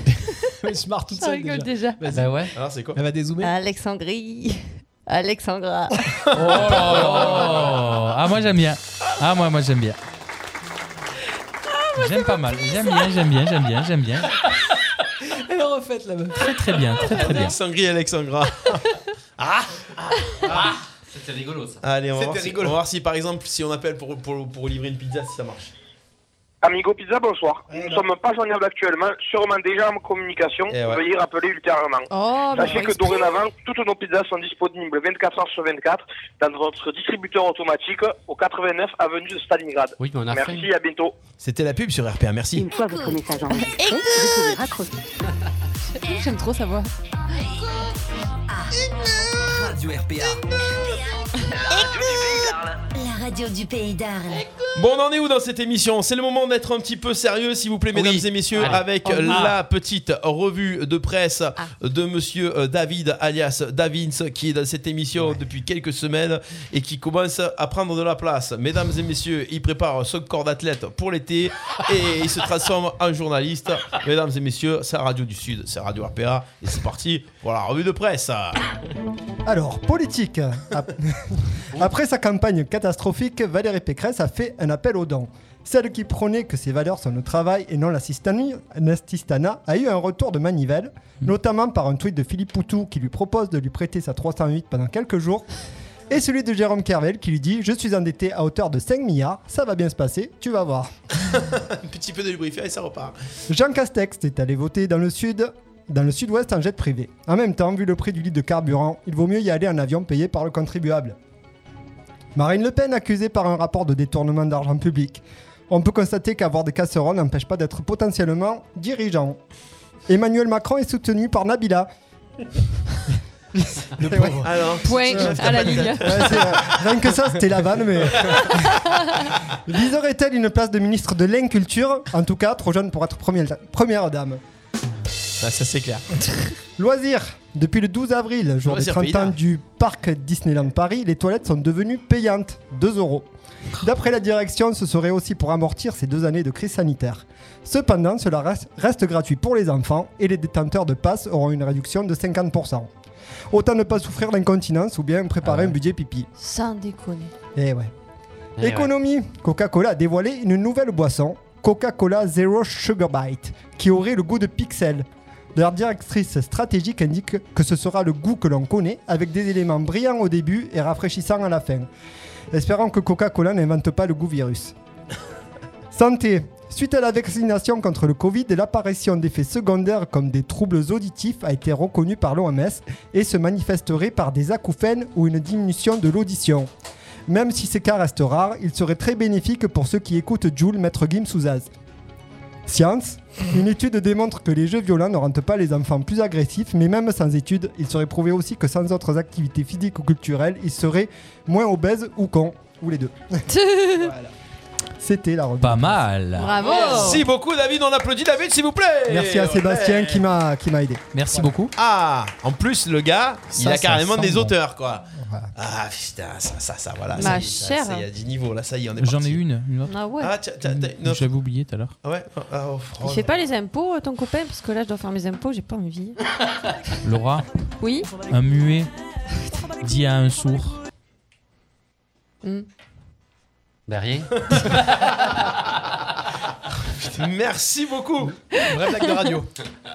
je marre toute
Ça
seule.
rigole déjà.
Vas-y.
Ah
Bah ouais.
Alors, Ah, c'est quoi
Elle va dézoomer.
Alexandrie. <laughs> Alexandra.
Oh
<laughs>
Oh, ah moi j'aime bien. Ah moi moi j'aime bien. J'aime Ah, pas mal. J'aime bien, j'aime bien, j'aime bien, j'aime bien.
<laughs> Elle est refaite la meuf.
Très très bien, très très bien.
Sangri, Alex Sangra. ah,
Ah C'était rigolo ça.
Allez, on va,
C'était
voir si,
rigolo.
on va voir si par exemple, si on appelle pour, pour, pour livrer une pizza, si ça marche.
<laughs> Amigo Pizza, bonsoir.
Eh
Nous
ben.
ne sommes pas joignables actuellement, sûrement déjà en communication.
Eh ouais.
Veuillez rappeler ultérieurement.
Oh, mais
Sachez
on
que
exprime.
dorénavant, toutes nos pizzas sont disponibles 24 heures sur 24 dans votre distributeur automatique au 89 avenue de Stalingrad.
Oui, mais on a
Merci,
faim.
à bientôt.
C'était la pub sur RPA, merci.
Une fois votre message enregistré, vous pouvez raccrocher.
J'aime trop sa voix.
Radio RPA.
La
radio du pays d'Arles.
Bon, on en est où dans cette émission C'est le moment d'être un petit peu sérieux, s'il vous plaît, mesdames et messieurs,
Allez.
avec
On y va.
la petite revue de presse de monsieur euh, David, alias Davins, qui est dans cette émission depuis quelques semaines et qui commence à prendre de la place. Mesdames et messieurs, il prépare son corps d'athlète pour l'été et il se transforme en journaliste. Mesdames et messieurs, c'est la Radio du Sud, c'est Radio RPA et c'est parti pour la revue de <laughs> presse.
Alors, politique. Ap- Après sa campagne catastrophique, Valérie Pécresse a fait un appel aux dons. Celle qui prônait que ses valeurs sont le travail et non l'assistani- l'assistanat a eu un retour de manivelle, notamment par un tweet de Philippe Poutou qui lui propose de lui prêter sa 308 pendant quelques jours, et celui de Jérôme Kervel qui lui dit Je suis endetté à hauteur de 5 milliards, ça va bien se passer, tu vas voir.
Un petit peu de lubrifiant et ça repart.
Jean Castex est allé voter dans le sud dans le sud-ouest en jet privé. En même temps, vu le prix du litre de carburant, il vaut mieux y aller en avion payé par le contribuable. Marine Le Pen accusée par un rapport de détournement d'argent public. On peut constater qu'avoir des casseroles n'empêche pas d'être potentiellement dirigeant. Emmanuel Macron est soutenu par Nabila.
Le
pauvre.
Alors,
Point à la ligne.
Rien que ça, c'était la vanne,
<laughs>
mais. Viserait-elle une place de ministre de l'inculture En tout cas, trop jeune pour être première- première dame.
Ça, ça <laughs> c'est clair.
Loisirs. Depuis le 12 avril, jour des
Loisirs
30 ans
paysages.
du parc Disneyland Paris, les toilettes sont devenues payantes, 2 euros. D'après la direction, ce serait aussi pour amortir ces deux années de crise sanitaire. Cependant, cela reste- reste gratuit pour les enfants et les détenteurs de passes auront une réduction de 50%. Autant ne pas souffrir d'incontinence ou bien préparer un budget pipi.
Sans déconner.
Eh ouais.
Eh ouais.
Économie. Coca-Cola a dévoilé une nouvelle boisson, Coca-Cola Zero Sugar Bite, qui aurait le goût de pixel. Leur directrice stratégique indique que ce sera le goût que l'on connaît, avec des éléments brillants au début et rafraîchissants à la fin. Espérons que Coca-Cola n'invente pas le goût virus. Santé. Suite à la vaccination contre le Covid, l'apparition d'effets secondaires comme des troubles auditifs a été reconnue par l'OMS et se manifesterait par des acouphènes ou une diminution de l'audition. Même si ces cas restent rares, ils seraient très bénéfiques pour ceux qui écoutent Jules, Maître Gims ou Zaz. Science, une étude démontre que les jeux violents ne rendent pas les enfants plus agressifs, mais même sans étude, il serait prouvé aussi que sans autres activités physiques ou culturelles, ils seraient moins obèses ou cons, ou les
<laughs>
deux. Voilà. C'était la revue.
Pas mal.
Bravo.
Ah. Merci beaucoup, David. On applaudit David, s'il vous plaît.
Merci à Sébastien qui m'a qui m'a aidé.
Merci beaucoup.
Ah, en plus, le gars, il
Ça,
a
ça
carrément
sent
des
bon.
auteurs, quoi. Ah, putain, ça, ça, ça, voilà.
Ma
ça, y est, ça,
chère.
ça y est, il y a du niveau, là, ça y est, on est
J'en ai
parti.
une. une autre.
Ah ouais.
Ah, tiens, tiens, t'as une autre.
J'avais oublié tout à l'heure.
Ouais, ah, ah, oh, oh,
Il fait pas les impôts, euh, ton copain, parce que là, je dois faire mes impôts, j'ai pas
<laughs>
envie.
Laura,
Oui
un muet dit à un sourd.
Hmm.
Ben rien.
oh, Merci beaucoup. Vraie blague de radio. <laughs>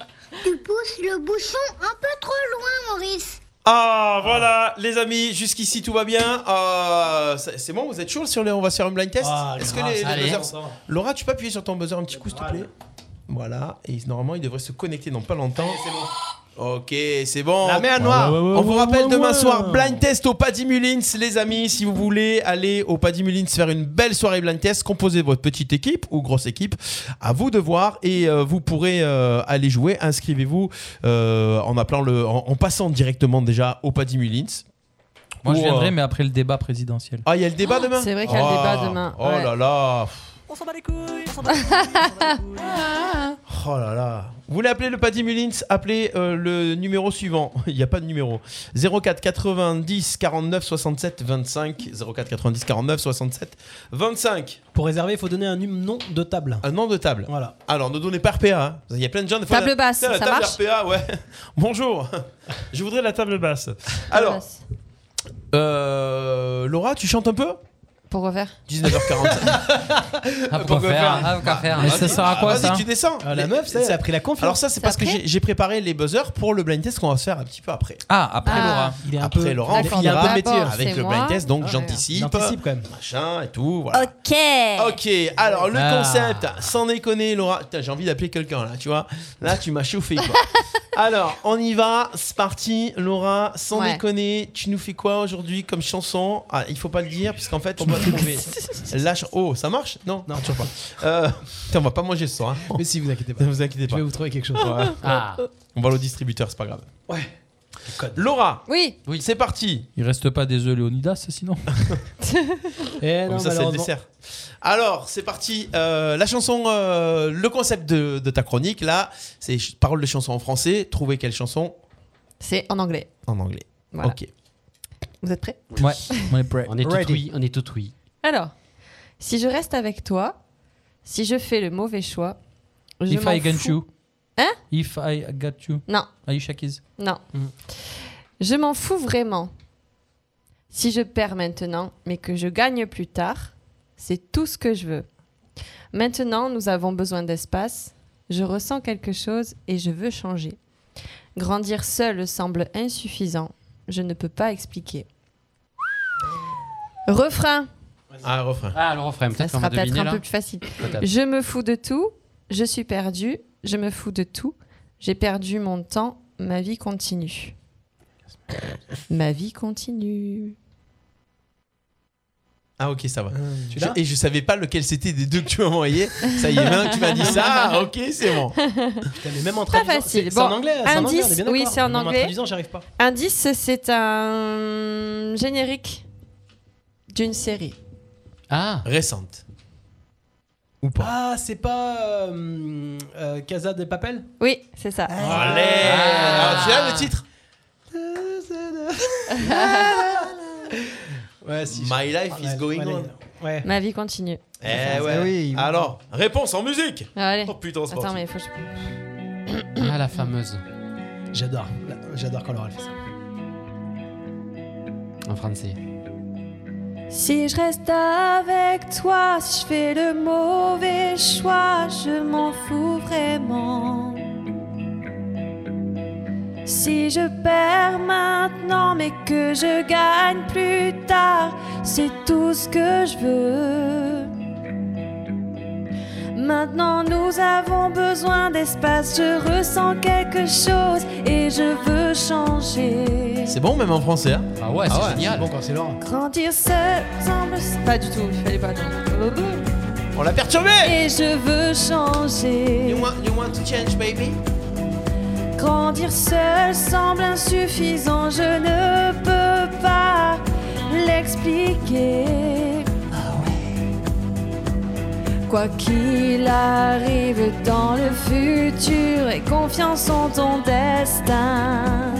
Tu pousses le bouchon un peu trop loin, Maurice.
Ah, voilà, les amis, jusqu'ici tout va bien. Ah, c'est c'est bon, vous êtes chaud sur les, on va se faire un blind test
Ah,
Est-ce que
grave,
les, les
allez.
buzzers- Laura, tu peux appuyer sur ton buzzer un petit coup, s'il te plaît Voilà, et normalement, il devrait se connecter dans pas longtemps. Ok, c'est bon.
La mer Noire. Ouais, ouais, ouais,
On vous
ouais,
rappelle
ouais,
demain
ouais.
soir blind test au Paddy Mullins, les amis. Si vous voulez aller au Paddy Mullins faire une belle soirée blind test, composez votre petite équipe ou grosse équipe. À vous de voir et euh, vous pourrez euh, aller jouer. Inscrivez-vous euh, en appelant le, en, en passant directement déjà au Paddy Mullins.
<laughs> Moi, je
Ou,
viendrai,
euh,
mais après le débat présidentiel.
Ah, il y a le débat
Oh,
demain.
c'est vrai qu'il y a le
Ah,
débat demain,
Oh
ouais.
là là.
On s'en bat les couilles, on s'en
<laughs>
bat les couilles.
Oh là là. Vous voulez appeler le Paddy Mullins Appelez euh, le numéro suivant. <laughs> Il n'y a pas de numéro. 04 90 49 67 25. 04 90 49 67 25.
Pour réserver, il faut donner un num- nom de table.
Un nom de table.
Voilà.
Alors, ne donnez pas RPA. hein. Il y a plein de gens. des fois,
Table
la-
basse,
Tiens, la
ça
table
marche
RPA, ouais. <laughs> Bonjour. <laughs> Je voudrais la table basse. Alors, euh, Laura, tu chantes un peu
Pour refaire
19h40.
<laughs> pourquoi faire,
Pourquoi faire
ah, pourquoi faire. Mais
Vas-y,
ça sert à quoi,
vas-y,
ça
tu descends.
Ah, la
Mais
meuf, ça y est, elle a pris la confiance.
Alors, ça, c'est
Ça
parce que
après
j'ai j'ai préparé les buzzers pour le blind test qu'on va se faire un petit peu après.
Ah, après
Ah.
Laura.
Il est un
après
peu-
Laurent,
D'accord,
on finira
il est un peu métier.
avec
C'est
le
moi.
blind test, donc
Ah,
j'anticipe.
j'anticipe quand même.
Machin et tout, voilà.
Ok.
Ok, alors le
Ah.
concept, sans déconner, Laura. Putain, j'ai envie d'appeler quelqu'un là, tu vois. Là, tu m'as chauffé quoi. alors, on y va, c'est parti, Laura. Sans
Ouais.
déconner, tu nous fais quoi aujourd'hui comme chanson ah, Il faut pas le dire, puisqu'en fait, on va trouver. Lâche. Oh, ça marche Non, non, toujours pas. Euh, putain, on va pas manger ce soir. hein.
Mais si, vous inquiétez pas.
Ne vous inquiétez pas.
Ah. Je vais vous trouver quelque chose.
Ouais. On va au distributeur, c'est pas grave.
Ouais.
Laura.
Oui.
C'est parti.
Il reste pas des œufs Léonidas sinon
Ouais, mais ça, c'est le dessert. Alors, c'est parti. Euh, la chanson, euh, le concept de, de ta chronique, là, c'est ch- paroles de chansons en français. Trouvez quelle chanson
C'est en anglais.
en anglais.
Voilà.
Ok.
Vous êtes prêts
Ouais,
on est prêt.
On est tout
Ready.
oui, on est tout oui.
Alors, si je reste avec toi, si je fais le mauvais choix, je
If
m'en
I got
fous.
you.
Hein
If I got you. Ah,
Non.
Alicia Keys.
Non.
Hmm.
Mhm.
Je m'en fous vraiment. Si je perds maintenant, mais que je gagne plus tard, c'est tout ce que je veux. Maintenant, nous avons besoin d'espace. Je ressens quelque chose et je veux changer. Grandir seul semble insuffisant. Je ne peux pas expliquer. Refrain.
Ah, refrain.
Ah, le refrain. Peut-être
Ça
qu'on va
sera peut-être
deviner,
un
là.
peu plus facile.
Peut-être.
Je me fous de tout, je suis perdu, je me fous de tout, j'ai perdu mon temps, ma vie continue. ma vie continue.
Ah, ok, ça va.
tu
Je-
l'as
et je savais pas lequel c'était des deux que tu m'as envoyé. Ça y est, maintenant que tu m'as
<laughs>
dit ça, ah, ok, c'est bon.
Putain, mais même en
Pas
traduisant,
facile.
c'est- c'est en
Bon,
anglais, c'est en anglais,
indice,
on est bien
oui,
d'accord.
c'est en
Même En
anglais.
traduisant, j'arrive pas.
Indice, c'est un générique d'une série.
Ah.
Récente.
Ah, c'est pas euh, euh, Casa de Papel
Oui, c'est ça.
Allez Ah, tu as le titre
Ah.
My life is going on.
Ma vie continue.
Eh ouais. Alors, réponse en musique.
Ah, allez.
Oh putain, c'est
Attends,
parti.
mais faut que je-
Ah, la fameuse.
<coughs> J'adore. Là, J'adore quand Laura le fait ça.
En français.
Si je reste avec toi, si je fais le mauvais choix, je m'en fous vraiment. Si je perds maintenant, mais que je gagne plus tard, c'est tout ce que je veux. Maintenant, nous avons besoin d'espace, je ressens quelque chose et je veux changer.
C'est bon, même en français. hein
ah ouais,
c'est génial.
Bon, quand c'est Laurent.
Grandir seul semble. Pas du tout, il fallait pas.
On l'a perturbé
Et je veux changer.
You want, you want to change, baby
Grandir seul semble insuffisant, je ne peux pas l'expliquer. Quoi qu'il arrive dans le futur, et confiance en ton destin.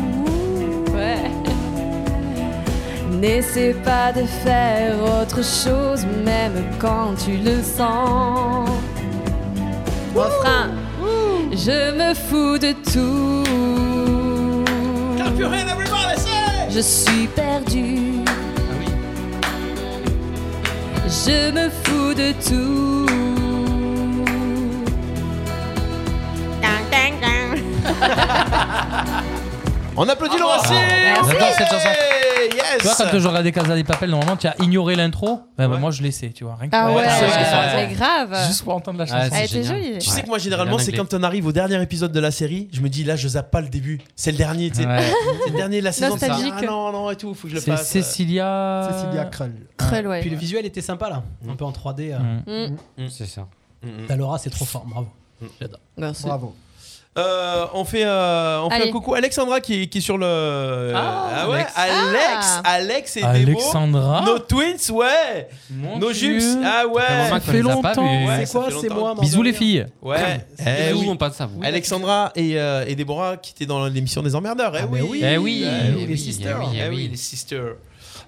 N'essaie pas de faire autre chose, même quand tu le sens. Refrain. Je me fous de tout. Je suis perdu. Je me fous de tout. Dang, dang, dang.
On applaudit Laura
Ah.
C.
J'adore cette chanson.
Yes
Tu vois, quand je regardais Casa des Papel, normalement, tu as ignoré l'intro. Bah, bah, moi, je laissais, tu vois. Rien que
Ah
pour-
ouais,
parce que ça-
c'est grave.
Juste pour entendre la chanson.
Ah, c'est Elle était génial. jolie.
Tu sais
Ouais.
que moi, généralement, c'est quand on arrive au dernier épisode de la série, je me dis là, je zappe pas le début. C'est le dernier, tu sais.
Ouais.
C'est le dernier de la saison. tu te dis,
Nostalgique.
Ah non, non, et tout, faut que je le
C'est
fasse.
Cécilia.
Cécilia
Krull.
Krull, ouais.
Puis le visuel était sympa là, un peu en 3D. euh.
Mm. Mm.
C'est ça.
La Laura, c'est trop fort, bravo.
Mm.
J'adore.
Merci.
Bravo.
Euh, on fait, euh, on fait
Allez.
un coucou à Alexandra qui, qui est sur le. Ah, ouais, Alex, Alex et Débo,
Alexandra
Nos twins, ouais. nos
Dieu.
jupes, ah ouais.
Ça fait longtemps Ça fait qu'on les a pas longtemps. vues.
Ouais,
C'est
ça
quoi,
fait
c'est
longtemps.
moi, Bisous, Mandela. les filles. Eh
Ouais. Eh
C'est
bisous, on pense à vous.
Alexandra et, euh, et Déborah qui étaient dans l'émission des emmerdeurs. Eh oui.
oui. Eh oui,
Eh
eh
oui, les
oui,
sisters.
eh oui, eh
Eh oui,
oui.
les sisters.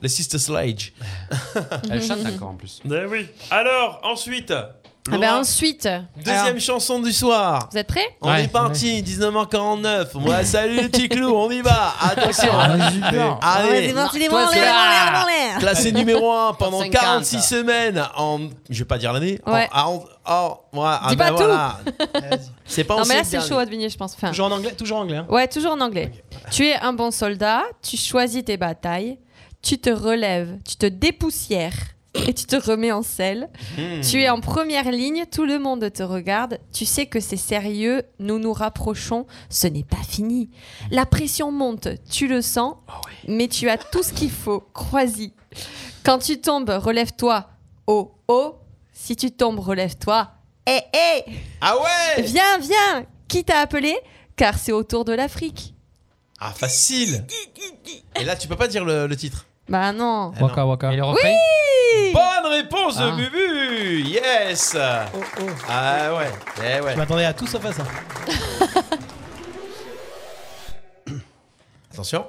Les sisters Slage.
Elle chante
<laughs>
encore en plus.
Eh oui. Alors, ensuite.
Ah ben
Laura,
ensuite.
Deuxième
Alors,
chanson du soir.
vous êtes prêts
On est parti, 19h49. Moi, <laughs> salut les petits clous, on y va. Attention.
Ah, Vas-y,
Allez,
vas-y, les mains en l'air, les mains en l'air, les mains en l'air.
classé
<laughs>
numéro 1 pendant
50.
46 semaines. En, je vais pas dire l'année. En-
Ouais.
en- en- voilà, ah
Dis
ben
pas tout. <laughs>
voilà. C'est pas en
Non, mais là,
sept
c'est
derniers.
chaud à deviner, je pense. Enfin,
Toujours en anglais, toujours en anglais. hein.
Ouais, toujours en anglais. Tu es un bon soldat, tu choisis tes batailles, tu te relèves, tu te dépoussières et tu te remets en selle.
Hmm.
Mhm.
Tu es en première ligne, tout le monde te regarde, tu sais que c'est sérieux, nous nous rapprochons, ce n'est pas fini. La pression monte, tu le sens,
Oh,
mais tu as tout ce qu'il faut, crois-y. Quand tu tombes, relève-toi. Oh, oh, si tu tombes, relève-toi. Eh, Hé, hé
Ah ouais
Viens, viens Qui t'a appelé Car c'est autour de l'Afrique.
Ah, facile Et là, tu peux pas dire le, le titre.
Bah non.
Ah
Waka Waka.
le
Oui
Bonne réponse
Ah. Oh,
de Bubu Yes Ah ouais, eh ouais.
Je m'attendais à tout sauf <laughs> à ça.
Attention.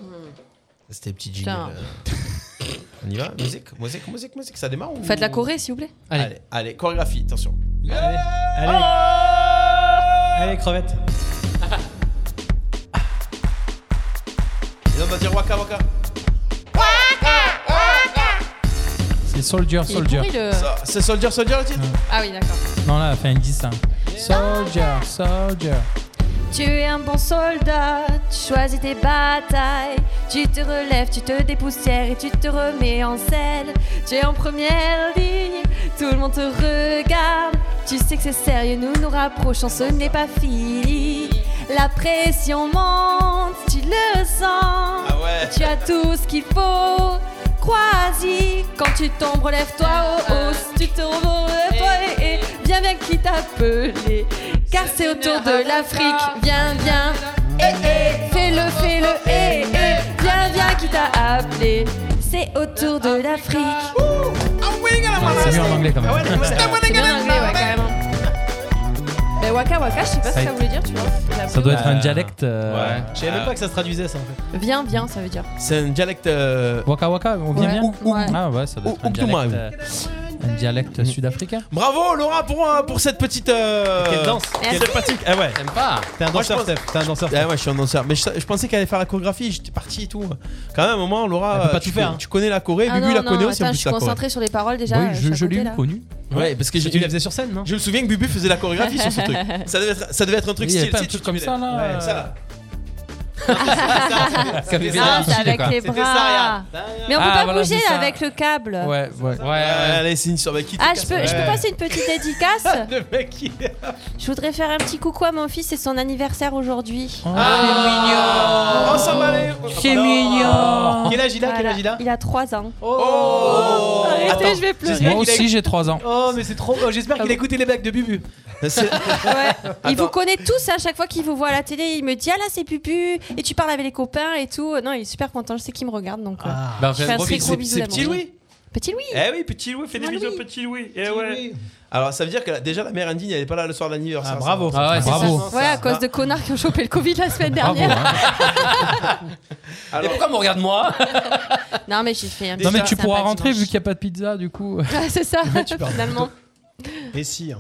C'était petit jingle.
Hmm. Putain.
euh. On y va Musique, musique, musique, musique. Ça démarre ou...
Faites la choré, s'il vous plaît.
Allez. allez, chorégraphie, attention. Oh,
Allez, allez. Allez, crevette.
Et on va dire Waka Waka.
C'est Soldier,
Il est
Soldier.
pourri, le-
Ça, C'est Soldier Soldier le titre
Ah oui, d'accord.
Non, là, elle fait un 10 hein. Soldier, Soldier.
Tu es un bon soldat, tu choisis tes batailles. Tu te relèves, tu te dépoussières et tu te remets en selle. Tu es en première ligne, tout le monde te regarde. Tu sais que c'est sérieux, nous nous rapprochons, ce n'est pas fini. La pression monte, tu le sens. Tu as tout ce qu'il faut. Crois-y, quand tu tombes, relève-toi, oh, oh, si tu tombes, relève-toi, et, et viens, viens, qui t'appelait, car c'est autour de l'Afrique, viens, viens, eh, eh, fais-le, fais-le, eh, eh, viens, viens, qui t'a appelé, c'est autour de l'Afrique.
C'est mieux en anglais quand même.
C'est bien en anglais, ouais, carrément. Mais waka waka, je sais pas ce que
Ça a
ça voulait dire, tu vois.
Ça doit être un
Euh,
dialecte.
Je
ouais.
euh.
savais même pas que ça se traduisait ça en fait.
Viens, viens, ça veut dire.
C'est un dialecte. euh,
Waka Waka, on vient
Ouais,
bien
ouais.
Ah ouais, ça doit être un
Ouktuma,
dialecte, euh, un dialecte sud-africain.
Bravo Laura pour, euh, pour cette petite. euh,
Quelle danse.
Quelle
Merci.
sympathique Ah ouais
T'aimes pas
T'es un
Moi, je
danseur,
pense-
Steph. T'es un danseur.
Ah ouais, je suis un danseur. Mais je, je pensais qu'elle allait faire la chorégraphie, j'étais parti et tout. Quand même, au moins, Laura.
Elle peut pas
euh,
tout
tu,
faire, hein.
tu connais la Corée,
Ah
Bubu
non,
la
non,
connaît aussi
attends,
en
je
plus
suis
la Corée.
concentrée sur les paroles déjà. euh, suis à côté, là.
Ouais, parce que
tu
j'ai-
la faisais sur scène, non
Je me souviens que Bubu faisait la chorégraphie sur
<laughs>
ce truc. Ça devait être, ça devait être un truc
Il y avait
style.
pas un
tu sais,
truc
tu
comme
mets-
ça, là,
Ouais,
euh,
ça, là.
Comme les
Ah,
Beatles,
c'est avec
quoi.
les
C'était ça,
bras. Mais on peut
Ah,
pas
voilà,
bouger
c'est
là,
ça.
avec le câble.
Ouais, ouais.
Allez, c'est une sur ma qui
Ah, je peux, je peux
Ouais.
passer une petite dédicace
<laughs> Le mec, il-
Je voudrais faire un petit coucou à mon fils, c'est son anniversaire aujourd'hui.
Hein
Oh,
Ah, On s'en va aller.
C'est mignon
Quel âge il a Quel âge il a
Il a 3 ans.
Oh
Arrêtez,
Attends,
je vais pleurer. Ah
j'espère
Moi
qu'il a-
aussi j'ai 3 ans.
Oh, mais c'est trop. oh, J'espère qu'il a écouté les blagues de Bubu.
C'est-
Il vous connaît tous, hein, à chaque fois qu'il vous voit à la télé, il me dit Ah là, c'est Pupu Et tu parles avec les copains et tout. Non, il est super content, je sais qu'il me regarde donc. euh,
Bah,
je fais un
gros
très
bisou.
gros
C'est-
bisou
c'est
d'amour.
petit Louis
Petit Louis
Eh oui, petit Louis, fais des
Louis.
bisous,
petit Louis. Eh ouais.
Alors, ça veut dire que là, déjà la mère Andy elle est pas là le soir d'anniversaire.
Ah, bravo.
ça.
Ah ouais, c'est Bravo.
Ouais, à cause de connards qui ont chopé le Covid la semaine dernière.
Mais pourquoi me regarde moi
hein.
Non, mais j'ai fait un
Non mais
petit
tu pourras
sympathique. <laughs>
rentrer vu qu'il n'y a pas de pizza du coup.
Ah, c'est
<laughs>
ça,
parles.
finalement.
Et si hein.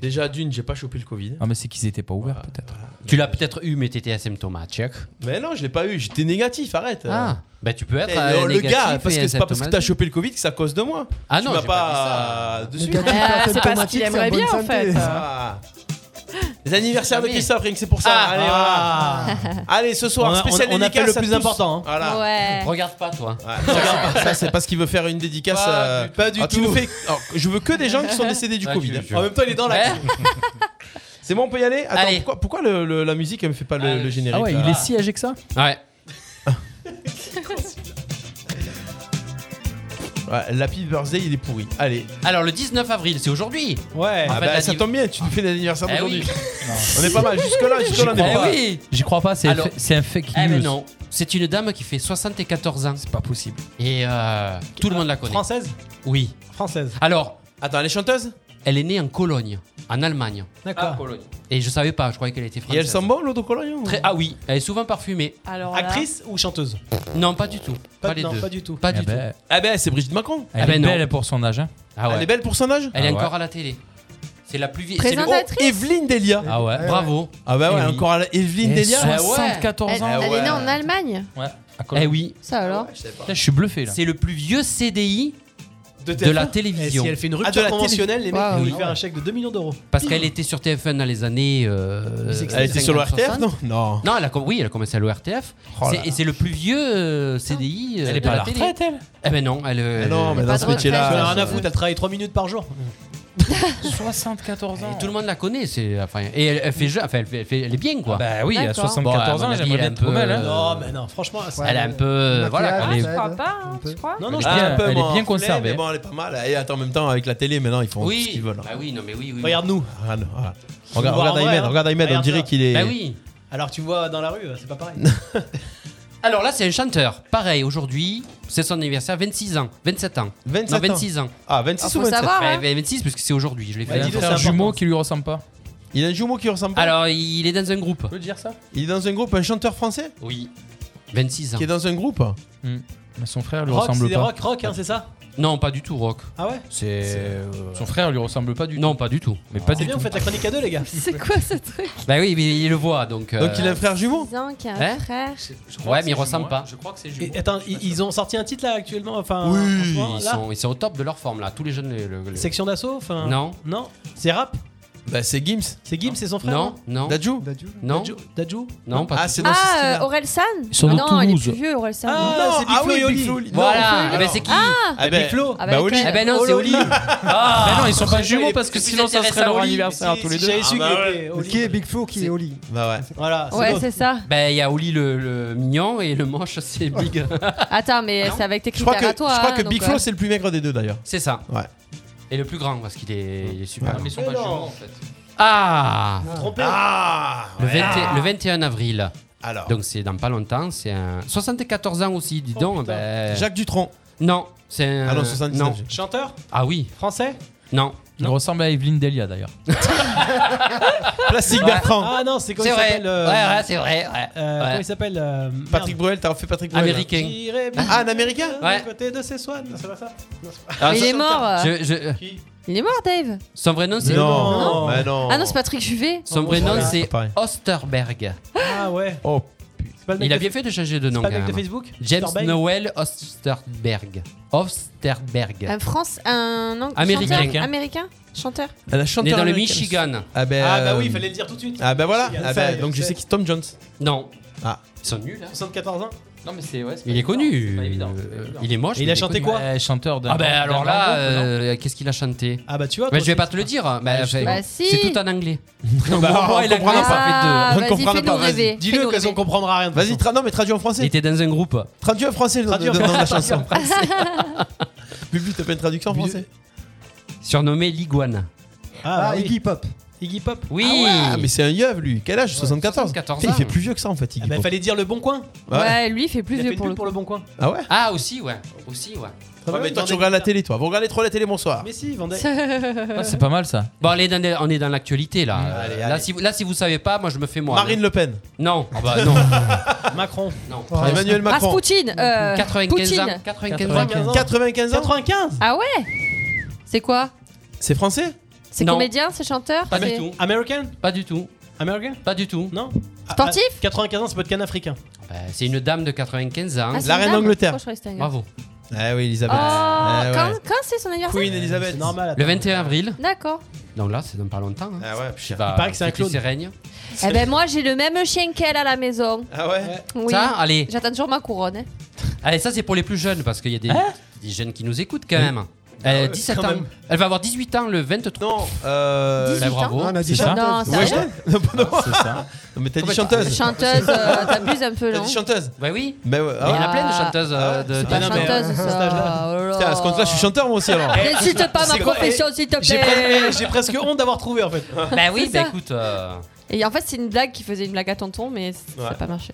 Déjà, d'une, j'ai pas chopé le Covid.
Ah mais c'est qu'ils étaient pas ouverts peut-être.
Tu l'as peut-être eu, mais t'étais asymptomatique.
Mais non, je l'ai pas eu, j'étais négatif, arrête.
Ah, bah tu peux être.
Eh,
euh,
le, le
négatif
gars, parce
et
que c'est pas parce que t'as
asymptomatique.
chopé le Covid que c'est à cause de moi.
Ah
Tu
non,
m'as
j'ai
pas, dessus.
Le gars qui Ah, fait c'est parce qu'il automatique, aimerait c'est en bien, bonne en santé. fait.
Ah. Les anniversaires de
Oui.
Christophe, rien que c'est pour ça.
Ah.
Allez, voilà. Allez, ce soir,
Ah, On a-
spécial
on a- on a fait
dédicace
le
à
plus
tous.
important, hein.
Voilà.
Ouais.
Regarde pas toi.
Ça, c'est parce qu'il veut faire une dédicace.
Pas
euh,
du- pas du
alors, tu
tout.
nous fais- alors, je veux que des gens qui sont décédés du
Ouais,
Covid.
tu-
hein.
tu-
En même temps, il est dans la.
Ouais.
<laughs> C'est bon, on peut y aller Attends,
Allez.
pourquoi, pourquoi le- le- la musique, elle me fait pas le, le générique
Ah ouais,
là
il est si âgé que ça
Ouais.
<laughs> Ouais, l'Happy Birthday, il est pourri. Allez.
Alors le 19 avril, c'est aujourd'hui.
Ouais.
Ah bah, ça tombe bien, tu nous fais l'anniversaire
Eh
d'aujourd'hui.
oui.
On est pas mal,
<laughs>
jusque-là,
J'y
jusque-là, on est
crois
pas
pas.
mal.
Eh oui.
J'y crois pas, c'est un
Alors-
fa- c'est un fake
Eh mais
news.
non, c'est une dame qui fait 74 ans. C'est
pas possible.
Et euh, tout le monde la connaît.
Française
Oui.
Française.
Alors.
Attends, elle est chanteuse
Elle est née en Cologne, en Allemagne.
D'accord.
Et je savais pas, je croyais qu'elle était
Et
française.
elle sent bon, l'eau de Cologne ou-
Très- Ah oui, elle est souvent parfumée.
Alors là-
Actrice ou chanteuse
Non, pas du tout. Pas, les
non,
deux.
pas du tout.
Pas
Eh
du
ben,
tout.
Ah ben, c'est Brigitte Macron.
Elle
Ah ben
est
non.
belle pour son âge. hein.
Ah ouais.
Elle est belle pour son âge
Elle est
Ah ouais.
encore à la télé. C'est la plus vieille. c'est le- Oh,
Présentatrice
Oh, Evelyne Delia.
Ah ouais.
Bravo.
Ah bah ouais,
Eh oui.
encore à la- Evelyne
Eh,
Delia.
ouais.
74
Elle,
ans.
elle est née en Allemagne.
Ouais. à
Eh
Cologne.
oui,
Ça alors
Putain, Je suis bluffé là.
c'est le plus vieux CDI
De
de la
TF1.
Et
télévision.
si elle fait une
Ah, de
rupture
la
conventionnelle, les mecs
Ah,
ils vont
oui.
lui faire un chèque de 2 millions d'euros.
Parce qu'elle était sur TF1 dans les années. euh,
c'est que
Elle était sur le
50,
RTF,
60.
non Non.
Non, elle a, com- oui, elle a commencé à l'ORTF.
Oh là
C'est- et c'est le plus vieux euh, CDI. euh,
Elle est
de
pas à la
télé.
retraite elle
Eh ben non, elle. euh,
Mais Ah non, mais
pas
dans
de
ce
Tu
retraite,
métier-là.
en as rien à
ça-
foutre, elle travaille 3 minutes par jour.
74 ans.
Et tout le monde la connaît, c'est enfin et elle, elle fait je- enfin elle, fait- elle fait- elle est bien quoi.
Bah oui, à
D'accord.
74
Bon, à mon
ans,
avis, elle
j'aimerais
est
bien
un
être trop
peu,
belle. hein.
euh,
Non, mais non, franchement,
Oh,
c'est-
elle est un peu euh, voilà,
maquillage,
elle est-
ouais.
Je crois pas, hein, tu crois
Non, non,
Elle
je
est bien-
un peu,
elle
moi,
est bien
en
conservée.
poulet, Mais bon, elle est pas mal. Et attends, en même temps, avec la télé, maintenant, ils font tout ce qu'ils
Oui.
veulent. hein.
Bah oui, non mais oui oui. oui.
Regarde-nous.
Regarde, voilà.
voir
Regarde, regarde
en vrai,
Aymed,
hein.
Bah regarde Aymed, on
Regarde
dirait
ça.
qu'il est.
Bah oui.
Alors tu vois dans la rue, c'est pas
<laughs>
pareil.
Alors là, c'est un chanteur. Pareil, aujourd'hui, c'est son anniversaire, 26 ans, 27 ans.
27
non, 26 ans.
Ah, 26 ou 27
hein.
Ouais, 26, parce que Eh, c'est aujourd'hui, je l'ai
Il a
fait.
un frère jumeau qui lui ressemble pas.
Il a un jumeau qui ressemble
pas Alors, il est dans un groupe.
Tu peux dire ça
Il est dans un groupe, un chanteur français
Oui. 26 ans.
Qui est dans un groupe
Hmm. Bah,
Mais son frère lui
Rock,
ressemble
c'est
pas.
des rock, rock,
hein, c'est ça
Non, pas du tout, rock.
Ah ouais
C'est. euh,
Son frère lui ressemble pas du tout. Ah.
Non, pas du tout. Mais pas
C'est
du
bien,
tout.
vous faites la chronique à deux,
<laughs>
les gars.
C'est quoi ce truc
Bah oui, mais il le voit donc. euh,
Donc, il a un frère
jumeau
Disant qu'il y a un
Hein
frère.
Ouais, mais il ressemble pas.
crois que c'est jumeau. Et attends, ils, ils ont sorti un titre là actuellement enfin, en ce
Oui,
moment,
ils
là
sont, ils sont au top de leur forme là, tous les jeunes. le- le- le-
Section d'assaut enfin,
Non.
Non C'est rap
Bah c'est Gims.
C'est Gims, c'est son frère
Non, non.
Dadju
Non.
Dadju- Dadju
Non, pas
Ah,
du
c'est
tout.
dans ce
Ah,
style-là.
euh, Aurel San
Ils sont de
Non, il est
Toulouse.
plus vieux, Aurel San.
Ah, c'est Biflo et Oli.
Voilà, eh ben, c'est qui
Ah,
Eh ben,
Biflo.
bah, Oli. Eh ben non,
Oh,
Oh,
c'est Oli. Ah.
Bah non, ils sont pas
C'est
jumeaux
les-
parce que
c'est
sinon ça serait leur
Oli.
anniversaire
Si,
tous les
si
deux.
Ah,
j'avais su qu'il était-
Qui est Big Flo, qui est Oli
Bah ouais.
Voilà.
Ouais, c'est ça.
Bah, il y a Oli le, le mignon et le moche,
<laughs>
c'est Big.
Attends, mais c'est avec tes
Je crois
critères
que,
à toi.
je crois
hein,
que
donc,
Big
euh,
Flo, c'est le plus maigre des deux d'ailleurs.
c'est ça.
Ouais.
Et le plus grand parce qu'il est, il est super. grand.
Ah,
Ouais.
Mais ils sont pas jumeaux en fait.
Ah
Vous vous trompez.
Ah
le,
Ouais.
20
Ah.
le 21 avril.
Alors.
Donc c'est dans pas longtemps, c'est un 74 ans aussi, dis
Oh,
donc. ben-
Jacques Dutronc.
Non, c'est un
Ah non, 79.
non.
Chanteur
Ah oui.
Français
Non.
Il ressemble à Evelyne Delia d'ailleurs.
Plastique
Ouais.
Bertrand.
Ah non, c'est comment
C'est
il
vrai.
s'appelle euh,
Ouais, ouais, c'est vrai, ouais.
euh,
Ouais.
Comment il s'appelle euh, merde.
Patrick Bruel, t'as fait Patrick Bruel.
Américain.
J'irai bien
Ah, un américain
à
Ouais.
côté de ses soins, c'est pas ça Non, c'est pas-
Ah,
il
ça-
est mort. euh.
Je- je-
Il est mort, Dave.
Son vrai nom c'est.
Non, Non.
Bah
mais non.
Ah non, c'est Patrick Juvet.
Son vrai nom
Voilà.
c'est
C'est pareil.
Osterberg.
Ah ouais.
Oh.
C'est pas le mec
Il a
de-
bien fait de changer de nom.
C'est pas le
quand
mec de
même.
Facebook
James
Osterberg
Noel Osterberg. Osterberg.
Un France, un non,
Américain. Ah,
chanteur, américain, chanteur.
Elle a
Né dans le
américaine.
Michigan.
Ah ben,
Ah bah
euh,
oui, il fallait le dire tout de suite.
Ah bah voilà.
Michigan.
Ah
Ça
bah,
y est,
donc je
c'est-
sais qui c'est Tom Jones.
Non.
Ah.
Ils sont nuls.
74 ans
Non mais c'est ouais.
Il est connu. Euh, Il est moche.
Et il
mais
a chanté
connu.
quoi
chanteur d'un
Ah ben
d'un
alors
grand
là,
groupe, non
euh, qu'est-ce qu'il a chanté
Ah bah tu vois.
Mais
toi,
je vais
c'est-
pas te le dire. Bah,
Ah, justement.
enfin,
Bah, si.
C'est tout en anglais.
<laughs> Bah,
Pour moi,
on
il a
comprendra
commencé par fait de-
Ah,
On ne
vas-y,
comprendra
fais-nous
pas, vas-y.
rêver.
Dis-le,
fais-nous
parce qu'on
rêver.
comprendra rien. de toute
Vas-y, tra- non mais traduis en
Il
français.
était dans un groupe.
Traduis en français le nom de
Traduis en
le nom de
<laughs>
la <laughs> chanson.
français.
Bubu, t'as pas une traduction en français
Surnommé l'iguane.
Ah,
Ah,
oui.
Iggy Pop.
Iggy Pop.
Oui.
Ah mais c'est un yeuve lui. Quel âge 74.
74
Putain, Il fait
ans.
plus vieux que ça en fait. Iggy
Ah bah
Pop.
fallait dire le bon coin.
Ouais, lui, il fait plus
Il a fait
vieux
une
pour
pub
le
pour le bon coin.
Ah ouais
Ah aussi ouais. Aussi ouais.
Ah
Ouais,
ouais,
mais toi,
dans
tu
des-
regardes la télé, toi. Vous regardez trop la télé, bonsoir.
Mais
<laughs>
si, vendait.
Ah, C'est pas mal ça. Mmh.
Bon, on est dans, on est dans l'actualité là. Euh,
allez,
Là,
allez.
si vous, là, si vous savez pas, moi je me fais moi.
Marine Le Pen,
Non. Ah bah non.
<laughs>
Macron.
non.
Emmanuel Macron,
Rasputin. Euh,
95 ans.
Poutine.
95 ans.
95 ans.
95 ans.
95
Ah ouais C'est quoi
C'est français
C'est
Non.
comédien, c'est chanteur
Pas du
c'est-
tout.
American
Pas du tout.
American
Pas du tout.
Non
Sportif
Ah, 95 ans, c'est pas de canne africain.
Bah, c'est une dame de 95 ans.
Ah, c'est
La
une
reine
dame
d'Angleterre.
Pourquoi je croyais que c'était un gars
Bravo.
Ah oui, Elisabeth.
Oh,
Eh ouais.
quand, quand c'est son anniversaire
Queen Elisabeth.
Ah, C'est normal.
Le
attends.
21 avril.
D'accord.
Donc là, c'est dans pas longtemps. Hein.
Ah ouais, putain.
Bah,
Il paraît que c'est un
fêter
clone.
ses règnes.
Eh ben moi j'ai le même chien qu'elle à la maison.
Ah ouais
Oui.
Ça, allez.
J'attends toujours ma couronne. hein.
Allez, ça c'est pour les plus jeunes parce qu'il y a des,
Hein
des jeunes qui nous écoutent quand même. Euh, 17
Ah quand
ans.
même.
Elle va avoir 18 ans le 23.
Non, euh.
Bah, bravo.
on a dit
C'est ça
Non,
chanteuse.
c'est
Wesh- <laughs> Non, non, non. Non, mais t'as dit
Comment
chanteuse.
Chanteuse, euh, t'abuses un peu
T'as
non
dit chanteuse.
Bah oui.
<laughs> Mais ouais.
Mais Il y en
Ah,
a plein de chanteuses euh, de. de-
c'est pas
Pas
Ah, non, mais,
chanteuse
euh,
ça. Oh là
Putain, à ce compte-là, je suis chanteur moi aussi alors.
Eh,
N'insulte pas ma
C'est quoi
profession s'il te
J'ai presque,
plaît.
j'ai presque honte d'avoir
<laughs>
trouvé en fait.
Bah oui,
C'est
bah
ça.
écoute. euh,
Et en fait c'est une blague qui faisait une blague à tonton mais c- ça
Ouais.
n'a pas marché.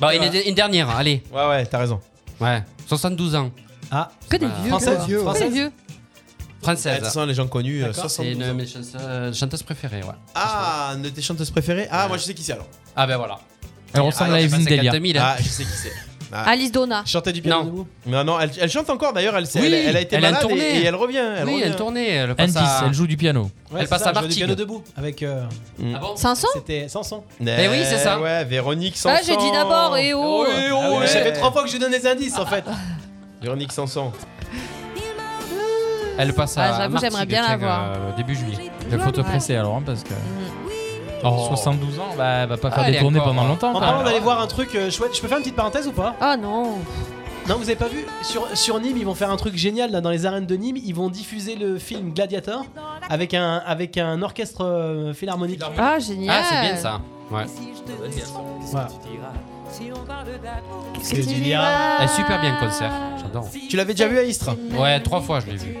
Bon, une, une dernière, allez.
Ouais, ouais, t'as raison.
Ouais. 72 ans.
Ah,
Que des
Voilà.
vieux.
Française,
quoi.
vieux,
Que des
française.
vieux.
Ouais, De toute
Française.
façon, les gens connus, euh,
C'est
72
une
ans.
de mes chanteuses, euh, chanteuses préférées, ouais.
Ah, une de tes chanteuses préférées Ah, moi je sais qui c'est alors.
Ah ben voilà.
Elle ressemble à
j'ai pas
Evelyne Delia.
52 000, hein.
Ah, je sais qui
<laughs>
c'est. Ah.
Alice Donna.
Chantait du piano
Bah. Non.
debout.
Non, non, elle, elle chante encore d'ailleurs, elle, s'est-
Oui,
elle, elle a été
elle a une
malade et,
tournée.
et elle revient. Elle
oui,
revient.
elle tournait, elle passe
Indice,
à...
elle joue du piano.
Ouais,
Elle
c'est
passe
ça,
à
je jouais du
Martigues.
piano debout avec. euh,
Ah bon
Samson
C'était Samson.
Eh
oui, c'est ça.
Ouais, Véronique Sanson.
Ah j'ai dit d'abord et oh.
Eh oh,
Ah ouais,
ouais.
Ça fait trois fois que je donne des indices en fait.
Véronique Sanson.
Elle passe
Ah,
à
j'avoue,
Martigues,
j'aimerais bien la
tiens,
voir.
euh, début juillet.
Il faut te
Ouais. Mm.
presser alors hein, parce que
Oh.
72 ans, bah, elle va pas
Ah,
faire
elle
des
est
tournées
encore,
pendant
hein.
longtemps.
En
quoi.
parlant d'aller voir un truc euh, chouette, je peux faire une petite parenthèse ou pas
Oh non.
Non, vous avez pas vu sur, sur Nîmes, ils vont faire un truc génial là dans les arènes de Nîmes. Ils vont diffuser le film Gladiator avec un, avec un orchestre euh, philharmonique.
Ah génial. Ah,
Ah, c'est bien ça. Ouais.
Voilà.
Qu'est-ce
que tu diras
Elle est super bien le concert. J'adore.
Tu l'avais déjà vu à Istres
Ouais, trois fois je l'ai vu.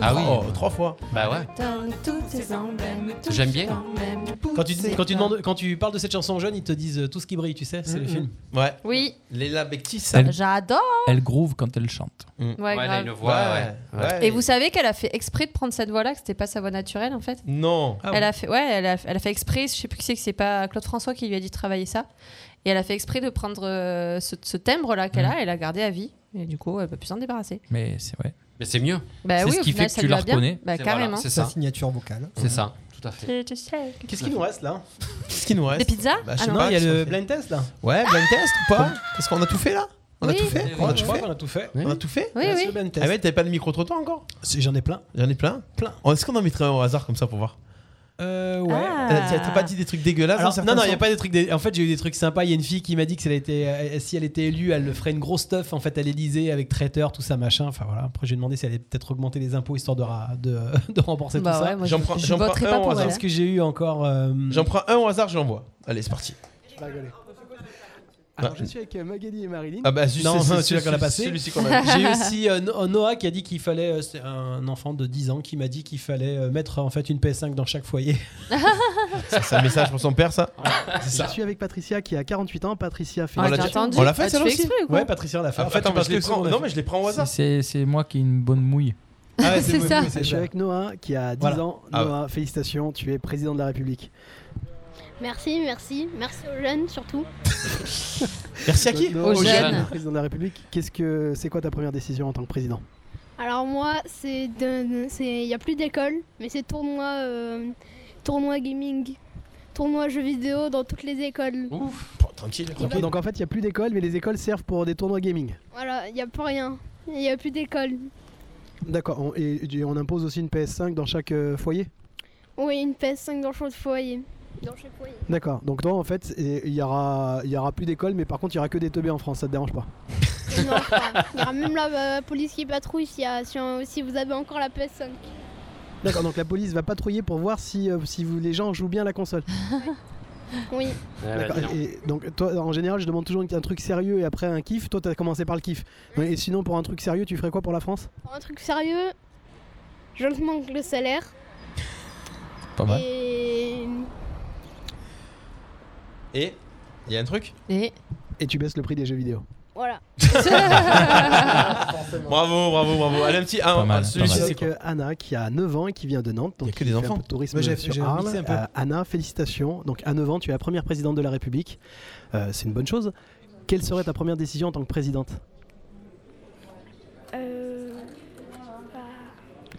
Ah oui.
Oh, trois fois.
Bah ouais. J'aime bien.
Quand tu, quand, tu
<laughs>
demandes, quand tu parles de cette chanson aux jeunes, ils te disent euh, tout ce qui brille, tu sais, c'est le
Mhm.
film.
Ouais.
Oui.
Léla Bectis.
J'adore.
Elle groove quand elle chante.
Ouais, grave. Et vous savez qu'elle a fait exprès de prendre cette voix-là, que c'était pas sa voix naturelle en fait
Non.
elle, a fait, ouais, elle, a, elle a fait exprès, je sais plus qui c'est, que c'est pas Claude François qui lui a dit de travailler ça. Et elle a fait exprès de prendre euh, ce, ce timbre-là qu'elle
Mhm.
Mm.
a, elle l'a gardé à vie. Et du coup, elle peut plus s'en débarrasser.
Mais c'est ouais.
Mais c'est mieux.
Bah
c'est
oui,
ce
au
qui
final,
fait
ça
que tu
lui
la
va bien.
reconnais. Mhm.
Bah,
C'est- voilà,
carrément.
C'est
Sa
ça.
signature vocale.
C'est ça, tout à fait.
Qu'est-ce qu'il nous reste là
Qu'est-ce qu'il nous reste
Des pizzas
Bah, je sais
Ah non,
pas,
il y a
qu'est-ce
le
qu'on fait
blind test là.
Ouais, blind test ou pas
Ah.
Parce qu'on a tout fait là On a
Oui.
tout fait
Oui,
On a
oui.
tout
Je crois
fait
qu'on a tout fait.
On a tout fait
Oui, oui. blind test.
Ah ouais, t'avais pas le micro trottoir encore
J'en ai plein.
J'en ai plein Oh,
Plein.
Est-ce qu'on en mettrait un au hasard comme ça pour voir
Euh, ouais.
Ah.
T'as- T'as t'as pas dit des trucs dégueulasses
Alors,
dans certains
non, non, il
sens
n'y a pas des trucs. dé- En fait, j'ai eu des trucs sympas. Il y a une fille qui m'a dit que si elle, était, euh, si elle était élue, elle le ferait une grosse stuff en fait à l'Elysée avec traiteur, tout ça, machin. Enfin voilà. Après, j'ai demandé si elle allait peut-être augmenter les impôts histoire de, ra- de, <laughs> de rembourser
Bah
tout
ouais,
ça.
moi, J'en je- prends- je j'en prends voterai un pas au pour hasard. elle. hein.
Est-ce que j'ai eu encore euh,
J'en prends un au hasard, je l'envoie. Allez, c'est parti.
Alors,
Ah.
je suis avec euh, Magali et Marilyn.
Ah bah, juste-
Non,
c'est- c'est
celui-là qu'on a passé.
celui-ci qu'on a eu.
J'ai eu aussi euh, No- Noah qui a dit qu'il fallait. euh, c'est un enfant de 10 ans qui m'a dit qu'il fallait euh, mettre en fait une PS5 dans chaque foyer.
Ça, C'est un message pour son père, ça C'est ça. Ah,
Je suis avec Patricia qui a 48 ans. Patricia fait.
Ah,
On l'a déjà- on l'a fait celle-là aussi
Ouais, Patricia l'a fait.
Ah,
En fait,
attends,
on
mais
l'a
je les
fait,
prends.
on l'a
Non,
fait.
mais je les prends au hasard.
C'est c'est moi qui ai une bonne mouille.
<laughs> Ah ouais, c'est
<laughs> C'est ça.
Je suis avec Noah qui a 10
Voilà.
ans.
Ah ouais.
Noah, félicitations, tu es président de la République.
Merci, merci, merci aux jeunes surtout.
<laughs> Merci à qui
Noah,
Aux
tu es
jeunes.
Président de la République. Qu'est-ce que c'est quoi ta première décision en tant que président
Alors moi, c'est de- c'est- il n'y a plus d'école, mais c'est tournoi, euh, tournoi gaming, tournoi jeux vidéo dans toutes les écoles.
Tranquille.
Ok, donc en fait, il y a plus d'école, mais les écoles servent pour des tournois gaming.
Voilà, il n'y a plus rien, il n'y a plus d'école.
D'accord. on- et, et on impose aussi une PS5 dans chaque euh, foyer.
Oui, une PS5 dans chaque foyer. Dans chaque
<laughs>
foyer.
D'accord. Donc toi, en fait, et- il y aura, il y aura plus d'école, mais par contre, il y aura que des teubés en France. Ça te dérange pas
Il y aura même la euh, police qui patrouille si, euh, si, euh, si vous avez encore la
<gasps>
PS5.
D'accord. Donc la police va patrouiller pour voir si, euh, si vous, les gens jouent bien à
<laughs>
la console.
Ah
Oui.
D'accord. Et donc toi, en général, je demande toujours un truc sérieux et après un kiff. Toi, t'as commencé par le kiff. Donc, Et sinon, pour un truc sérieux, tu ferais quoi pour la France
Pour un truc sérieux, je manque le salaire.
Pas
Et
Et il y a un truc
Et
Et tu baisses le prix des jeux vidéo.
voilà.
Bravo, bravo, bravo. Allez, un petit. un, un,
Je
ah, celui-ci,
suis
c'est
avec
quoi
euh, Anna qui a 9 ans et qui vient de Nantes. Donc
que
qui
des
fait un
enfants.
peu de tourisme
Moi, j'ai-
sur
j'ai
Arles.
mixé un peu.
Euh, Anna, félicitations. Donc à 9 ans, tu es la première présidente de la République. Euh, c'est une bonne chose. Quelle serait ta première décision en tant que présidente
Euh.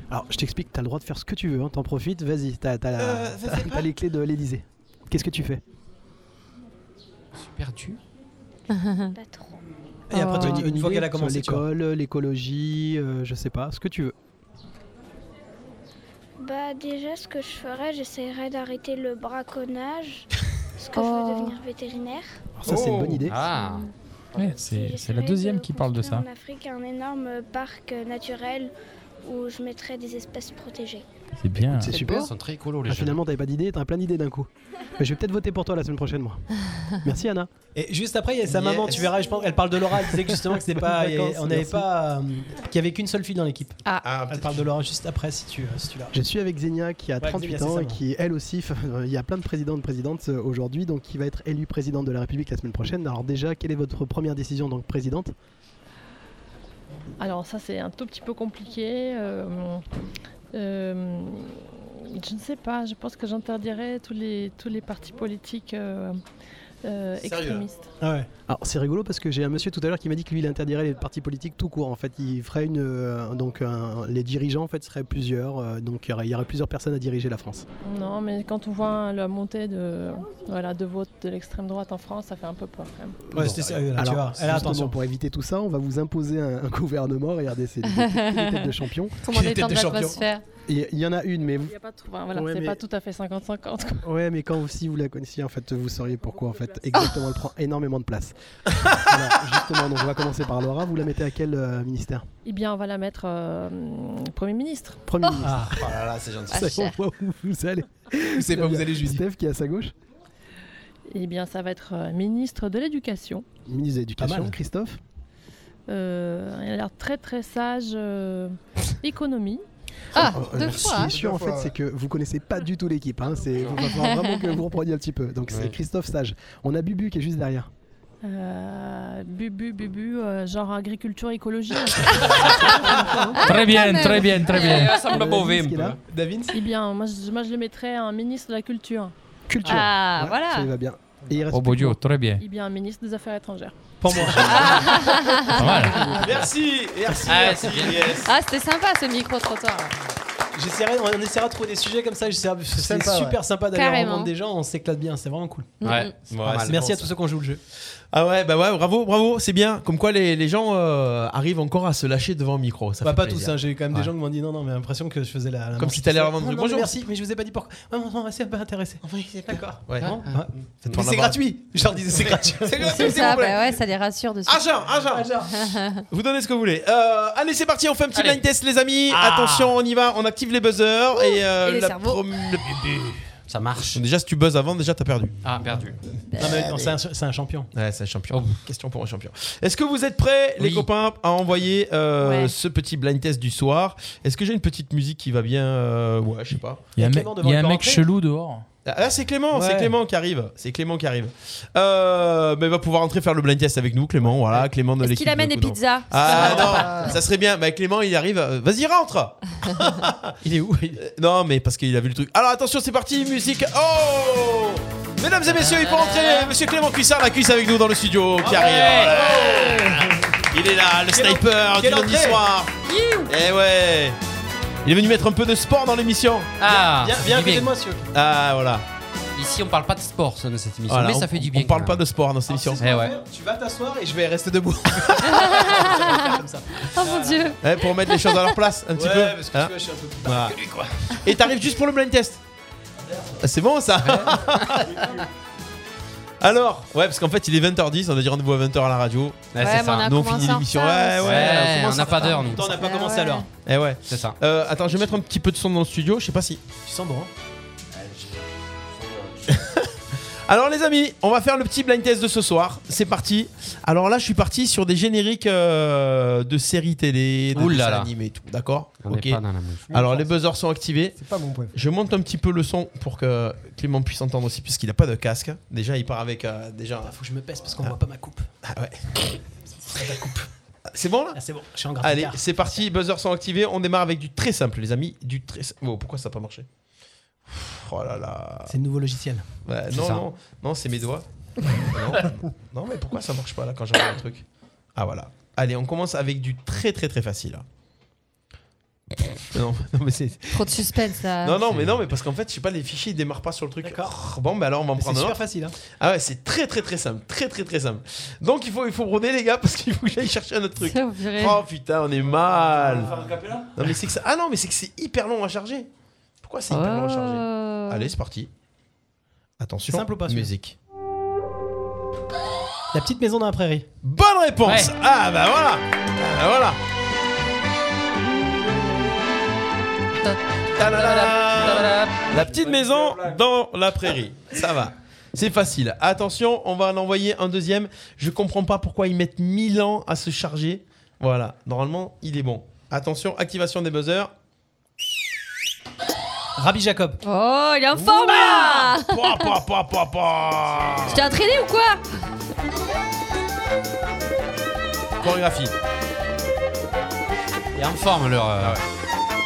Alors je t'explique, tu as le droit de faire ce que tu veux, hein, t'en profites, vas-y, t'as t'as la-
Euh, ça,
t'as-
c'est
t'as
pas-
les clés de l'Elysée. Qu'est-ce que tu fais
Perdu.
Pas trop.
Et après, tu dis, une fois
Euh, idée
qu'elle a commencé,
sur l'école, l'écologie, euh, je sais pas, ce que tu veux.
Bah déjà ce que je ferais, j'essaierais d'arrêter le braconnage. parce que je veux devenir vétérinaire.
Alors ça, c'est une bonne idée.
Ah.
Ouais, c'est c'est la
J'essaierais
deuxième qui parle de
construire
ça.
En Afrique, un énorme parc euh, naturel où je mettrais des espèces protégées.
C'est bien.
C'est super.
Ils sont très écolos, les
Ah,
jeunes.
Finalement, t'avais pas d'idée, t'as plein d'idées d'un coup. Mais je vais peut-être voter pour toi la semaine
<laughs>
prochaine, moi. Merci Anna.
Et juste après, il y a sa maman, tu verras, je pense, elle parle de Laura, elle disait que justement que
<laughs>
c'était pas,
Bonnes vacances,
on n'avait
merci.
pas, euh, qu'il y avait qu'une seule fille dans l'équipe.
Ah.
elle parle de Laura juste après si tu, euh, si tu l'as.
Je suis avec Zenia qui a
Ouais,
38
Xenia,
ans
c'est
et
ça,
qui, elle aussi, f- euh, il y a plein de présidents de présidentes euh, aujourd'hui, donc qui va être élue présidente de la République la semaine prochaine. Alors déjà, quelle est votre première décision en tant que présidente
Alors ça c'est un tout petit peu compliqué. euh, euh, je ne sais pas, je pense que j'interdirais tous les, tous les partis politiques euh, euh, extrémistes.
Ah
Alors c'est rigolo parce que j'ai un monsieur tout à l'heure qui m'a dit que lui il interdirait les partis politiques tout court en fait il ferait une euh, donc un- les dirigeants en fait seraient plusieurs euh, donc il y, aurait, il y aurait plusieurs personnes à diriger
<laughs>
la France.
Non mais quand on voit la montée de, voilà, de vote de l'extrême droite en France, ça fait un peu peur quand même.
Ouais, c'était sérieux, là, tu vois.
Alors,
Elle a attention.
justement, pour éviter tout ça, on va vous imposer un, un gouvernement. Regardez,
<laughs>
c'est des, des têtes de champion.
Comment Des détendre têtes de champion. l'atmosphère.
Il il y en a une, mais
Il y a pas tout- enfin, voilà,
Ouais,
c'est
mais-
pas tout à fait 50-50. quoi.
Ouais, mais quand si vous la connaissiez, en fait, vous sauriez pourquoi, en fait. Exactement, elle prend énormément de place. Voilà, justement, donc on va commencer par Laura. Vous la mettez à quel euh, ministère
Eh bien on va la mettre euh, Premier ministre.
Premier <laughs> ministre.
Oh là là, c'est gentil.
Vous savez pas où vous allez.
Vous savez pas où vous allez, Julie.
Steph qui est à sa gauche,
Eh bien ça va être euh, ministre de l'Éducation.
ministre de l'Éducation,
mal.
Christophe.
Euh, il a l'air très très sage. euh, économie.
Ah,
Oh,
Euh,
deux
ce qui
hein.
fois.
est sûr, en fait, c'est que vous connaissez pas du tout l'équipe. Hein. C'est vous- va falloir vraiment que
<laughs>
vous repreniez un petit peu. Donc,
Ouais.
c'est Christophe Sage. On a Bubu qui est juste derrière.
Euh, bubu, bubu, euh, genre agriculture
<laughs>
écologie. Ah,
Très bien, très bien, très bien.
Eh, ça
Euh,
me mauvais, un peu.
Davin
Eh bien, moi je, moi, je le mettrais à un ministre de la culture.
Culture.
Ah,
Ah,
Ouais, Ça lui va bien. Et il reste
Oh,
plus
bon
que
Dieu,
moi.
très bien.
Eh bien, un ministre des Affaires étrangères.
Pour
<laughs>
moi. Pas mal.
Merci, merci,
Ah,
merci.
c'est bien.
yes.
<laughs> Ah, c'était sympa ce micro-trottoir.
J'essaierai, on essaiera de trouver des sujets comme ça. j'essaierai- C'est
Sympa, ouais.
super sympa d'aller
Carrément.
rencontrer des gens, on s'éclate bien, c'est vraiment cool.
Ouais,
Merci
c'est
à
bon, ça.
tous ceux qui ont joué le jeu.
Ah ouais, bah ouais, bravo, bravo, c'est bien. Comme quoi les, les gens euh, arrivent encore à se lâcher devant un micro. Ça
Bah,
fait
pas
plaisir.
tous, hein, j'ai eu quand même des
Ouais.
gens qui m'ont dit non, non, mais l'impression que je faisais la. la
Comme
manche
si t'allais
tout
leur vendre
seul.
le
Non, non,
bonjour.
mais Merci, mais je vous ai pas dit pourquoi. Ouais, non, non, c'est pas intéressé.
Oh.
D'accord.
Ouais.
Bon,
Ah,
ouais.
Faites-en
Mais c'est
la barbe.
gratuit. Je leur disais
<laughs>
c'est gratuit.
C'est gratuit,
C'est
s'il
ça,
vous plaît.
bah ouais, ça les rassure dessus.
Agent, agent.
<laughs>
Vous donnez ce que vous voulez. Euh, allez, c'est parti, on fait un petit
Allez.
blind test, les amis.
Ah.
Attention, on y va, on active les buzzers. et euh,
et les
la
cerveaux.
prom- le-
Ça marche.
Déjà, si tu buzzes avant, déjà, t'as perdu.
Ah, perdu.
Non, mais non, c'est un, c'est un champion.
Ouais, c'est un
Oh.
champion. Question pour un champion. Est-ce que vous êtes prêts, les copains, à envoyer euh,
Ouais.
ce petit blind test du soir Est-ce que j'ai une petite musique qui va bien euh, Ouais, je sais pas.
Il y a un mec- il y a un mec chelou dehors.
Ah, là, c'est Clément,
Ouais.
c'est Clément qui arrive. C'est Clément qui arrive. Euh, mais il va pouvoir entrer faire le blind test avec nous, Clément. Voilà, Clément de
Est-ce
l'équipe.
qu'il amène
de
des
Coudon.
pizzas
Ah non, ça serait bien. Bah, Clément, il arrive. Euh,
<laughs>
Vas-y, rentre Il est où Non, mais parce qu'il a vu le truc. Alors attention, c'est parti, musique. Oh Mesdames et messieurs, il faut entrer. Monsieur Clément Cuissard, la cuisse avec nous dans le studio qui arrive. Il est là, le
Ah Quelle
sniper du
quelle
lundi
entrée.
soir. Eh ouais Il est venu mettre un peu de sport dans l'émission.
Ah,
Viens,
viens à côté de moi,
monsieur.
Ah, voilà.
Ici, on parle pas de sport ça, dans cette émission,
Voilà,
mais ça
on-
fait du
on
bien.
parle
quand
pas
même.
de sport dans cette émission.
c'est Eh ouais.
Tu vas t'asseoir et je vais rester debout.
Oh mon dieu.
Ouais, Eh, pour mettre les choses à leur place un petit
Ouais,
peu. Hein
parce que tu vois, je suis un peu plus
Voilà.
que lui, quoi.
Et t'arrives juste pour le blind test. Ah, C'est bon ça Alors, ouais, parce qu'en fait il est 20h10, on a dit rendez-vous à 20h à la radio.
Ouais, c'est mais ça. on a
Nous on
commencé
finit
en
l'émission. Ouais, ouais,
retard aussi. Ouais,
commence
on n'a
en
pas
retard.
d'heure, nous. Pourtant, on n'a pas
Ah commencé ouais. à l'heure.
Eh ouais.
C'est ça.
Euh, attends, je vais mettre un petit peu de son dans le studio, je sais pas si.
Tu sens bon. hein.
Alors les amis, on va faire le petit blind test de ce soir. C'est parti. Alors là, je suis parti sur des génériques euh, de séries télé, de
Ouh là
dessins
là.
animés et tout. D'accord
On n'est pas dans la mouche.
Alors les buzzers sont activés.
C'est pas mon point.
Je monte un petit peu le son pour que Clément puisse entendre aussi, puisqu'il n'a pas de casque. Déjà, il part avec euh, déjà.
Faut que je me pèse parce qu'on voit pas ma coupe.
Ah ouais.
C'est ta coupe.
<laughs> C'est bon là
Ah, c'est bon, je suis en grave
Allez,
écart.
c'est parti. Buzzers sont activés. On démarre avec du très simple, les amis. Du très. sim- Oh, pourquoi ça n'a pas marché Oh là là.
C'est le nouveau logiciel.
Ouais,
C'est
non,
ça.
non, non, c'est mes doigts. non, non, mais pourquoi ça marche pas là quand j'envoie un truc Ah voilà. Allez, on commence avec du très très très facile. hein. Non, non, mais c'est.
Trop de suspense là.
Ah,
Non, non, mais non, mais parce qu'en fait, je sais pas, les fichiers ils démarrent pas sur le truc. D'accord. Bon, bah alors on va en
Mais
prendre un.
c'est super
autre.
facile, hein.
Ah ouais, c'est très très très simple, très très très simple. Donc il faut il faut broder les gars parce qu'il faut que j'aille chercher un autre truc.
C'est vrai.
Oh putain, on est mal.
On va faire un cappella
Non mais c'est que ça... ah non mais c'est que c'est hyper long à charger. Pourquoi c'est hyper long à
Oh.
charger Allez, c'est parti. Attention.
Simple ou pas, celui-là
Musique.
La petite maison dans la prairie.
Bonne réponse.
Ouais.
Ah bah voilà. Ah, bah, voilà. La petite maison dans la prairie. Ça va. C'est facile. Attention, on va en envoyer un deuxième. Je comprends pas pourquoi ils mettent 1000 ans à se charger. Voilà, normalement, il est bon. Attention, activation des buzzers.
Rabbi Jacob.
Oh, il est en forme là
Pa, pa, pa, pa, pa.
Je t'ai entraîné ou quoi
Chorégraphie.
Il est en forme, leur. euh,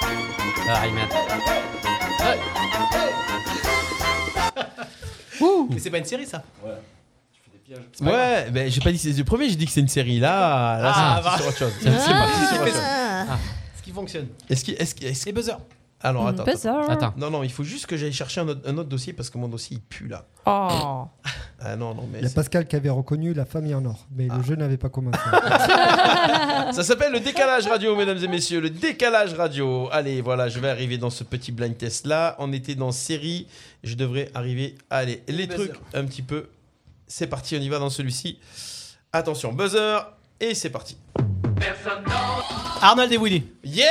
Ah
leur Ayman.
Mais c'est pas une série ça
Ouais, ben j'ai pas dit que c'est le premier, j'ai dit que c'est une série. Là, là
Ah,
c'est parti
bah.
sur autre chose.
Ah.
C'est parti sur autre chose.
Ah. Ce qui fonctionne.
Est-ce qu'il. Est-ce qu'il. Est-ce
Les buzzers.
Alors attends.
Buzzer.
attends.
Attends.
Non, non, il faut juste que j'aille chercher un autre, un autre dossier parce que mon dossier il pue là. <laughs> Ah non, non, mais.
Il y a
c'est- Ah.
Pascal qui avait reconnu la famille en or, mais le jeu n'avait pas commencé.
<laughs> Ça s'appelle le décalage radio, mesdames et messieurs, le décalage radio. Allez, voilà, je vais arriver dans ce petit blind test là. On était dans série, je devrais arriver. Allez, les
Buzzer.
trucs un petit peu. C'est parti, on y va dans celui-ci. Attention, buzzer et c'est parti.
Arnold et Willy.
Yeah,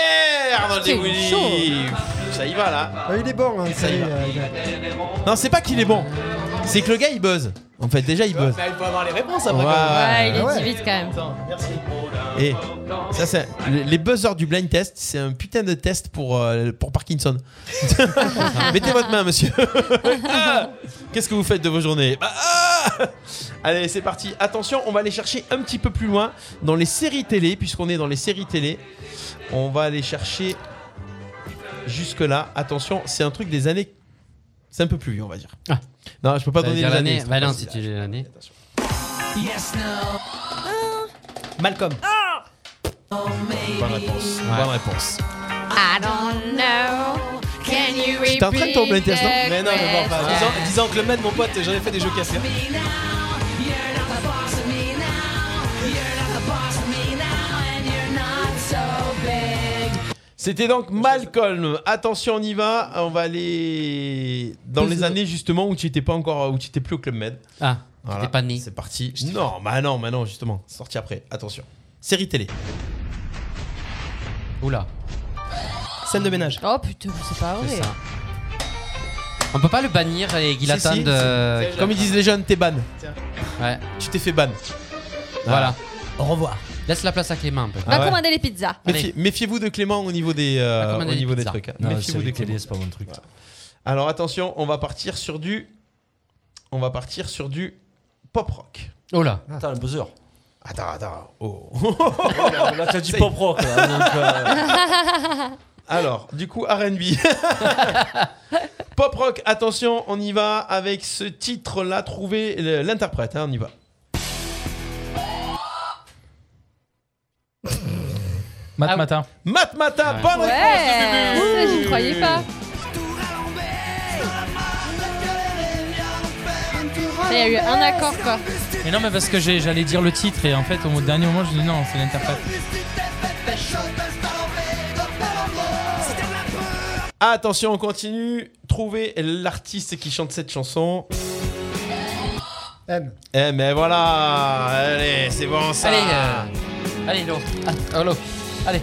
Arnold et
C'est
Willy.
chaud.
Ça y va là.
Ah, il est bon, hein,
Ça
ça
y
y est,
va.
euh,
Non, c'est pas qu'il est bon. C'est que le gars il buzz. En fait, déjà il buzz.
il faut avoir les réponses
après,
après.
Ouais, quand même. ouais,
il est
ouais.
dit vite quand même.
Merci.
Et ça, c'est les- les buzzers du blind test, c'est un putain de test pour euh, pour Parkinson. <laughs> Mettez votre main, monsieur. Ah Qu'est-ce que vous faites de vos journées Bah, ah Allez, c'est parti. Attention, on va aller chercher un petit peu plus loin dans les séries télé, puisqu'on est dans les séries télé. On va aller chercher jusque là. Attention, c'est un truc des années. C'est un peu plus vieux, on va dire. Non, je peux pas
Ça veut
donner
Ah. dire
les
l'année.
années. c'est
Bah
pas
non,
possible.
si tu dis l'année.
Yes, no.
Malcolm.
Ah
Bonne réponse. Bonne réponse.
I don't know. Can you
J'étais en train de tomber
repeat
intéressant.
the
Mais non, mais bon, enfin,
question?
disons-
Disant que le maître, mon pote, j'en ai fait des jeux cassés.
C'était donc Malcolm. Attention, on y va. On va aller dans les années justement où tu étais pas encore, où tu étais plus au club Med.
Ah,
voilà. pas né. C'est parti. Non, bah non, bah non, justement. Sorti après. Attention. Série télé.
Oula.
Scène de ménage.
Oh putain, c'est pas vrai.
ça. On peut pas le bannir et qu'il
Si,
attende.
si, si.
euh,
Comme ils disent les jeunes, t'es ban.
Ouais.
Tu t'es fait ban.
Voilà.
Au revoir.
Laisse la place à Clément un peu.
Va commander les pizzas.
Méfiez- Méfiez-vous de Clément au niveau des, euh,
La commande
au
des
niveau des
pizzas.
trucs. hein.
Non,
Méfiez-vous
série
de Clément.
télé, c'est pas mon truc,
Voilà. Alors attention, on va partir sur du, on va partir sur du pop rock.
Oh là.
Ah. Attends, le buzzer.
Attends, attends. Oh.
Là, t'as dit pop rock. là, donc,
<laughs>
euh,
Alors, du coup,
<laughs>
RB. Pop rock, attention, on y va avec ce titre-là. Trouver le- l'interprète, hein, on y va.
Mat matin.
Mat matin,
Ouais.
bonne
Ah Ouais,
réponse de
ça,
Bubu.
j'y croyais pas. Ça, Il y a eu un accord quoi.
Mais non, mais parce que j'ai- j'allais dire le titre et en fait, au dernier moment, je dis non, c'est l'interprète.
Attention, on continue. Trouver l'artiste qui chante cette chanson.
M.
Eh, mais voilà. Allez, c'est bon ça.
Allez, euh, allez, l'eau. Ah, l'eau. Allez.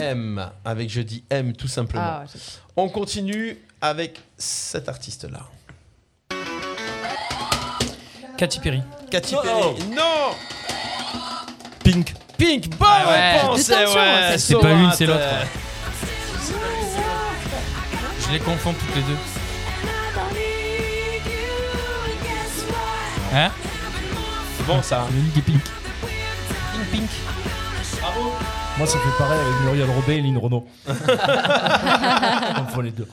M, avec je dis M tout simplement.
Ah ouais,
On continue avec cet artiste-là.
Katy Perry.
Katy
Oh.
Perry. Non Pink. Pink, bonne
Ah ouais.
réponse
De tension,
eh ouais,
en fait. C'est pas
Sorat,
une, c'est l'autre.
euh,
Je les confonds toutes les deux. Hein
Bon, ça.
Pink Pink.
Pink.
<laughs>
Bravo.
moi, ça fait pareil avec Muriel Robet et Lynn
<laughs>
Renault. On les deux.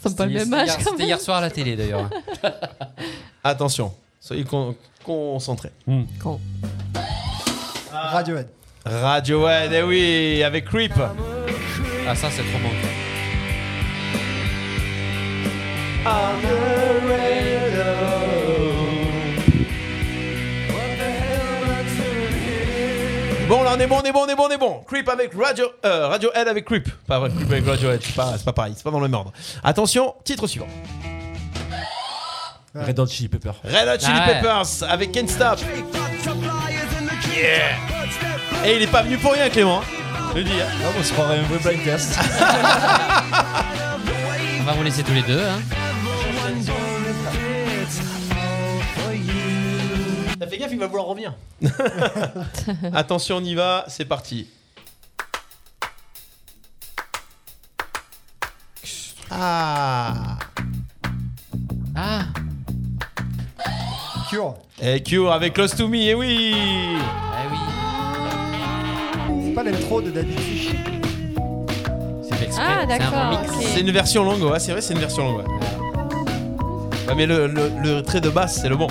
Ça me pas le
C'était
même
hier-
âge quand
C'était
même.
hier soir à la télé d'ailleurs.
<laughs> Attention, soyez con- concentrés.
Hmm.
Ah.
Radiohead.
Radiohead, eh oui, avec Creep.
Ah, ça, c'est trop bon.
Bon, là, on est bon, on est bon, on est bon, on est bon. Creep avec Radio, euh, Radiohead avec Creep. Pas vrai, Creep avec Radiohead, c'est pas, c'est pas pareil, c'est pas dans le même ordre. Attention, titre suivant.
Red Hot Chili Pepper.
Red Hot Chili
Ah ouais.
Peppers avec Can't Stop. Yeah. Et Eh, il est pas venu pour rien, Clément. hein. Je le dis.
Ah, on se croirait un vrai blind test.
On va vous laisser tous les deux. Hein.
T'as fait gaffe, il va
<laughs>
vouloir revenir.
<laughs> Attention, on y va, c'est parti. Ah.
Ah.
Cure.
Et Cure Eh, avec Close to Me, et oui.
Ah
C'est pas l'intro de d'habitude.
C'est fait exprès,
Ah,
c'est un
d'accord,
remix.
ok.
C'est une version longue, ouais, c'est vrai, c'est une version longue. Ouais. Ouais, mais le, le- le trait de basse, c'est le bon.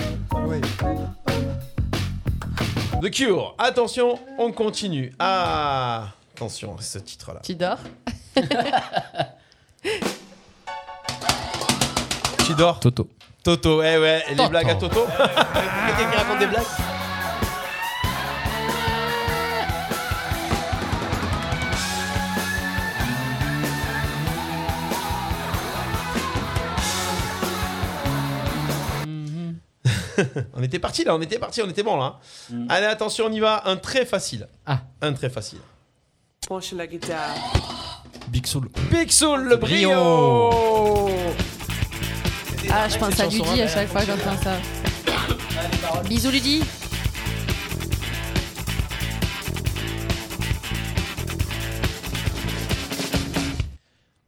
The Cure, attention, on continue. Ah, attention, ce titre-là.
Tu dors
Tu dors
Toto.
Toto, eh ouais, et les
Toto.
blagues à Toto
Quelqu'un qui raconte des blagues
On était parti là, on était parti, on était bon là. hein. Allez, attention, on y va. Un très facile.
Ah.
Un très facile.
Penche la guitare.
Big Soul.
Big Soul, le brio.
Ah, je pense à Dudi à chaque fois que j'entends ça. Bisous Ludie.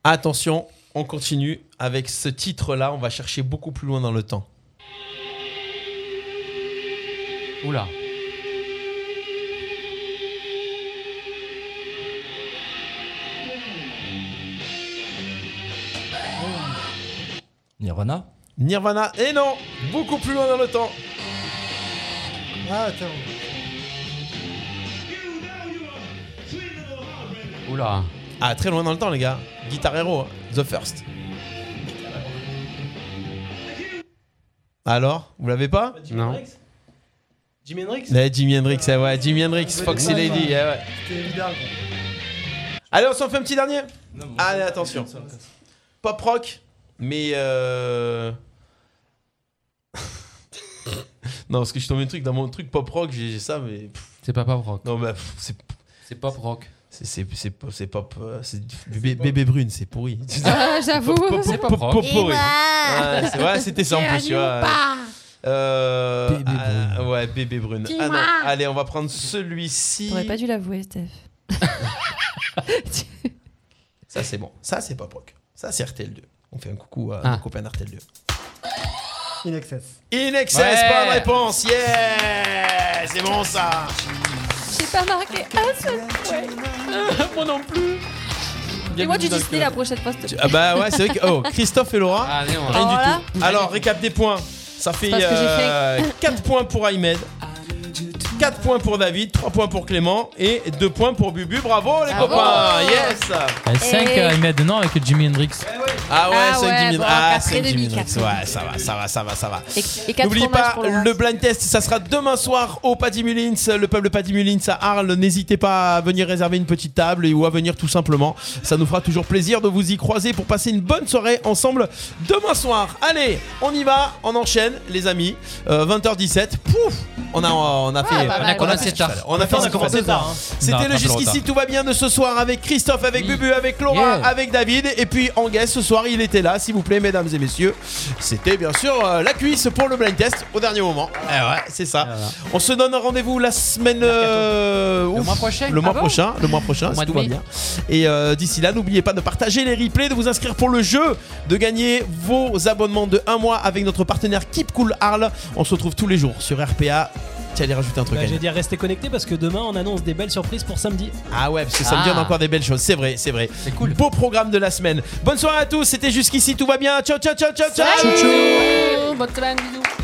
Attention, on continue avec ce titre-là. On va chercher beaucoup plus loin dans le temps.
Oula.
Nirvana
Nirvana, et non, beaucoup plus loin dans le temps.
Ah, attends.
Oula.
Ah, très loin dans le temps, les gars. Guitar Hero, hein. The First. Alors, vous l'avez pas Non.
Jimi Hendrix
Jimi Hendrix, eh ouais, Jimi Hendrix, Foxy Lady, eh ouais.
C'était évident.
Allez, on s'en fait un petit dernier Allez, attention. Pop rock, mais. Euh... <laughs> non, parce que je tombe un truc dans mon truc pop rock, j'ai j'ai ça, mais.
C'est pas pop rock.
Non, mais pff, c'est.
C'est pop rock.
C'est c'est pop, c'est pop, euh, c'est du bébé, bébé brune, c'est pourri.
Ah, j'avoue.
Pop- pop-
C'est
pop-
pop
pop-
rock.
pourri.
Et bah.
Ouais, c'est- ouais, c'était ça en plus, tu vois. Euh, ah, ouais, bébé brune. Ah non,
Dis-moi.
allez, on va prendre celui-ci.
T'aurais pas dû l'avouer, Steph.
Ça c'est bon. Ça c'est pop rock. Ça c'est RTL2. On fait un coucou à
Ah.
nos copains d'RTL2.
In excess.
In excess,
Ouais.
bonne réponse.
Eh,
Yeah, Eh, c'est bon ça.
J'ai pas marqué un seul point.
<laughs> Moi non plus.
Et moi, tu
Bienvenue dans
dis
le
Disney la prochaine fois. s'il te plaît.
Ah bah ouais, c'est vrai que oh, Christophe et Laura,
on-
rien
Alors
du
là.
tout. Alors, récap des points. Ça fait,
parce que j'ai
4 points pour Ahmed, 4 points pour David, 3 points pour Clément et 2 points pour Bubu. Bravo les
Bravo.
copains. Yes.
5
Et-
à mettre dedans euh, avec Jimi Hendrix.
Ah ouais,
Eh Ah
5
ouais,
10 000.
bon,
Ah,
quatre et
5 10
demi,
000.
quatre.
Ouais, ça va, ça va, ça va, ça va.
Et quatre
N'oubliez
fromages
pas
pour Laurent.
le blind test, ça sera demain soir au Paddy Mullins, le peuple Paddy Mullins à Arles. N'hésitez pas à venir réserver une petite table et- ou à venir tout simplement. Ça nous fera toujours plaisir de vous y croiser pour passer une bonne soirée ensemble demain soir. Allez, on y va, on enchaîne les amis. Euh, 20h17. Pouf, on a on a fait
pas mal. On a commencé
fait ce qu'il
bah, tard.
fallait. On a fait
On a
ce qu'il
commencé
fallait.
tard, hein. Non,
C'était
un peu
le jusqu'ici
retard.
tout va bien de ce soir avec Christophe, avec Bubu, avec Laura,
Yeah.
avec David. Et puis en guest ce soir, il était là, s'il vous plaît, mesdames et messieurs. C'était bien sûr euh, la cuisse pour le blind test au dernier moment. Eh ouais, c'est ça. On se donne rendez-vous la semaine. euh, ouf, le mois prochain. Le mois prochain. Le mois prochain, si
mois de
tout va
mai.
bien. Et euh, d'ici là, n'oubliez pas de partager les replays, de vous inscrire pour le jeu, de gagner vos abonnements de un mois avec notre partenaire Keep Cool Arles. On se retrouve tous les jours sur RPA. Tu allais rajouter un truc.
Bah,
Agnès.
J'ai dit restez connectés parce que demain on annonce des belles surprises pour samedi.
Ah ouais, parce que samedi
Ah.
on a encore des belles choses. C'est vrai, c'est vrai. C'est cool. Beau programme de la semaine. Bonne soirée à tous. C'était jusqu'ici, tout va bien. Ciao, ciao, ciao, ciao, ciao.
Salut. Bonne semaine, bisous.